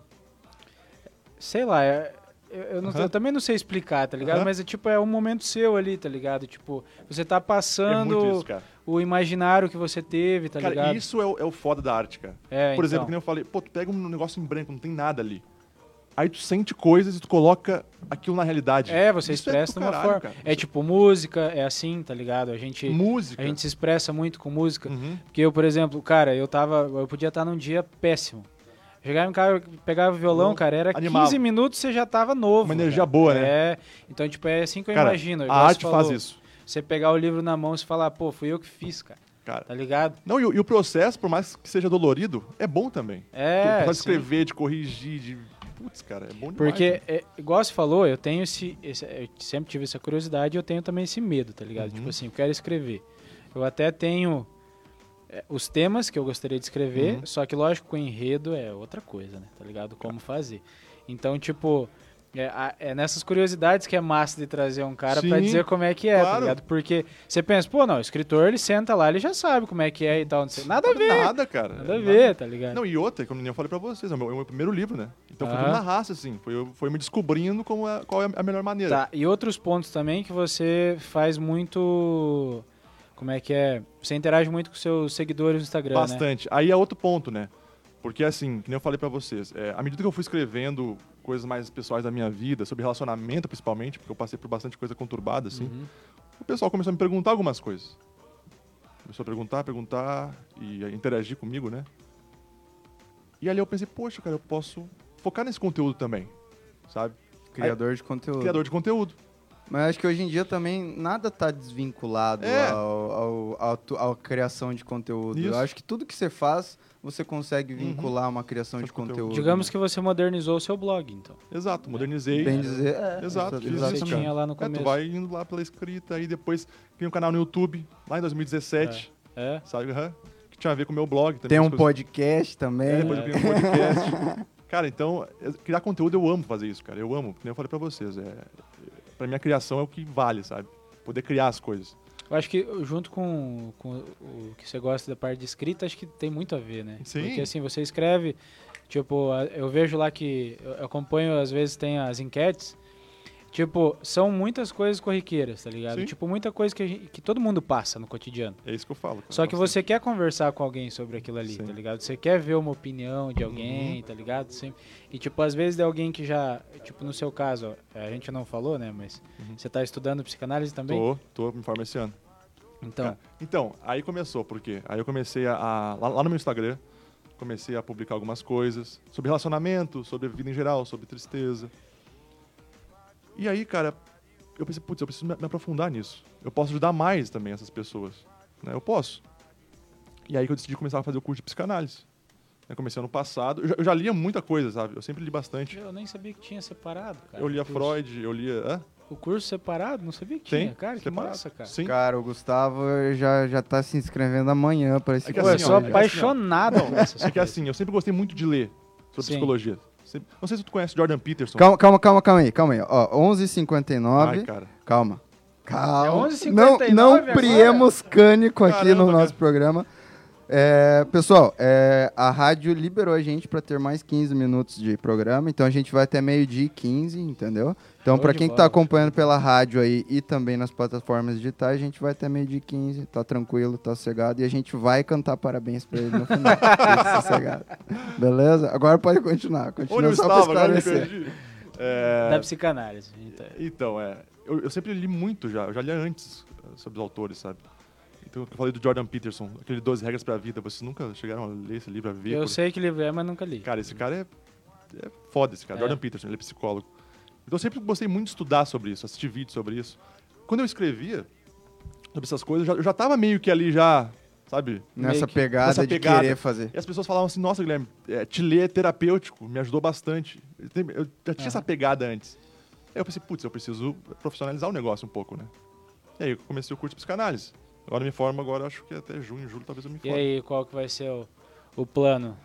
[SPEAKER 4] Sei lá, é- eu, eu não-
[SPEAKER 2] Aham.
[SPEAKER 4] eu também não sei explicar, tá ligado?
[SPEAKER 2] Aham.
[SPEAKER 4] Mas é tipo, é um momento seu ali, tá ligado? Tipo, você tá
[SPEAKER 2] É
[SPEAKER 4] passando
[SPEAKER 2] muito isso, cara.
[SPEAKER 4] o imaginário que você teve, tá
[SPEAKER 2] cara,
[SPEAKER 4] ligado?
[SPEAKER 2] isso é o, é o foda da arte, cara.
[SPEAKER 4] É,
[SPEAKER 2] Por
[SPEAKER 4] então.
[SPEAKER 2] exemplo, né? que nem eu falei, pô, tu pega um negócio em branco, não tem nada ali. Aí tu sente coisas e tu coloca aquilo na realidade.
[SPEAKER 4] É, você
[SPEAKER 2] Isso
[SPEAKER 4] expressa
[SPEAKER 2] do
[SPEAKER 4] de uma
[SPEAKER 2] caralho,
[SPEAKER 4] forma.
[SPEAKER 2] cara. Uhum.
[SPEAKER 4] É tipo música, é assim, tá ligado? A gente,
[SPEAKER 2] música.
[SPEAKER 4] a gente se expressa muito com música.
[SPEAKER 2] Uhum.
[SPEAKER 4] Porque eu, por exemplo, cara, eu tava. Eu podia estar num dia péssimo. Chegava em casa, eu pegava o violão,
[SPEAKER 2] Não,
[SPEAKER 4] cara, era
[SPEAKER 2] animava.
[SPEAKER 4] 15 minutos você já tava novo.
[SPEAKER 2] Uhum. Uma energia
[SPEAKER 4] cara.
[SPEAKER 2] boa, né?
[SPEAKER 4] É. Então, tipo, é assim que eu
[SPEAKER 2] Cara,
[SPEAKER 4] imagino.
[SPEAKER 2] a
[SPEAKER 4] igual você
[SPEAKER 2] arte faz
[SPEAKER 4] falou,
[SPEAKER 2] isso.
[SPEAKER 4] Você pegar o livro na mão e você falar, pô, fui eu que fiz, cara.
[SPEAKER 2] Cara.
[SPEAKER 4] Tá ligado?
[SPEAKER 2] Não, e, o- e o processo, por mais que seja dolorido, é bom também. tu
[SPEAKER 4] É.
[SPEAKER 2] pode
[SPEAKER 4] sim.
[SPEAKER 2] escrever, de corrigir, de. Putz, cara, é bom demais.
[SPEAKER 4] Porque,
[SPEAKER 2] né?
[SPEAKER 4] é, igual você falou, eu tenho esse, esse- Eu sempre tive essa curiosidade e eu tenho também esse medo, tá ligado?
[SPEAKER 2] Uhum.
[SPEAKER 4] Tipo assim, eu quero escrever. Eu até tenho é, os temas que eu gostaria de escrever,
[SPEAKER 2] Uhum.
[SPEAKER 4] só que lógico que o enredo é outra coisa, né? Tá ligado? Como fazer. Então, tipo. É, a- é nessas curiosidades que é massa de trazer um cara pra
[SPEAKER 2] Sim,
[SPEAKER 4] dizer como é que é, tá
[SPEAKER 2] claro.
[SPEAKER 4] ligado? Porque você pensa, pô, não, o escritor ele senta lá, ele já sabe como é que é e tal, não sei. Nada a ver, nada,
[SPEAKER 2] Nada, cara.
[SPEAKER 4] a ver, tá ligado?
[SPEAKER 2] Não, e outra, como eu falei pra vocês, é o meu, é o meu primeiro livro, né? Então foi
[SPEAKER 4] Ah.
[SPEAKER 2] tudo na raça, assim. Foi, eu- foi me descobrindo como é- qual é a melhor maneira.
[SPEAKER 4] Tá, e outros pontos também que você faz muito. Como é que é? Você interage muito com seus seguidores no Instagram. né?
[SPEAKER 2] Bastante. Aí é outro ponto, né? Porque, assim, que nem eu falei pra vocês, é, à medida que eu fui escrevendo coisas mais pessoais da minha vida, sobre relacionamento principalmente, porque eu passei por bastante coisa conturbada, assim,
[SPEAKER 4] Uhum.
[SPEAKER 2] o pessoal começou a me perguntar algumas coisas. Começou a perguntar, perguntar e a interagir comigo, né? E ali eu pensei, poxa, cara, eu posso focar nesse conteúdo também, sabe?
[SPEAKER 3] Criador de conteúdo.
[SPEAKER 2] Criador de conteúdo.
[SPEAKER 3] Mas acho que hoje em dia também nada está desvinculado
[SPEAKER 2] É.
[SPEAKER 3] ao, ao- ao tu- à criação de conteúdo.
[SPEAKER 2] Isso. Uhum.
[SPEAKER 3] Eu acho que tudo que você faz, você consegue vincular a uma criação de
[SPEAKER 2] é conteúdo.
[SPEAKER 3] conteúdo. né?
[SPEAKER 4] Digamos que você modernizou o seu blog, então.
[SPEAKER 2] Exato, modernizei.
[SPEAKER 3] Bem dizer. é,
[SPEAKER 2] Exato,
[SPEAKER 3] exa-
[SPEAKER 2] fiz isso,
[SPEAKER 4] Você
[SPEAKER 3] exatamente.
[SPEAKER 2] cara.
[SPEAKER 4] tinha lá no
[SPEAKER 2] É, tu
[SPEAKER 4] começo.
[SPEAKER 2] vai indo lá pela escrita, aí depois cria um canal no YouTube, lá em 2017,
[SPEAKER 4] É.
[SPEAKER 2] sabe? Aham. que tinha a ver com o meu blog também.
[SPEAKER 3] Tem
[SPEAKER 2] as
[SPEAKER 3] um
[SPEAKER 2] coisas-
[SPEAKER 3] podcast também.
[SPEAKER 2] É, depois eu criei um podcast. cara, então, é, criar conteúdo eu amo fazer isso, cara. Eu amo, como eu falei pra vocês. É, pra minha criação é o que vale, sabe? Poder criar as coisas.
[SPEAKER 4] Eu acho que junto com, com o que você gosta da parte de escrita, acho que tem muito a ver, né?
[SPEAKER 2] Sim.
[SPEAKER 4] Porque assim, você escreve, tipo, a- eu vejo lá que eu- eu acompanho, às vezes tem as enquetes, tipo, são muitas coisas corriqueiras, tá ligado?
[SPEAKER 2] Sim.
[SPEAKER 4] Tipo, muita coisa que, a gente- que todo mundo passa no cotidiano.
[SPEAKER 2] É isso que eu falo. cara.
[SPEAKER 4] Só que
[SPEAKER 2] Bastante.
[SPEAKER 4] você quer conversar com alguém sobre aquilo ali,
[SPEAKER 2] Sim. Uhum.
[SPEAKER 4] tá ligado? Você quer ver uma opinião de alguém, tá ligado? Sempre. E, tipo, às vezes é alguém que já. Tipo, no seu caso, ó, a gente não falou, né? Mas
[SPEAKER 2] Uhum.
[SPEAKER 4] você tá estudando psicanálise também?
[SPEAKER 2] Tô, tô, me forma esse ano.
[SPEAKER 4] Então,
[SPEAKER 2] Cara, então, aí começou, por quê? Aí eu comecei a. a- lá, lá no meu Instagram, comecei a publicar algumas coisas sobre relacionamento, sobre vida em geral, sobre tristeza. E aí, cara, eu pensei, putz, eu preciso me, me aprofundar nisso. Eu posso ajudar mais também essas pessoas. né? Eu posso. E aí que eu decidi começar a fazer o curso de psicanálise. Eu comecei ano passado. Eu já, eu já lia muita coisa, sabe? Eu sempre li bastante.
[SPEAKER 4] eu nem sabia que tinha separado, cara.
[SPEAKER 2] Eu lia
[SPEAKER 4] o curso.
[SPEAKER 2] Freud, eu lia. Hã?
[SPEAKER 4] O curso separado? Não sabia que
[SPEAKER 2] Tem?
[SPEAKER 4] tinha, cara. Que
[SPEAKER 2] separado.
[SPEAKER 4] massa, cara.
[SPEAKER 2] Sim.
[SPEAKER 3] Cara, o Gustavo já, já tá se inscrevendo amanhã para esse
[SPEAKER 2] É que
[SPEAKER 4] Pô, eu
[SPEAKER 2] assim,
[SPEAKER 4] sou
[SPEAKER 2] ó, é que assim, ó.
[SPEAKER 4] apaixonado nessa
[SPEAKER 2] É que assim, eu sempre gostei muito de ler sobre
[SPEAKER 4] Sim.
[SPEAKER 2] psicologia. Sempre- Não sei se tu conhece Jordan Peterson.
[SPEAKER 3] Calma, calma, calma, calma aí, calma aí. Ó, 11h59.
[SPEAKER 2] Ai, cara.
[SPEAKER 3] Calma. Calma.
[SPEAKER 4] É 11h59
[SPEAKER 3] não, não
[SPEAKER 4] agora?
[SPEAKER 3] priemos cânico aqui
[SPEAKER 2] Caramba,
[SPEAKER 3] no
[SPEAKER 2] cara.
[SPEAKER 3] nosso programa. É, pessoal, é, a rádio liberou a gente para ter mais 15 minutos de programa, então a gente vai até meio-dia e 15, entendeu? Então,
[SPEAKER 4] Show
[SPEAKER 3] para
[SPEAKER 4] de
[SPEAKER 3] quem que
[SPEAKER 4] bola.
[SPEAKER 3] tá acompanhando pela rádio aí e também nas plataformas digitais, a gente vai até meio-dia e 15, tá tranquilo, tá sossegado, e a gente vai cantar parabéns para ele no final. tá sossegado. Beleza? Agora pode continuar,
[SPEAKER 2] Onde eu
[SPEAKER 3] continua só para
[SPEAKER 2] estava, agora eu me
[SPEAKER 3] esclarecer.
[SPEAKER 2] perdi. É,
[SPEAKER 4] Da psicanálise. Então,
[SPEAKER 2] Então, é. Eu, eu sempre li muito já. Eu já lia antes eh, sobre os autores, sabe? Então, eu falei do Jordan Peterson, aquele 12 Regras pra Vida. Vocês nunca chegaram a ler esse livro, a ver?
[SPEAKER 4] eu
[SPEAKER 2] por-
[SPEAKER 4] sei que livro é, mas nunca li.
[SPEAKER 2] né? Cara, esse cara é, é foda, esse cara.
[SPEAKER 4] É.
[SPEAKER 2] Jordan Peterson, ele é psicólogo. Então eu sempre gostei muito de estudar sobre isso, assistir vídeos sobre isso. Quando eu escrevia sobre essas coisas, eu já, eu já tava meio que ali já, sabe?
[SPEAKER 4] Meio
[SPEAKER 3] Nessa
[SPEAKER 4] que-
[SPEAKER 3] pegada,
[SPEAKER 2] nessa
[SPEAKER 3] de
[SPEAKER 2] pegada.
[SPEAKER 3] querer fazer.
[SPEAKER 2] E as pessoas falavam assim, nossa, Guilherme, é, te ler é terapêutico, me ajudou bastante. Eu te- eu já
[SPEAKER 3] É.
[SPEAKER 2] tinha essa pegada antes. Aí eu pensei, putz, eu preciso profissionalizar o negócio um pouco, né? E aí eu comecei o curso de psicanálise. Agora eu me formo, agora eu acho que é até junho, julho, talvez eu me
[SPEAKER 4] E
[SPEAKER 2] forme.
[SPEAKER 4] aí, qual que vai ser o, o plano?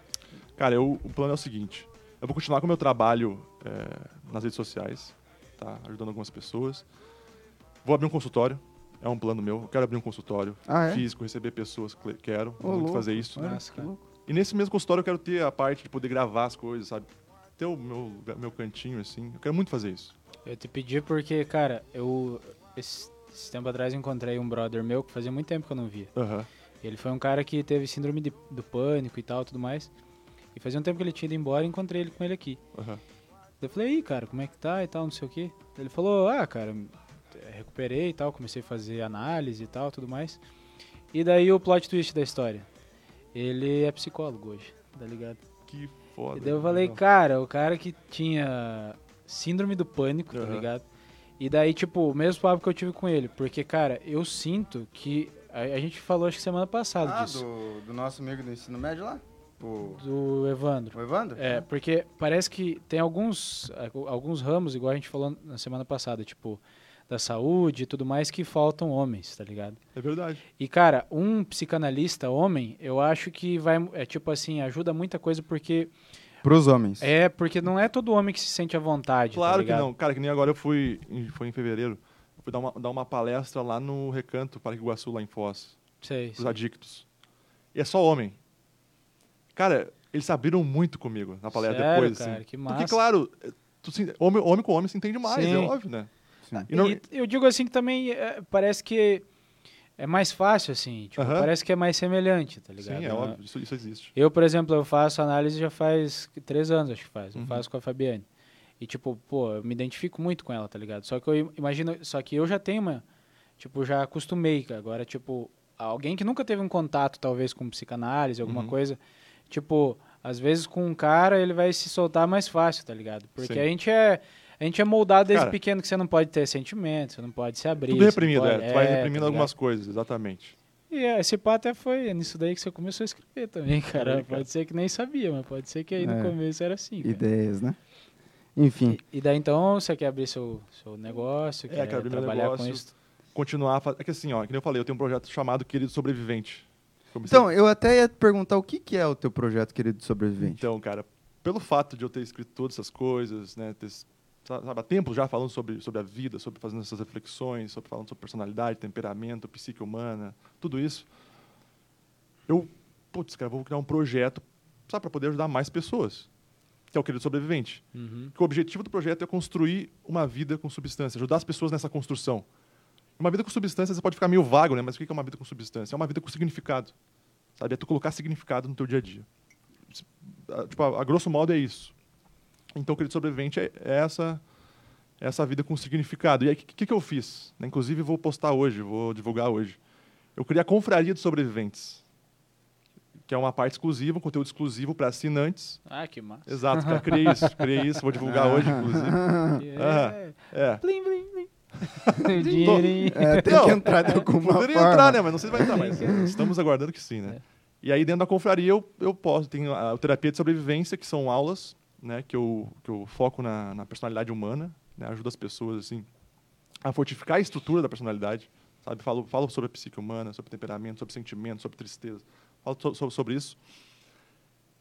[SPEAKER 2] Cara, eu- o plano é o seguinte. Eu vou continuar com o meu trabalho é, nas redes sociais, tá? Ajudando algumas pessoas. Vou abrir um consultório. É um plano meu. Eu quero abrir um consultório
[SPEAKER 3] Ah, é?
[SPEAKER 2] físico, receber pessoas. que Quero
[SPEAKER 3] Ô,
[SPEAKER 2] muito
[SPEAKER 3] louco. é.
[SPEAKER 2] fazer isso. né?
[SPEAKER 3] Olha,
[SPEAKER 4] Nossa,
[SPEAKER 3] que
[SPEAKER 4] cara.
[SPEAKER 3] louco.
[SPEAKER 2] E nesse mesmo consultório eu quero ter a parte de poder gravar as coisas, sabe? Ter o meu, lugar- meu cantinho, assim. Eu quero muito fazer isso.
[SPEAKER 4] Eu te pedi porque, cara, eu. Esse, esse tempo atrás eu encontrei um brother meu que fazia muito tempo que eu não via.
[SPEAKER 2] Aham.
[SPEAKER 4] Ele foi um cara que teve síndrome de- do pânico e tal, tudo mais. E fazia um tempo que ele tinha ido embora e encontrei ele com ele aqui.
[SPEAKER 2] aham.
[SPEAKER 4] Eu falei, aí, cara, como é que tá e tal, não sei o quê. Ele falou, ah, cara, eh, recuperei e tal, comecei a fazer análise e tal, tudo mais. E daí o plot twist da história. Ele é psicólogo hoje, tá ligado?
[SPEAKER 2] Que foda.
[SPEAKER 4] E daí eu falei,
[SPEAKER 2] Legal.
[SPEAKER 4] cara, o cara que tinha síndrome do pânico, tá
[SPEAKER 2] Aham.
[SPEAKER 4] ligado? E daí, tipo, o mesmo papo que eu tive com ele. Porque, cara, eu sinto que... A, a gente falou, acho que semana passada
[SPEAKER 3] Ah,
[SPEAKER 4] disso.
[SPEAKER 3] do, do nosso amigo do ensino médio lá? O,
[SPEAKER 4] do Evandro.
[SPEAKER 3] o Evandro?
[SPEAKER 4] É, porque parece que tem alguns, alguns ramos, igual a gente falou na semana passada, tipo, da saúde e tudo mais, que faltam homens, tá ligado?
[SPEAKER 2] É verdade.
[SPEAKER 4] E, cara, um psicanalista homem, eu acho que vai, é tipo assim, ajuda muita coisa porque,
[SPEAKER 3] Pros homens.
[SPEAKER 4] é, porque não é todo homem que se sente à vontade, tá
[SPEAKER 2] Claro que
[SPEAKER 4] ligado?
[SPEAKER 2] não. Cara, que nem agora eu fui. em- Foi em fevereiro. Eu fui dar uma, dar uma palestra lá no Recanto, Parque Iguaçu, lá em Foz.
[SPEAKER 4] Sei,
[SPEAKER 2] os adictos. E é só homem. Cara, eles se abriram muito comigo na palestra
[SPEAKER 4] Sério,
[SPEAKER 2] depois.
[SPEAKER 4] cara?
[SPEAKER 2] assim.
[SPEAKER 4] Que
[SPEAKER 2] Porque,
[SPEAKER 4] massa.
[SPEAKER 2] claro, tu se- homem, homem com homem se entende mais,
[SPEAKER 4] Sim.
[SPEAKER 2] é óbvio, né?
[SPEAKER 3] Sim.
[SPEAKER 2] E não-
[SPEAKER 4] E eu digo assim que também é, parece que é mais fácil, assim, tipo,
[SPEAKER 2] Aham.
[SPEAKER 4] parece que é mais semelhante, tá ligado?
[SPEAKER 2] Sim, é
[SPEAKER 4] Não-
[SPEAKER 2] óbvio, isso, isso existe.
[SPEAKER 4] Eu, por exemplo, eu faço análise já faz três anos, acho que faz.
[SPEAKER 2] Uhum.
[SPEAKER 4] Eu faço com a Fabiane. E, tipo, pô, eu me identifico muito com ela, tá ligado? Só que eu im- imagino. Só que eu já tenho uma. Tipo, já acostumei. cara. Agora, tipo, alguém que nunca teve um contato, talvez, com psicanálise, alguma
[SPEAKER 2] Uhum.
[SPEAKER 4] coisa. Tipo, às vezes com um cara ele vai se soltar mais fácil, tá ligado? Porque
[SPEAKER 2] Sim.
[SPEAKER 4] a gente é. A gente é moldado desde
[SPEAKER 2] Cara.
[SPEAKER 4] pequeno que você não pode ter sentimento, você não pode se abrir.
[SPEAKER 2] Tudo reprimido,
[SPEAKER 4] você não
[SPEAKER 2] é.
[SPEAKER 4] pode-
[SPEAKER 2] Tu vai
[SPEAKER 4] é, tá
[SPEAKER 2] reprimindo
[SPEAKER 4] ligado?
[SPEAKER 2] algumas coisas, exatamente.
[SPEAKER 4] E é, esse pá até foi nisso daí que você começou a escrever também, cara.
[SPEAKER 2] Olha aí, cara.
[SPEAKER 4] Pode ser que nem sabia, mas pode ser que aí
[SPEAKER 3] É.
[SPEAKER 4] no começo era assim. cara.
[SPEAKER 3] Ideias, né? Enfim,
[SPEAKER 4] E, e daí então você quer abrir seu, seu negócio,
[SPEAKER 2] É,
[SPEAKER 4] quer
[SPEAKER 2] quero abrir meu
[SPEAKER 4] trabalhar com
[SPEAKER 2] negócio.
[SPEAKER 4] isso.
[SPEAKER 2] Continuar. a fa- É que assim, ó, que nem eu falei, eu tenho um projeto chamado Querido Sobrevivente. Comecei-
[SPEAKER 3] então, eu até ia te perguntar o que, que é o teu projeto, querido sobrevivente.
[SPEAKER 2] Então, cara, pelo fato de eu ter escrito todas essas coisas, né, ter, s- sa- sabe, há tempo já falando sobre, sobre a vida, sobre fazendo essas reflexões, sobre falando sobre personalidade, temperamento, psique humana, tudo isso, eu, putz, cara, vou criar um projeto, sabe, para poder ajudar mais pessoas, que é o Querido Sobrevivente.
[SPEAKER 4] Uhum.
[SPEAKER 2] Que o objetivo do projeto é construir uma vida com substância, ajudar as pessoas nessa construção. Uma vida com substância, você pode ficar meio vago, né? Mas o que que é uma vida com substância? É uma vida com significado. Sabe? É tu colocar significado no teu dia a dia. S- a- Tipo, a, a grosso modo é isso. Então, o Querido Sobrevivente é é essa é essa vida com significado. E aí, o que, que eu fiz? né? Inclusive, vou postar hoje, vou divulgar hoje. Eu criei a Confraria dos Sobreviventes, que é uma parte exclusiva, um conteúdo exclusivo para assinantes.
[SPEAKER 4] Ah, que massa.
[SPEAKER 2] Exato, cara, criei isso, criei isso, vou divulgar hoje, inclusive.
[SPEAKER 4] É.
[SPEAKER 2] É.
[SPEAKER 4] Blim, blim, blim. Dinheirinho.
[SPEAKER 3] É, tem
[SPEAKER 2] Não,
[SPEAKER 3] que entrar de alguma
[SPEAKER 2] Poderia
[SPEAKER 3] forma.
[SPEAKER 2] entrar, né? Mas não sei se vai entrar, mas estamos aguardando que sim,
[SPEAKER 4] É.
[SPEAKER 2] né? E aí dentro da confraria eu, eu posso, tem a, a terapia de sobrevivência, que são aulas, né? Que eu, que eu foco na, na personalidade humana, né? Ajuda as pessoas, assim, a fortificar a estrutura da personalidade, sabe? Falo, falo sobre a psique humana, sobre temperamento, sobre sentimento, sobre tristeza. Falo so- so- sobre isso.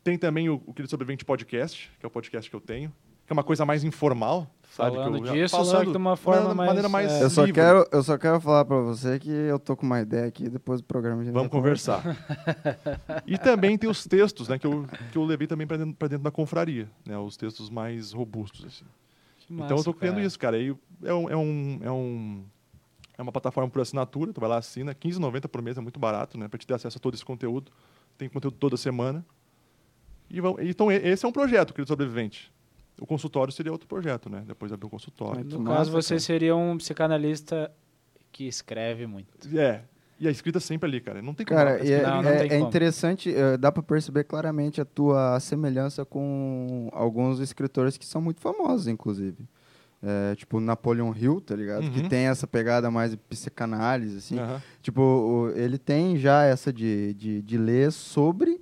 [SPEAKER 2] Tem também o, o Querido Sobrevivente Podcast, que é o podcast que eu tenho, que é uma coisa mais informal, sabe?
[SPEAKER 4] Falando
[SPEAKER 2] que eu, já-
[SPEAKER 4] disso, só que de uma forma mais,
[SPEAKER 2] maneira mais
[SPEAKER 4] é.
[SPEAKER 3] Eu só,
[SPEAKER 2] livre.
[SPEAKER 3] quero, eu só quero falar pra você que eu tô com uma ideia aqui, depois do programa a gente
[SPEAKER 2] Vamos
[SPEAKER 3] vai
[SPEAKER 2] conversar. e também tem os textos, né, que eu, que eu levei também para dentro, pra dentro da confraria, né, os textos mais robustos, assim.
[SPEAKER 4] Que massa,
[SPEAKER 2] então eu tô criando
[SPEAKER 4] cara.
[SPEAKER 2] isso, cara. E é um, é um, é um- é uma plataforma por assinatura, tu vai lá assina, 15,90 por mês, é muito barato, né, para te ter acesso a todo esse conteúdo. Tem conteúdo toda semana. E vamos, então e- esse é um projeto, querido sobrevivente. O consultório seria outro projeto, né? Depois abrir o consultório.
[SPEAKER 3] Muito
[SPEAKER 4] No
[SPEAKER 3] massa,
[SPEAKER 4] caso, você
[SPEAKER 3] cara.
[SPEAKER 4] seria um psicanalista que escreve muito.
[SPEAKER 2] É. E a escrita sempre ali, cara. Não tem como
[SPEAKER 3] Cara,
[SPEAKER 2] não
[SPEAKER 3] e é,
[SPEAKER 4] Não, não
[SPEAKER 3] é-
[SPEAKER 4] tem
[SPEAKER 3] é
[SPEAKER 4] como.
[SPEAKER 3] interessante, eh, dá pra perceber claramente a tua semelhança com alguns escritores que são muito famosos, inclusive. Eh, tipo Napoleon Hill, tá ligado? Que
[SPEAKER 2] Uhum.
[SPEAKER 3] tem essa pegada mais de psicanálise,
[SPEAKER 4] É.
[SPEAKER 3] assim.
[SPEAKER 2] Aham.
[SPEAKER 3] Tipo, o- ele tem já essa de, de, de ler sobre,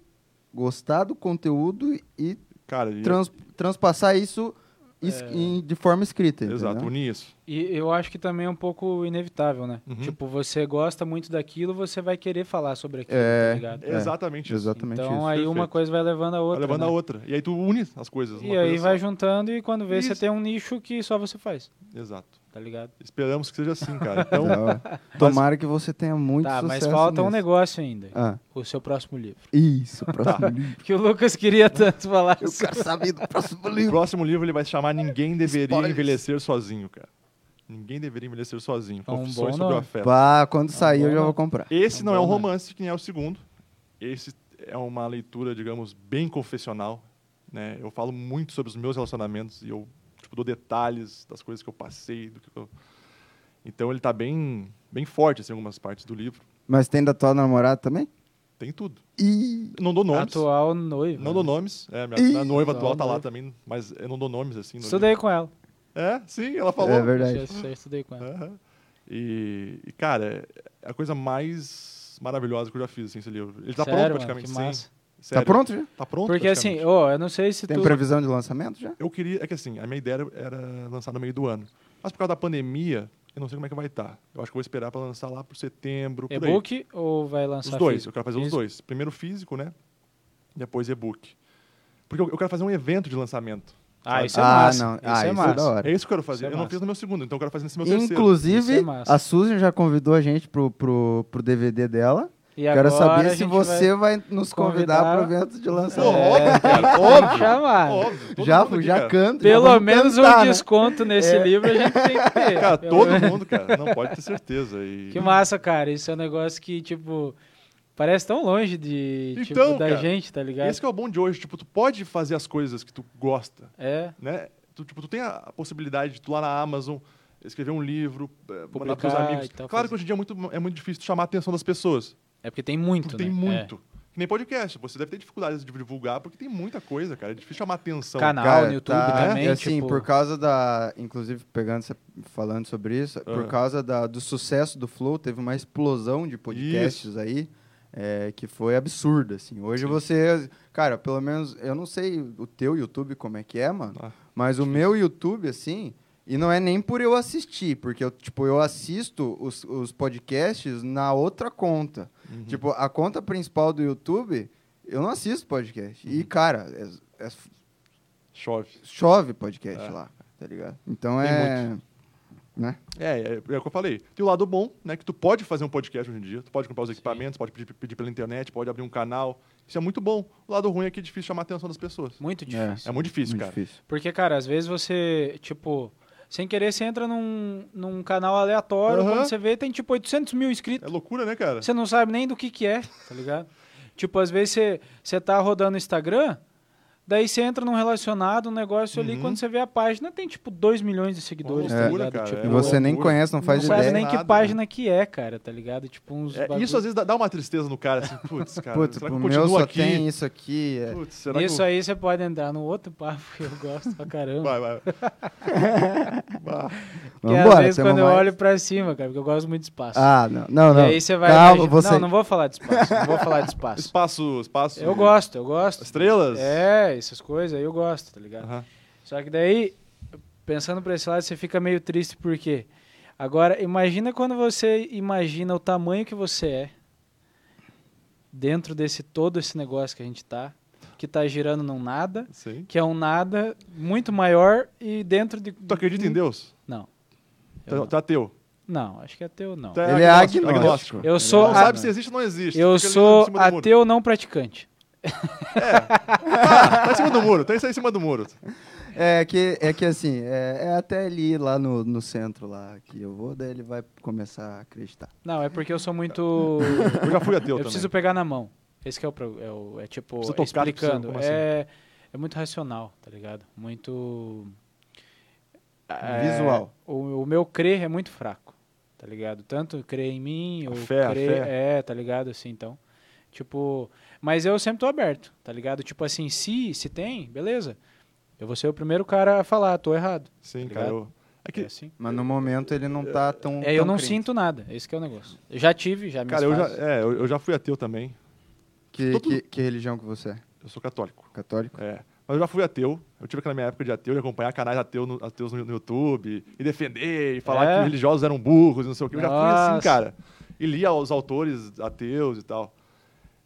[SPEAKER 3] gostar do conteúdo e
[SPEAKER 2] Cara, e- é
[SPEAKER 3] trans- transpassar isso
[SPEAKER 4] É.
[SPEAKER 3] es- em- de forma escrita.
[SPEAKER 2] exato,
[SPEAKER 3] entendeu?
[SPEAKER 2] unir isso.
[SPEAKER 4] E eu acho que também é um pouco inevitável, né?
[SPEAKER 2] Uhum.
[SPEAKER 4] Tipo, você gosta muito daquilo, você vai querer falar sobre aquilo,
[SPEAKER 3] É.
[SPEAKER 4] tá ligado?
[SPEAKER 3] É,
[SPEAKER 2] Exatamente isso.
[SPEAKER 3] Exatamente
[SPEAKER 4] então
[SPEAKER 3] isso.
[SPEAKER 4] aí uma
[SPEAKER 2] perfeito.
[SPEAKER 4] coisa vai levando a
[SPEAKER 2] Vai
[SPEAKER 4] outra.
[SPEAKER 2] levando
[SPEAKER 4] né?
[SPEAKER 2] a outra. E aí tu une as coisas. uma
[SPEAKER 4] E aí
[SPEAKER 2] coisa
[SPEAKER 4] vai
[SPEAKER 2] só.
[SPEAKER 4] juntando e quando vê, você
[SPEAKER 2] Isso.
[SPEAKER 4] tem um nicho que só você faz,
[SPEAKER 2] Exato.
[SPEAKER 4] tá ligado?
[SPEAKER 2] Esperamos que seja assim, cara. Então,
[SPEAKER 3] Da hora. é, Tomara que você tenha muito
[SPEAKER 4] tá,
[SPEAKER 3] sucesso
[SPEAKER 4] mas falta um
[SPEAKER 3] nisso.
[SPEAKER 4] negócio Tá. ainda.
[SPEAKER 3] Ah,
[SPEAKER 4] O seu próximo livro.
[SPEAKER 3] isso, próximo livro.
[SPEAKER 4] Que o Lucas queria tanto falar.
[SPEAKER 3] Eu quero saber do próximo
[SPEAKER 2] o
[SPEAKER 3] livro.
[SPEAKER 2] próximo livro ele vai se chamar Ninguém Deveria
[SPEAKER 3] Spoilers.
[SPEAKER 2] Envelhecer Sozinho, cara. Ninguém deveria envelhecer sozinho.
[SPEAKER 4] É um bom
[SPEAKER 2] Confissões sobre o
[SPEAKER 4] nome.
[SPEAKER 2] afeto.
[SPEAKER 3] Pá, quando sair eu
[SPEAKER 4] bom,
[SPEAKER 3] já
[SPEAKER 4] né?
[SPEAKER 3] vou comprar.
[SPEAKER 2] Esse
[SPEAKER 4] É um
[SPEAKER 2] não é um
[SPEAKER 4] bom nome.
[SPEAKER 2] romance, que nem é o segundo. Esse é uma leitura, digamos, bem confessional. Né? Eu falo muito sobre os meus relacionamentos e eu tipo, dou detalhes das coisas que eu passei. Do que eu... Então ele tá bem, bem forte assim, em algumas partes do livro.
[SPEAKER 3] Mas tem da tua namorada também?
[SPEAKER 2] Tem tudo.
[SPEAKER 3] Ih,
[SPEAKER 2] Não
[SPEAKER 4] Ah,
[SPEAKER 2] dou nomes.
[SPEAKER 4] Atual noivo.
[SPEAKER 2] é Não dou nomes. É, minha,
[SPEAKER 3] Ih!
[SPEAKER 2] minha noiva atual
[SPEAKER 4] Não,
[SPEAKER 2] tá lá
[SPEAKER 4] noiva.
[SPEAKER 2] também, mas eu não dou nomes assim. no
[SPEAKER 4] Estudei com ela.
[SPEAKER 2] livro. É, sim, ela falou.
[SPEAKER 3] é
[SPEAKER 4] Eu
[SPEAKER 3] verdade.
[SPEAKER 4] só estudei com ela.
[SPEAKER 2] Aham. E, e, cara, é a coisa mais maravilhosa que eu já fiz, assim, esse livro. Ele tá
[SPEAKER 4] Sério,
[SPEAKER 2] pronto
[SPEAKER 4] mano,
[SPEAKER 2] praticamente,
[SPEAKER 4] que
[SPEAKER 2] sim.
[SPEAKER 4] massa.
[SPEAKER 2] Sério.
[SPEAKER 3] Tá pronto já?
[SPEAKER 2] Tá pronto
[SPEAKER 4] Porque assim,
[SPEAKER 2] praticamente.
[SPEAKER 4] ó, eu não sei se
[SPEAKER 3] Tem
[SPEAKER 4] tu...
[SPEAKER 3] previsão de lançamento já?
[SPEAKER 2] Eu queria, é que assim, a minha ideia era- era lançar no meio do ano. Mas por causa da pandemia, eu não sei como é que vai estar. Eu acho que eu vou esperar pra lançar lá pro setembro, por aí.
[SPEAKER 4] E-book é ou vai lançar
[SPEAKER 2] Os dois,
[SPEAKER 4] físico?
[SPEAKER 2] eu quero fazer os
[SPEAKER 4] Físico?
[SPEAKER 2] dois. Primeiro físico, né? Depois e-book. Porque eu, eu quero fazer um evento de lançamento.
[SPEAKER 4] Ah,
[SPEAKER 2] sabe?
[SPEAKER 4] isso é
[SPEAKER 3] ah,
[SPEAKER 4] massa.
[SPEAKER 3] não.
[SPEAKER 4] Isso
[SPEAKER 3] ah,
[SPEAKER 4] é
[SPEAKER 3] isso é
[SPEAKER 4] massa.
[SPEAKER 3] da hora.
[SPEAKER 2] É isso que eu quero fazer.
[SPEAKER 4] Isso é
[SPEAKER 2] eu não
[SPEAKER 4] massa.
[SPEAKER 2] fiz no meu segundo, então eu quero fazer nesse meu terceiro.
[SPEAKER 3] Inclusive,
[SPEAKER 4] Isso é massa.
[SPEAKER 3] a Susan já convidou a gente pro, pro, pro DVD dela.
[SPEAKER 4] E
[SPEAKER 3] Quero
[SPEAKER 4] agora a
[SPEAKER 3] saber se
[SPEAKER 4] gente
[SPEAKER 3] você vai, nos
[SPEAKER 4] convidar- É
[SPEAKER 3] convidar pro evento de
[SPEAKER 2] Pô,
[SPEAKER 3] lançamento.
[SPEAKER 2] óbvio, cara.
[SPEAKER 4] Vai...
[SPEAKER 2] Óbvio.
[SPEAKER 4] chamar.
[SPEAKER 2] óbvio. todo
[SPEAKER 3] é, já
[SPEAKER 2] mundo aqui,
[SPEAKER 3] já
[SPEAKER 2] cara.
[SPEAKER 3] canto. já
[SPEAKER 4] Pelo
[SPEAKER 3] vamos
[SPEAKER 4] menos
[SPEAKER 3] cantar,
[SPEAKER 4] um
[SPEAKER 3] né?
[SPEAKER 4] desconto nesse livro a gente tem que ter.
[SPEAKER 2] Cara,
[SPEAKER 4] Pelo
[SPEAKER 2] todo
[SPEAKER 4] menos.
[SPEAKER 2] mundo, cara. Não pode ter certeza. E...
[SPEAKER 4] Que massa, cara. Isso é um negócio que, tipo, parece tão longe de, tipo,
[SPEAKER 2] Então,
[SPEAKER 4] da
[SPEAKER 2] cara,
[SPEAKER 4] gente, tá ligado?
[SPEAKER 2] Esse que é o bom de hoje. Tipo, tu pode fazer as coisas que tu gosta,
[SPEAKER 4] É.
[SPEAKER 2] né? Tu, tipo, tu tem a a possibilidade de tu lá na Amazon escrever um livro, eh, mandar pros
[SPEAKER 4] Publicar
[SPEAKER 2] amigos.
[SPEAKER 4] e tal,
[SPEAKER 2] claro
[SPEAKER 4] fazer.
[SPEAKER 2] que hoje em dia é muito, é muito difícil tu chamar a atenção das pessoas.
[SPEAKER 4] É porque tem muito,
[SPEAKER 2] Porque tem
[SPEAKER 4] né?
[SPEAKER 2] muito. Que nem podcast, você deve ter dificuldade de divulgar, porque tem muita coisa, cara. É difícil chamar atenção.
[SPEAKER 4] Canal no YouTube
[SPEAKER 2] né?
[SPEAKER 4] também.
[SPEAKER 3] E assim,
[SPEAKER 4] tipo,
[SPEAKER 3] por causa da. Inclusive, pegando, cê- falando sobre isso,
[SPEAKER 4] Ah.
[SPEAKER 3] por causa da- do sucesso do Flow, teve uma explosão de podcasts aí. é, que foi absurda, assim. Hoje você. Cara, pelo menos. Eu não sei o teu YouTube como é que é, mano.
[SPEAKER 2] Ah,
[SPEAKER 3] mas o meu YouTube, assim. E não é nem por eu assistir, porque eu, tipo, eu assisto os, os podcasts na outra conta.
[SPEAKER 4] Uhum.
[SPEAKER 3] Tipo, a conta principal do YouTube, eu não assisto podcast.
[SPEAKER 4] Uhum.
[SPEAKER 3] E, cara, é- é
[SPEAKER 2] Chove.
[SPEAKER 3] chove podcast
[SPEAKER 2] É.
[SPEAKER 3] lá, tá ligado? Então
[SPEAKER 2] Tem
[SPEAKER 3] é. Né?
[SPEAKER 2] É, é, é o que eu falei. Tem o lado bom, né? Que tu pode fazer um podcast hoje em dia, tu pode comprar os equipamentos, pode pedir, pedir pela internet, pode abrir um canal. Isso é muito bom. O lado ruim é que é difícil chamar a atenção das pessoas.
[SPEAKER 4] Muito difícil.
[SPEAKER 2] É muito difícil, cara.
[SPEAKER 3] difícil.
[SPEAKER 4] Porque, cara, às vezes você, tipo, sem querer, você entra num, num canal aleatório,
[SPEAKER 2] Aham.
[SPEAKER 4] quando você vê, tem tipo 800 mil inscritos.
[SPEAKER 2] É loucura, né, cara?
[SPEAKER 4] Você não sabe nem do que que é, tá ligado? tipo, às vezes você, você tá rodando o Instagram, daí você entra num relacionado, um negócio ali,
[SPEAKER 2] Uhum.
[SPEAKER 4] quando você vê a página, tem tipo 2 milhões de seguidores,
[SPEAKER 2] Uma
[SPEAKER 4] tá
[SPEAKER 2] loucura,
[SPEAKER 4] ligado?
[SPEAKER 2] cara,
[SPEAKER 4] Tipo,
[SPEAKER 2] é
[SPEAKER 3] E você nem
[SPEAKER 2] loucura.
[SPEAKER 3] conhece, não
[SPEAKER 4] não
[SPEAKER 3] faz
[SPEAKER 4] sabe
[SPEAKER 3] ideia.
[SPEAKER 4] nem
[SPEAKER 2] nada,
[SPEAKER 4] que página que é, cara, tá ligado? Tipo, uns
[SPEAKER 2] É,
[SPEAKER 4] bagulho-
[SPEAKER 2] isso às vezes dá, dá uma tristeza no cara, assim, putz, cara,
[SPEAKER 3] Putz,
[SPEAKER 2] será que
[SPEAKER 3] pro
[SPEAKER 2] eu
[SPEAKER 3] meu
[SPEAKER 2] continuo
[SPEAKER 3] só
[SPEAKER 2] aqui?
[SPEAKER 3] tem isso aqui. é.
[SPEAKER 2] Putz, será
[SPEAKER 4] Nisso
[SPEAKER 2] que eu...
[SPEAKER 4] aí você pode entrar no outro papo que eu gosto pra caramba.
[SPEAKER 2] Vai, vai. é,
[SPEAKER 4] Porque às
[SPEAKER 3] Vambora,
[SPEAKER 4] vezes
[SPEAKER 3] tamo
[SPEAKER 4] quando eu
[SPEAKER 3] mais.
[SPEAKER 4] olho pra cima, cara, porque eu gosto muito de espaço.
[SPEAKER 3] Ah, não, não.
[SPEAKER 4] e
[SPEAKER 3] não.
[SPEAKER 4] aí você vai.
[SPEAKER 3] Calma,
[SPEAKER 4] imagi-
[SPEAKER 3] você.
[SPEAKER 4] Não, não vou falar de espaço. Não vou falar de espaço.
[SPEAKER 2] Espaço, espaço.
[SPEAKER 4] Eu gosto, eu gosto.
[SPEAKER 2] Estrelas?
[SPEAKER 4] É, essas coisas aí eu gosto, tá ligado?
[SPEAKER 2] Aham.
[SPEAKER 4] Só que daí, pensando pra esse lado, você fica meio triste porque. Agora, imagina quando você imagina o tamanho que você é dentro desse todo esse negócio que a gente tá, que tá girando num nada,
[SPEAKER 2] Sim.
[SPEAKER 4] que é um nada muito maior e dentro de.
[SPEAKER 2] Tu acredita em Deus?
[SPEAKER 4] Não. Uhum. Eu
[SPEAKER 2] Tu
[SPEAKER 4] não.
[SPEAKER 2] tu é ateu.
[SPEAKER 4] Não, acho que é teu, não.
[SPEAKER 2] Tu
[SPEAKER 3] Ele é
[SPEAKER 2] agnóstico,
[SPEAKER 3] agnóstico.
[SPEAKER 4] Eu
[SPEAKER 2] Tu
[SPEAKER 4] sou
[SPEAKER 2] não
[SPEAKER 4] a-
[SPEAKER 2] Tá. sabe se existe ou não existe.
[SPEAKER 4] Eu
[SPEAKER 2] Fica ali em
[SPEAKER 4] sou
[SPEAKER 2] cima do muro.
[SPEAKER 4] ateu não praticante.
[SPEAKER 2] Tá, tá em cima do muro, tá isso aí em cima do muro.
[SPEAKER 3] É que, é que assim, é, é até ali, lá no, no centro, lá que eu vou, daí ele vai começar a acreditar.
[SPEAKER 4] Não, é porque eu sou muito.
[SPEAKER 2] Eu já fui ateu
[SPEAKER 4] eu
[SPEAKER 2] também.
[SPEAKER 4] preciso pegar na mão. Esse que é o, pro- é, o- é tipo
[SPEAKER 2] Precisa tocar,
[SPEAKER 4] explicando.
[SPEAKER 2] precisa- como
[SPEAKER 4] é, é muito racional, tá ligado? Muito é,
[SPEAKER 3] Visual.
[SPEAKER 4] O, o meu crer é muito fraco, tá ligado? Tanto crer em mim, ou
[SPEAKER 2] fé, a
[SPEAKER 4] crer,
[SPEAKER 2] fé.
[SPEAKER 4] é, tá ligado assim, então. Tipo, mas eu sempre tô aberto, tá ligado? Tipo assim, se se tem, beleza. Eu vou ser o primeiro cara a falar, tô errado.
[SPEAKER 2] Sim,
[SPEAKER 4] Tá
[SPEAKER 2] cara.
[SPEAKER 4] ligado?
[SPEAKER 2] eu- É
[SPEAKER 4] É
[SPEAKER 2] que, um
[SPEAKER 4] assim.
[SPEAKER 3] Mas no momento ele não tá tão.
[SPEAKER 4] É, eu
[SPEAKER 3] tão
[SPEAKER 4] não
[SPEAKER 3] crente.
[SPEAKER 4] sinto nada. Esse que é o negócio. Eu já tive, já me
[SPEAKER 2] cara, eu já, é, eu, eu já fui ateu também.
[SPEAKER 3] Que,
[SPEAKER 2] Todo-
[SPEAKER 3] que, que religião que você é?
[SPEAKER 2] Eu sou católico.
[SPEAKER 3] Católico?
[SPEAKER 2] É. Mas eu já fui ateu. Eu tive aquela minha época de ateu, de acompanhar canais ateu no- ateus no, no YouTube, e defender, e falar
[SPEAKER 4] É?
[SPEAKER 2] que religiosos eram burros, e não sei o quê. Eu já fui assim,
[SPEAKER 4] Nossa.
[SPEAKER 2] cara. E lia os autores ateus e tal.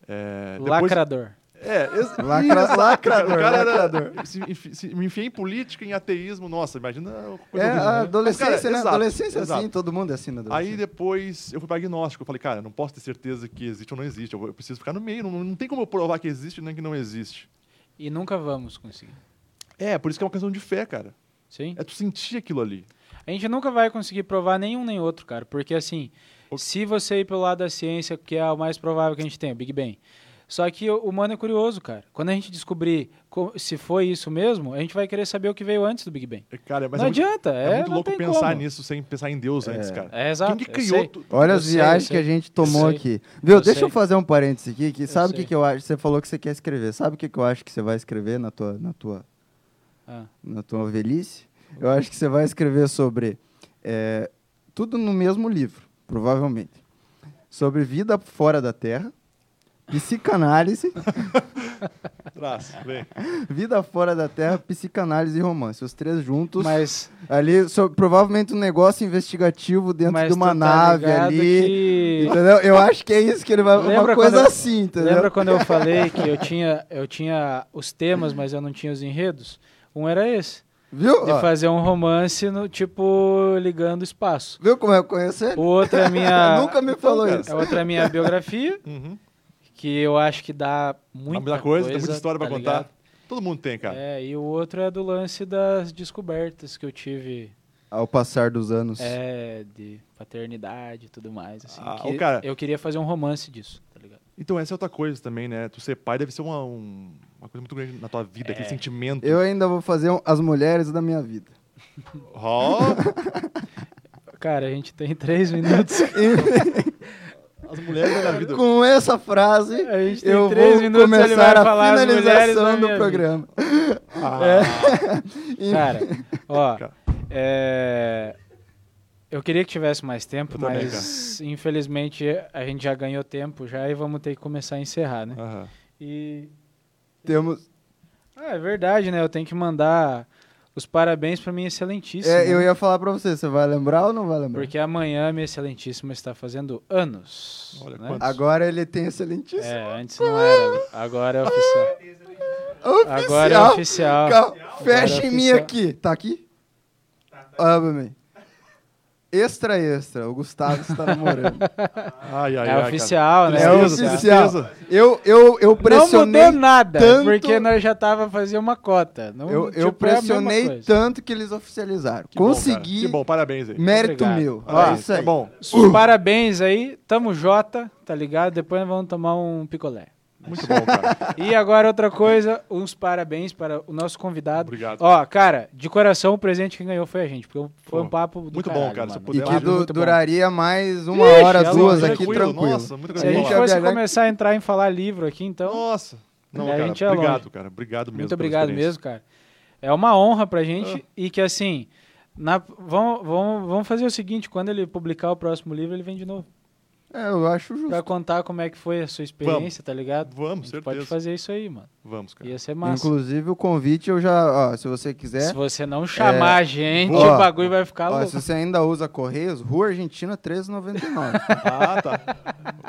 [SPEAKER 2] É, depois-
[SPEAKER 4] Lacrador.
[SPEAKER 2] É, esse-
[SPEAKER 3] Lacra-
[SPEAKER 2] Ih,
[SPEAKER 3] lacrador,
[SPEAKER 2] o cara era-
[SPEAKER 3] lacrador.
[SPEAKER 2] se enfi- se- me enfiei em política, em ateísmo, nossa, imagina a
[SPEAKER 3] É,
[SPEAKER 2] coisa ruim, né?
[SPEAKER 3] a
[SPEAKER 2] Mas,
[SPEAKER 3] adolescência,
[SPEAKER 2] cara,
[SPEAKER 3] né?
[SPEAKER 2] exato,
[SPEAKER 3] adolescência é
[SPEAKER 2] exato.
[SPEAKER 3] assim, todo mundo é assim na adolescência.
[SPEAKER 2] Aí depois eu fui para agnóstico. Eu falei, cara, não posso ter certeza que existe ou não existe. Eu, vou- eu preciso ficar no meio. Não, não tem como eu provar que existe nem que não existe.
[SPEAKER 4] E nunca vamos conseguir.
[SPEAKER 2] É, por isso que é uma questão de fé, cara.
[SPEAKER 4] Sim?
[SPEAKER 2] É tu sentir aquilo ali.
[SPEAKER 4] A gente nunca vai conseguir provar nenhum nem outro, cara. Porque assim,
[SPEAKER 2] O-
[SPEAKER 4] se você ir pelo lado da ciência, que é o mais provável que a gente tem, o Big Bang. Só que o humano é curioso, cara. Quando a gente descobrir co- se foi isso mesmo, a gente vai querer saber o que veio antes do Big Bang.
[SPEAKER 2] É, Cara, mas
[SPEAKER 4] não
[SPEAKER 2] é muito,
[SPEAKER 4] adianta,
[SPEAKER 2] é
[SPEAKER 4] é,
[SPEAKER 2] muito
[SPEAKER 4] não
[SPEAKER 2] louco
[SPEAKER 4] tem
[SPEAKER 2] pensar
[SPEAKER 4] como.
[SPEAKER 2] nisso sem pensar em Deus antes, cara.
[SPEAKER 4] É exato.
[SPEAKER 2] Quem que
[SPEAKER 4] eu
[SPEAKER 2] criou?
[SPEAKER 4] sei.
[SPEAKER 2] tu-
[SPEAKER 3] Olha
[SPEAKER 4] Eu
[SPEAKER 3] as
[SPEAKER 4] sei,
[SPEAKER 3] viagens
[SPEAKER 4] eu sei.
[SPEAKER 3] que a gente
[SPEAKER 4] Eu
[SPEAKER 3] tomou
[SPEAKER 4] sei.
[SPEAKER 3] aqui. Viu,
[SPEAKER 4] Eu
[SPEAKER 3] deixa
[SPEAKER 4] sei.
[SPEAKER 3] eu fazer um parênteses aqui, que sabe o
[SPEAKER 4] sei.
[SPEAKER 3] que, que eu acho? Você falou que você quer escrever. Sabe o que, que eu acho que você vai escrever na tua, na tua,
[SPEAKER 4] Ah.
[SPEAKER 3] na tua velhice? Eu acho que você vai escrever sobre é, tudo no mesmo livro, provavelmente. Sobre vida fora da Terra, psicanálise,
[SPEAKER 2] Traz, vem.
[SPEAKER 3] vida fora da Terra, psicanálise e romance. Os três juntos.
[SPEAKER 4] Mas,
[SPEAKER 3] Ali, so- provavelmente um negócio investigativo dentro
[SPEAKER 4] mas
[SPEAKER 3] de uma
[SPEAKER 4] tu tá
[SPEAKER 3] nave
[SPEAKER 4] ligado
[SPEAKER 3] ali.
[SPEAKER 4] que-
[SPEAKER 3] Entendeu? Eu acho que é isso que ele vai.
[SPEAKER 4] Lembra
[SPEAKER 3] uma coisa
[SPEAKER 4] quando eu-
[SPEAKER 3] assim, entendeu?
[SPEAKER 4] Lembra quando eu falei que eu tinha, eu tinha os temas, mas eu não tinha os enredos? Um era esse,
[SPEAKER 3] Viu?
[SPEAKER 4] de
[SPEAKER 2] Ah.
[SPEAKER 3] Ó,
[SPEAKER 4] fazer um romance no tipo ligando o espaço.
[SPEAKER 3] Viu como eu conheço ele?
[SPEAKER 4] O outro é a minha
[SPEAKER 3] Nunca me falou
[SPEAKER 2] cara.
[SPEAKER 3] isso.
[SPEAKER 4] A outra é a minha biografia,
[SPEAKER 2] Uhum.
[SPEAKER 4] que eu acho que dá
[SPEAKER 2] Muita,
[SPEAKER 4] muita,
[SPEAKER 2] coisa, tem muita história pra
[SPEAKER 4] tá
[SPEAKER 2] contar.
[SPEAKER 4] ligado?
[SPEAKER 2] Todo mundo tem, cara.
[SPEAKER 4] É, e o outro é do lance das descobertas que eu tive
[SPEAKER 3] Ao passar dos anos.
[SPEAKER 4] é, de paternidade e tudo mais. Assim,
[SPEAKER 2] Ah,
[SPEAKER 4] que
[SPEAKER 2] ô, cara.
[SPEAKER 4] Eu queria fazer um romance disso, tá ligado?
[SPEAKER 2] Então essa é outra coisa também, né? Tu ser pai deve ser uma, um- uma coisa muito grande na tua vida,
[SPEAKER 4] É.
[SPEAKER 2] aquele sentimento.
[SPEAKER 3] Eu ainda vou fazer um- as mulheres da minha vida.
[SPEAKER 2] Ó,
[SPEAKER 4] Cara, a gente tem três minutos.
[SPEAKER 2] As mulheres da minha vida.
[SPEAKER 3] Com essa frase,
[SPEAKER 4] A gente tem
[SPEAKER 3] eu
[SPEAKER 4] três
[SPEAKER 3] vou
[SPEAKER 4] minutos, ele
[SPEAKER 3] começar
[SPEAKER 4] vai falar
[SPEAKER 3] a
[SPEAKER 4] as mulheres da
[SPEAKER 3] finalização
[SPEAKER 4] minha
[SPEAKER 3] do
[SPEAKER 4] vida.
[SPEAKER 3] programa.
[SPEAKER 2] Ah.
[SPEAKER 3] É.
[SPEAKER 4] Cara, ó,
[SPEAKER 2] Cara.
[SPEAKER 4] é, eu queria que tivesse mais tempo,
[SPEAKER 2] Eu também,
[SPEAKER 4] mas infelizmente a gente já ganhou tempo já e vamos ter que começar a encerrar,
[SPEAKER 3] É.
[SPEAKER 4] né?
[SPEAKER 2] Aham.
[SPEAKER 4] E
[SPEAKER 3] Temos,
[SPEAKER 4] ah, é verdade, né? Eu tenho que mandar os parabéns pra minha excelentíssima.
[SPEAKER 3] é, eu ia falar pra você, você vai lembrar ou não vai lembrar?
[SPEAKER 4] Porque amanhã minha excelentíssima está fazendo anos.
[SPEAKER 2] Olha
[SPEAKER 4] né?
[SPEAKER 2] quanto.
[SPEAKER 3] Agora ele tem excelentíssimo.
[SPEAKER 4] É, antes não era, agora é oficial.
[SPEAKER 3] Oficial.
[SPEAKER 4] Agora é oficial.
[SPEAKER 3] Cal-
[SPEAKER 4] Agora
[SPEAKER 3] Fecha
[SPEAKER 4] é
[SPEAKER 3] em mim
[SPEAKER 4] oficial.
[SPEAKER 3] aqui. Tá aqui? Ama mim. Extra, extra. O Gustavo está namorando.
[SPEAKER 2] Ai, ai,
[SPEAKER 4] É
[SPEAKER 2] ai,
[SPEAKER 4] oficial, né?
[SPEAKER 2] cara.
[SPEAKER 3] é
[SPEAKER 2] Tristeza,
[SPEAKER 3] oficial.
[SPEAKER 2] tristeza.
[SPEAKER 3] Eu, eu, eu
[SPEAKER 4] Não
[SPEAKER 3] pressionei.
[SPEAKER 4] mudou nada,
[SPEAKER 3] tanto-
[SPEAKER 4] porque nós já tava fazendo uma cota. Não,
[SPEAKER 3] Eu,
[SPEAKER 4] tipo, é a
[SPEAKER 3] eu
[SPEAKER 4] mesma
[SPEAKER 3] pressionei
[SPEAKER 4] coisa.
[SPEAKER 3] tanto que eles oficializaram.
[SPEAKER 2] Que bom, cara.
[SPEAKER 3] Consegui.
[SPEAKER 2] que bom, parabéns aí.
[SPEAKER 3] Mérito
[SPEAKER 4] Obrigado. é
[SPEAKER 3] meu.
[SPEAKER 2] Parabéns,
[SPEAKER 3] Ó, isso aí.
[SPEAKER 2] Tá bom.
[SPEAKER 4] Sus- Parabéns aí, tamo Jota, tá ligado? Depois nós vamos tomar um picolé.
[SPEAKER 2] Muito bom, cara.
[SPEAKER 4] E agora outra coisa, uns parabéns para o nosso convidado.
[SPEAKER 2] Obrigado.
[SPEAKER 4] Ó, cara, de coração o presente que ganhou foi a gente, porque foi um
[SPEAKER 2] Pô,
[SPEAKER 4] papo do
[SPEAKER 2] muito bom,
[SPEAKER 4] caralho,
[SPEAKER 2] cara, se
[SPEAKER 4] mano.
[SPEAKER 2] puder-
[SPEAKER 3] E
[SPEAKER 2] Muito
[SPEAKER 3] que
[SPEAKER 2] bom.
[SPEAKER 3] du-
[SPEAKER 4] Muito bom.
[SPEAKER 3] duraria mais uma
[SPEAKER 4] Ixi,
[SPEAKER 3] hora,
[SPEAKER 4] é
[SPEAKER 3] duas
[SPEAKER 4] longe,
[SPEAKER 3] aqui,
[SPEAKER 2] tranquilo,
[SPEAKER 3] tranquilo.
[SPEAKER 2] nossa, muito
[SPEAKER 4] Se a gente
[SPEAKER 2] Vamos lá.
[SPEAKER 4] fosse
[SPEAKER 3] viajar-
[SPEAKER 4] começar a entrar em falar livro aqui, então,
[SPEAKER 2] Nossa. Não,
[SPEAKER 4] Daí a
[SPEAKER 2] cara,
[SPEAKER 4] gente ia
[SPEAKER 2] obrigado,
[SPEAKER 4] longe.
[SPEAKER 2] cara. Obrigado mesmo.
[SPEAKER 4] muito
[SPEAKER 2] pela
[SPEAKER 4] obrigado
[SPEAKER 2] experiência. Ah.
[SPEAKER 4] mesmo, cara. É uma honra pra gente e que assim, na- vamos, vamos, vamos fazer o seguinte, quando ele publicar o próximo livro, ele vem de novo.
[SPEAKER 3] É, eu acho
[SPEAKER 4] Pra
[SPEAKER 3] justo.
[SPEAKER 4] contar como é que foi a sua experiência, tá ligado? A
[SPEAKER 2] Vamos,
[SPEAKER 4] gente pode
[SPEAKER 2] certeza.
[SPEAKER 4] fazer isso aí, mano.
[SPEAKER 2] Vamos, cara.
[SPEAKER 4] Ia ser massa.
[SPEAKER 3] Inclusive, o convite eu já. Ó, se você quiser.
[SPEAKER 2] É.
[SPEAKER 4] Se você não chamar a gente,
[SPEAKER 3] Ó,
[SPEAKER 4] o bagulho vai ficar
[SPEAKER 3] ó,
[SPEAKER 4] Tá louco.
[SPEAKER 3] se você ainda usa Correios, Rua Argentina 1399.
[SPEAKER 2] Ah, tá.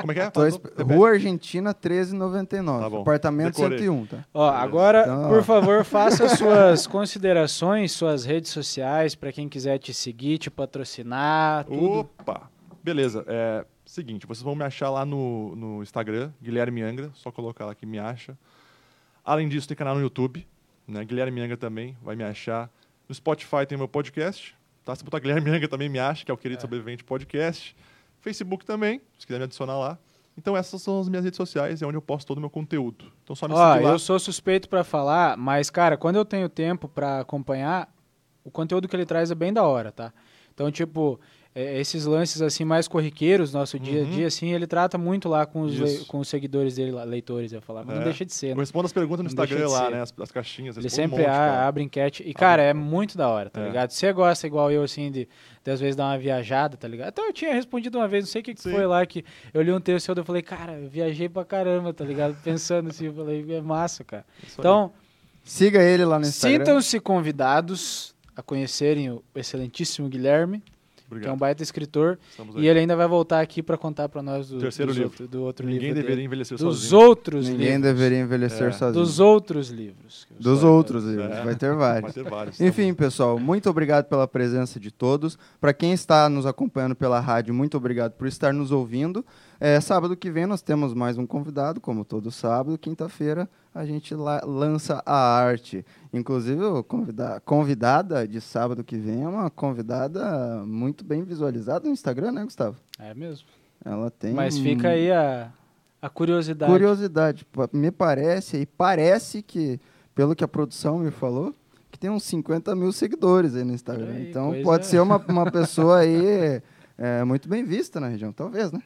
[SPEAKER 2] Como é que é?
[SPEAKER 3] Tô
[SPEAKER 2] Faz-
[SPEAKER 3] esp- Rua Argentina 1399.
[SPEAKER 2] Tá bom.
[SPEAKER 3] Apartamento
[SPEAKER 2] Decorei.
[SPEAKER 3] 101, tá?
[SPEAKER 4] Ó, agora,
[SPEAKER 3] Então,
[SPEAKER 4] por
[SPEAKER 3] ó.
[SPEAKER 4] favor, faça suas considerações, suas redes sociais, pra quem quiser te seguir, te patrocinar, tudo.
[SPEAKER 2] Opa! Beleza, é seguinte, vocês vão me achar lá no, no Instagram, Guilherme Angra, só colocar lá que me acha. Além disso, tem canal no YouTube, né? Guilherme Angra também vai me achar. No Spotify tem meu podcast, tá? Se botar Guilherme Angra também me acha, que é o Querido Sobrevivente Podcast. Facebook também, se quiser me adicionar lá. Então essas são as minhas redes sociais, é onde eu posto todo o meu conteúdo. Então só me
[SPEAKER 4] Ó,
[SPEAKER 2] seguir lá.
[SPEAKER 4] Ah, eu sou suspeito pra falar, mas, cara, quando eu tenho tempo pra acompanhar, o conteúdo que ele traz é bem da hora, tá? Então, tipo, é, esses lances, assim, mais corriqueiros, nosso dia a dia, assim, ele trata muito lá com os, le-
[SPEAKER 2] Uhum. Isso.
[SPEAKER 4] com os seguidores dele, lá, leitores, eu ia falar, mas não
[SPEAKER 2] É.
[SPEAKER 4] deixa de ser,
[SPEAKER 2] Eu
[SPEAKER 4] né?
[SPEAKER 2] respondo as perguntas no
[SPEAKER 4] Não deixa
[SPEAKER 2] Instagram
[SPEAKER 4] de
[SPEAKER 2] lá,
[SPEAKER 4] ser.
[SPEAKER 2] né? As, as caixinhas,
[SPEAKER 4] Ele
[SPEAKER 2] respondo um
[SPEAKER 4] sempre
[SPEAKER 2] monte, cara.
[SPEAKER 4] a- abre enquete. E, cara, é muito da hora, tá
[SPEAKER 2] É.
[SPEAKER 4] ligado? Você gosta igual eu, assim, de, de às vezes dar uma viajada, tá ligado? Até eu tinha respondido uma vez, não sei o que, que
[SPEAKER 2] Sim.
[SPEAKER 4] foi lá, que eu li um texto seu, daí eu falei, cara, eu viajei pra caramba, tá ligado? Pensando assim, eu falei, é massa, cara.
[SPEAKER 2] Isso aí.
[SPEAKER 4] Então,
[SPEAKER 3] Siga ele lá no Instagram.
[SPEAKER 4] sintam-se convidados a conhecerem o excelentíssimo Guilherme, que é um
[SPEAKER 2] Obrigado.
[SPEAKER 4] baita escritor,
[SPEAKER 2] Estamos aí.
[SPEAKER 4] e ele ainda vai voltar aqui pra contar pra nós do,
[SPEAKER 2] Terceiro
[SPEAKER 4] dos
[SPEAKER 2] livro.
[SPEAKER 4] outro- do outro
[SPEAKER 2] Ninguém
[SPEAKER 4] livro.
[SPEAKER 2] deveria
[SPEAKER 4] dele.
[SPEAKER 2] envelhecer
[SPEAKER 4] Dos
[SPEAKER 2] sozinho.
[SPEAKER 4] outros
[SPEAKER 3] Ninguém
[SPEAKER 4] livros.
[SPEAKER 3] deveria envelhecer
[SPEAKER 2] É.
[SPEAKER 3] sozinho.
[SPEAKER 4] Dos outros livros. que eu
[SPEAKER 3] Dos
[SPEAKER 4] só-
[SPEAKER 3] outros, livros,
[SPEAKER 2] É.
[SPEAKER 3] vai ter
[SPEAKER 2] Vai
[SPEAKER 3] vários.
[SPEAKER 2] ter vários.
[SPEAKER 3] Enfim, pessoal, muito obrigado pela presença de todos. Para quem está nos acompanhando pela rádio, muito obrigado por estar nos ouvindo. É, sábado que vem nós temos mais um convidado, como todo sábado. Quinta-feira a gente la- lança a arte. Inclusive, o convida convidada de sábado que vem é uma convidada muito bem visualizada no Instagram, né, Gustavo?
[SPEAKER 4] É mesmo.
[SPEAKER 3] Ela tem.
[SPEAKER 4] Mas fica aí a, a curiosidade.
[SPEAKER 3] Curiosidade, pa- me parece, e parece que, pelo que a produção me falou, que tem uns 50 mil seguidores aí no Instagram.
[SPEAKER 4] Olha aí,
[SPEAKER 3] então
[SPEAKER 4] coisa-
[SPEAKER 3] pode ser uma, uma pessoa aí é, muito bem vista na região, talvez, né?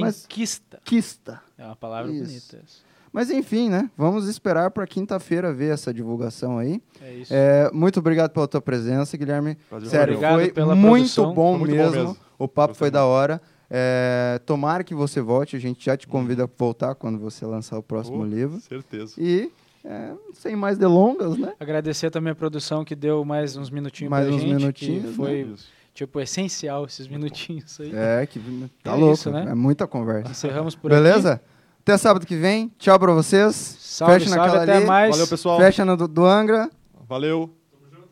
[SPEAKER 4] Benquista.
[SPEAKER 3] Quista.
[SPEAKER 4] É uma palavra
[SPEAKER 3] Isso.
[SPEAKER 4] bonita. essa.
[SPEAKER 3] Mas enfim, né? Vamos esperar para quinta-feira ver essa divulgação aí.
[SPEAKER 4] É isso.
[SPEAKER 3] É, muito obrigado pela tua presença, Guilherme.
[SPEAKER 2] Prazer
[SPEAKER 3] Sério,
[SPEAKER 4] foi meu.
[SPEAKER 3] foi
[SPEAKER 4] Obrigado pela
[SPEAKER 3] muito
[SPEAKER 4] produção.
[SPEAKER 3] bom,
[SPEAKER 2] Foi muito bom
[SPEAKER 3] mesmo.
[SPEAKER 2] mesmo.
[SPEAKER 3] O papo
[SPEAKER 2] Gostei
[SPEAKER 3] foi da hora. É, tomara que você volte. A gente já te convida a voltar quando você lançar o próximo
[SPEAKER 2] Oh,
[SPEAKER 3] livro.
[SPEAKER 2] Certeza.
[SPEAKER 3] E é, sem mais delongas, né?
[SPEAKER 4] Agradecer também a produção que deu mais uns minutinhos
[SPEAKER 3] Mais
[SPEAKER 4] pra
[SPEAKER 3] uns
[SPEAKER 4] gente.
[SPEAKER 3] minutinhos, né?
[SPEAKER 4] que foi,
[SPEAKER 2] Isso.
[SPEAKER 4] tipo, essencial esses minutinhos aí.
[SPEAKER 3] É, que tá
[SPEAKER 4] É
[SPEAKER 3] louco,
[SPEAKER 4] isso, né?
[SPEAKER 3] né? É muita conversa.
[SPEAKER 4] Encerramos por aqui.
[SPEAKER 3] Beleza? Até sábado que vem. Tchau pra vocês.
[SPEAKER 4] Salve,
[SPEAKER 3] Fecha
[SPEAKER 4] salve,
[SPEAKER 3] naquela
[SPEAKER 4] até
[SPEAKER 3] ali.
[SPEAKER 4] mais.
[SPEAKER 2] Valeu, pessoal.
[SPEAKER 3] Fecha na do, do Angra.
[SPEAKER 2] Valeu.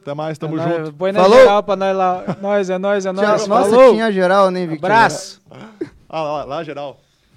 [SPEAKER 2] Até mais, tamo
[SPEAKER 4] é nóis.
[SPEAKER 2] junto.
[SPEAKER 4] Põe na
[SPEAKER 3] Falou.
[SPEAKER 4] geral pra nós lá. Nós, é nós,
[SPEAKER 3] Tchau.
[SPEAKER 4] é nós.
[SPEAKER 3] Nossa, né?
[SPEAKER 4] Falou.
[SPEAKER 3] tinha geral, nem vi que tinha
[SPEAKER 4] Abraço.
[SPEAKER 2] Ah, lá, lá, geral.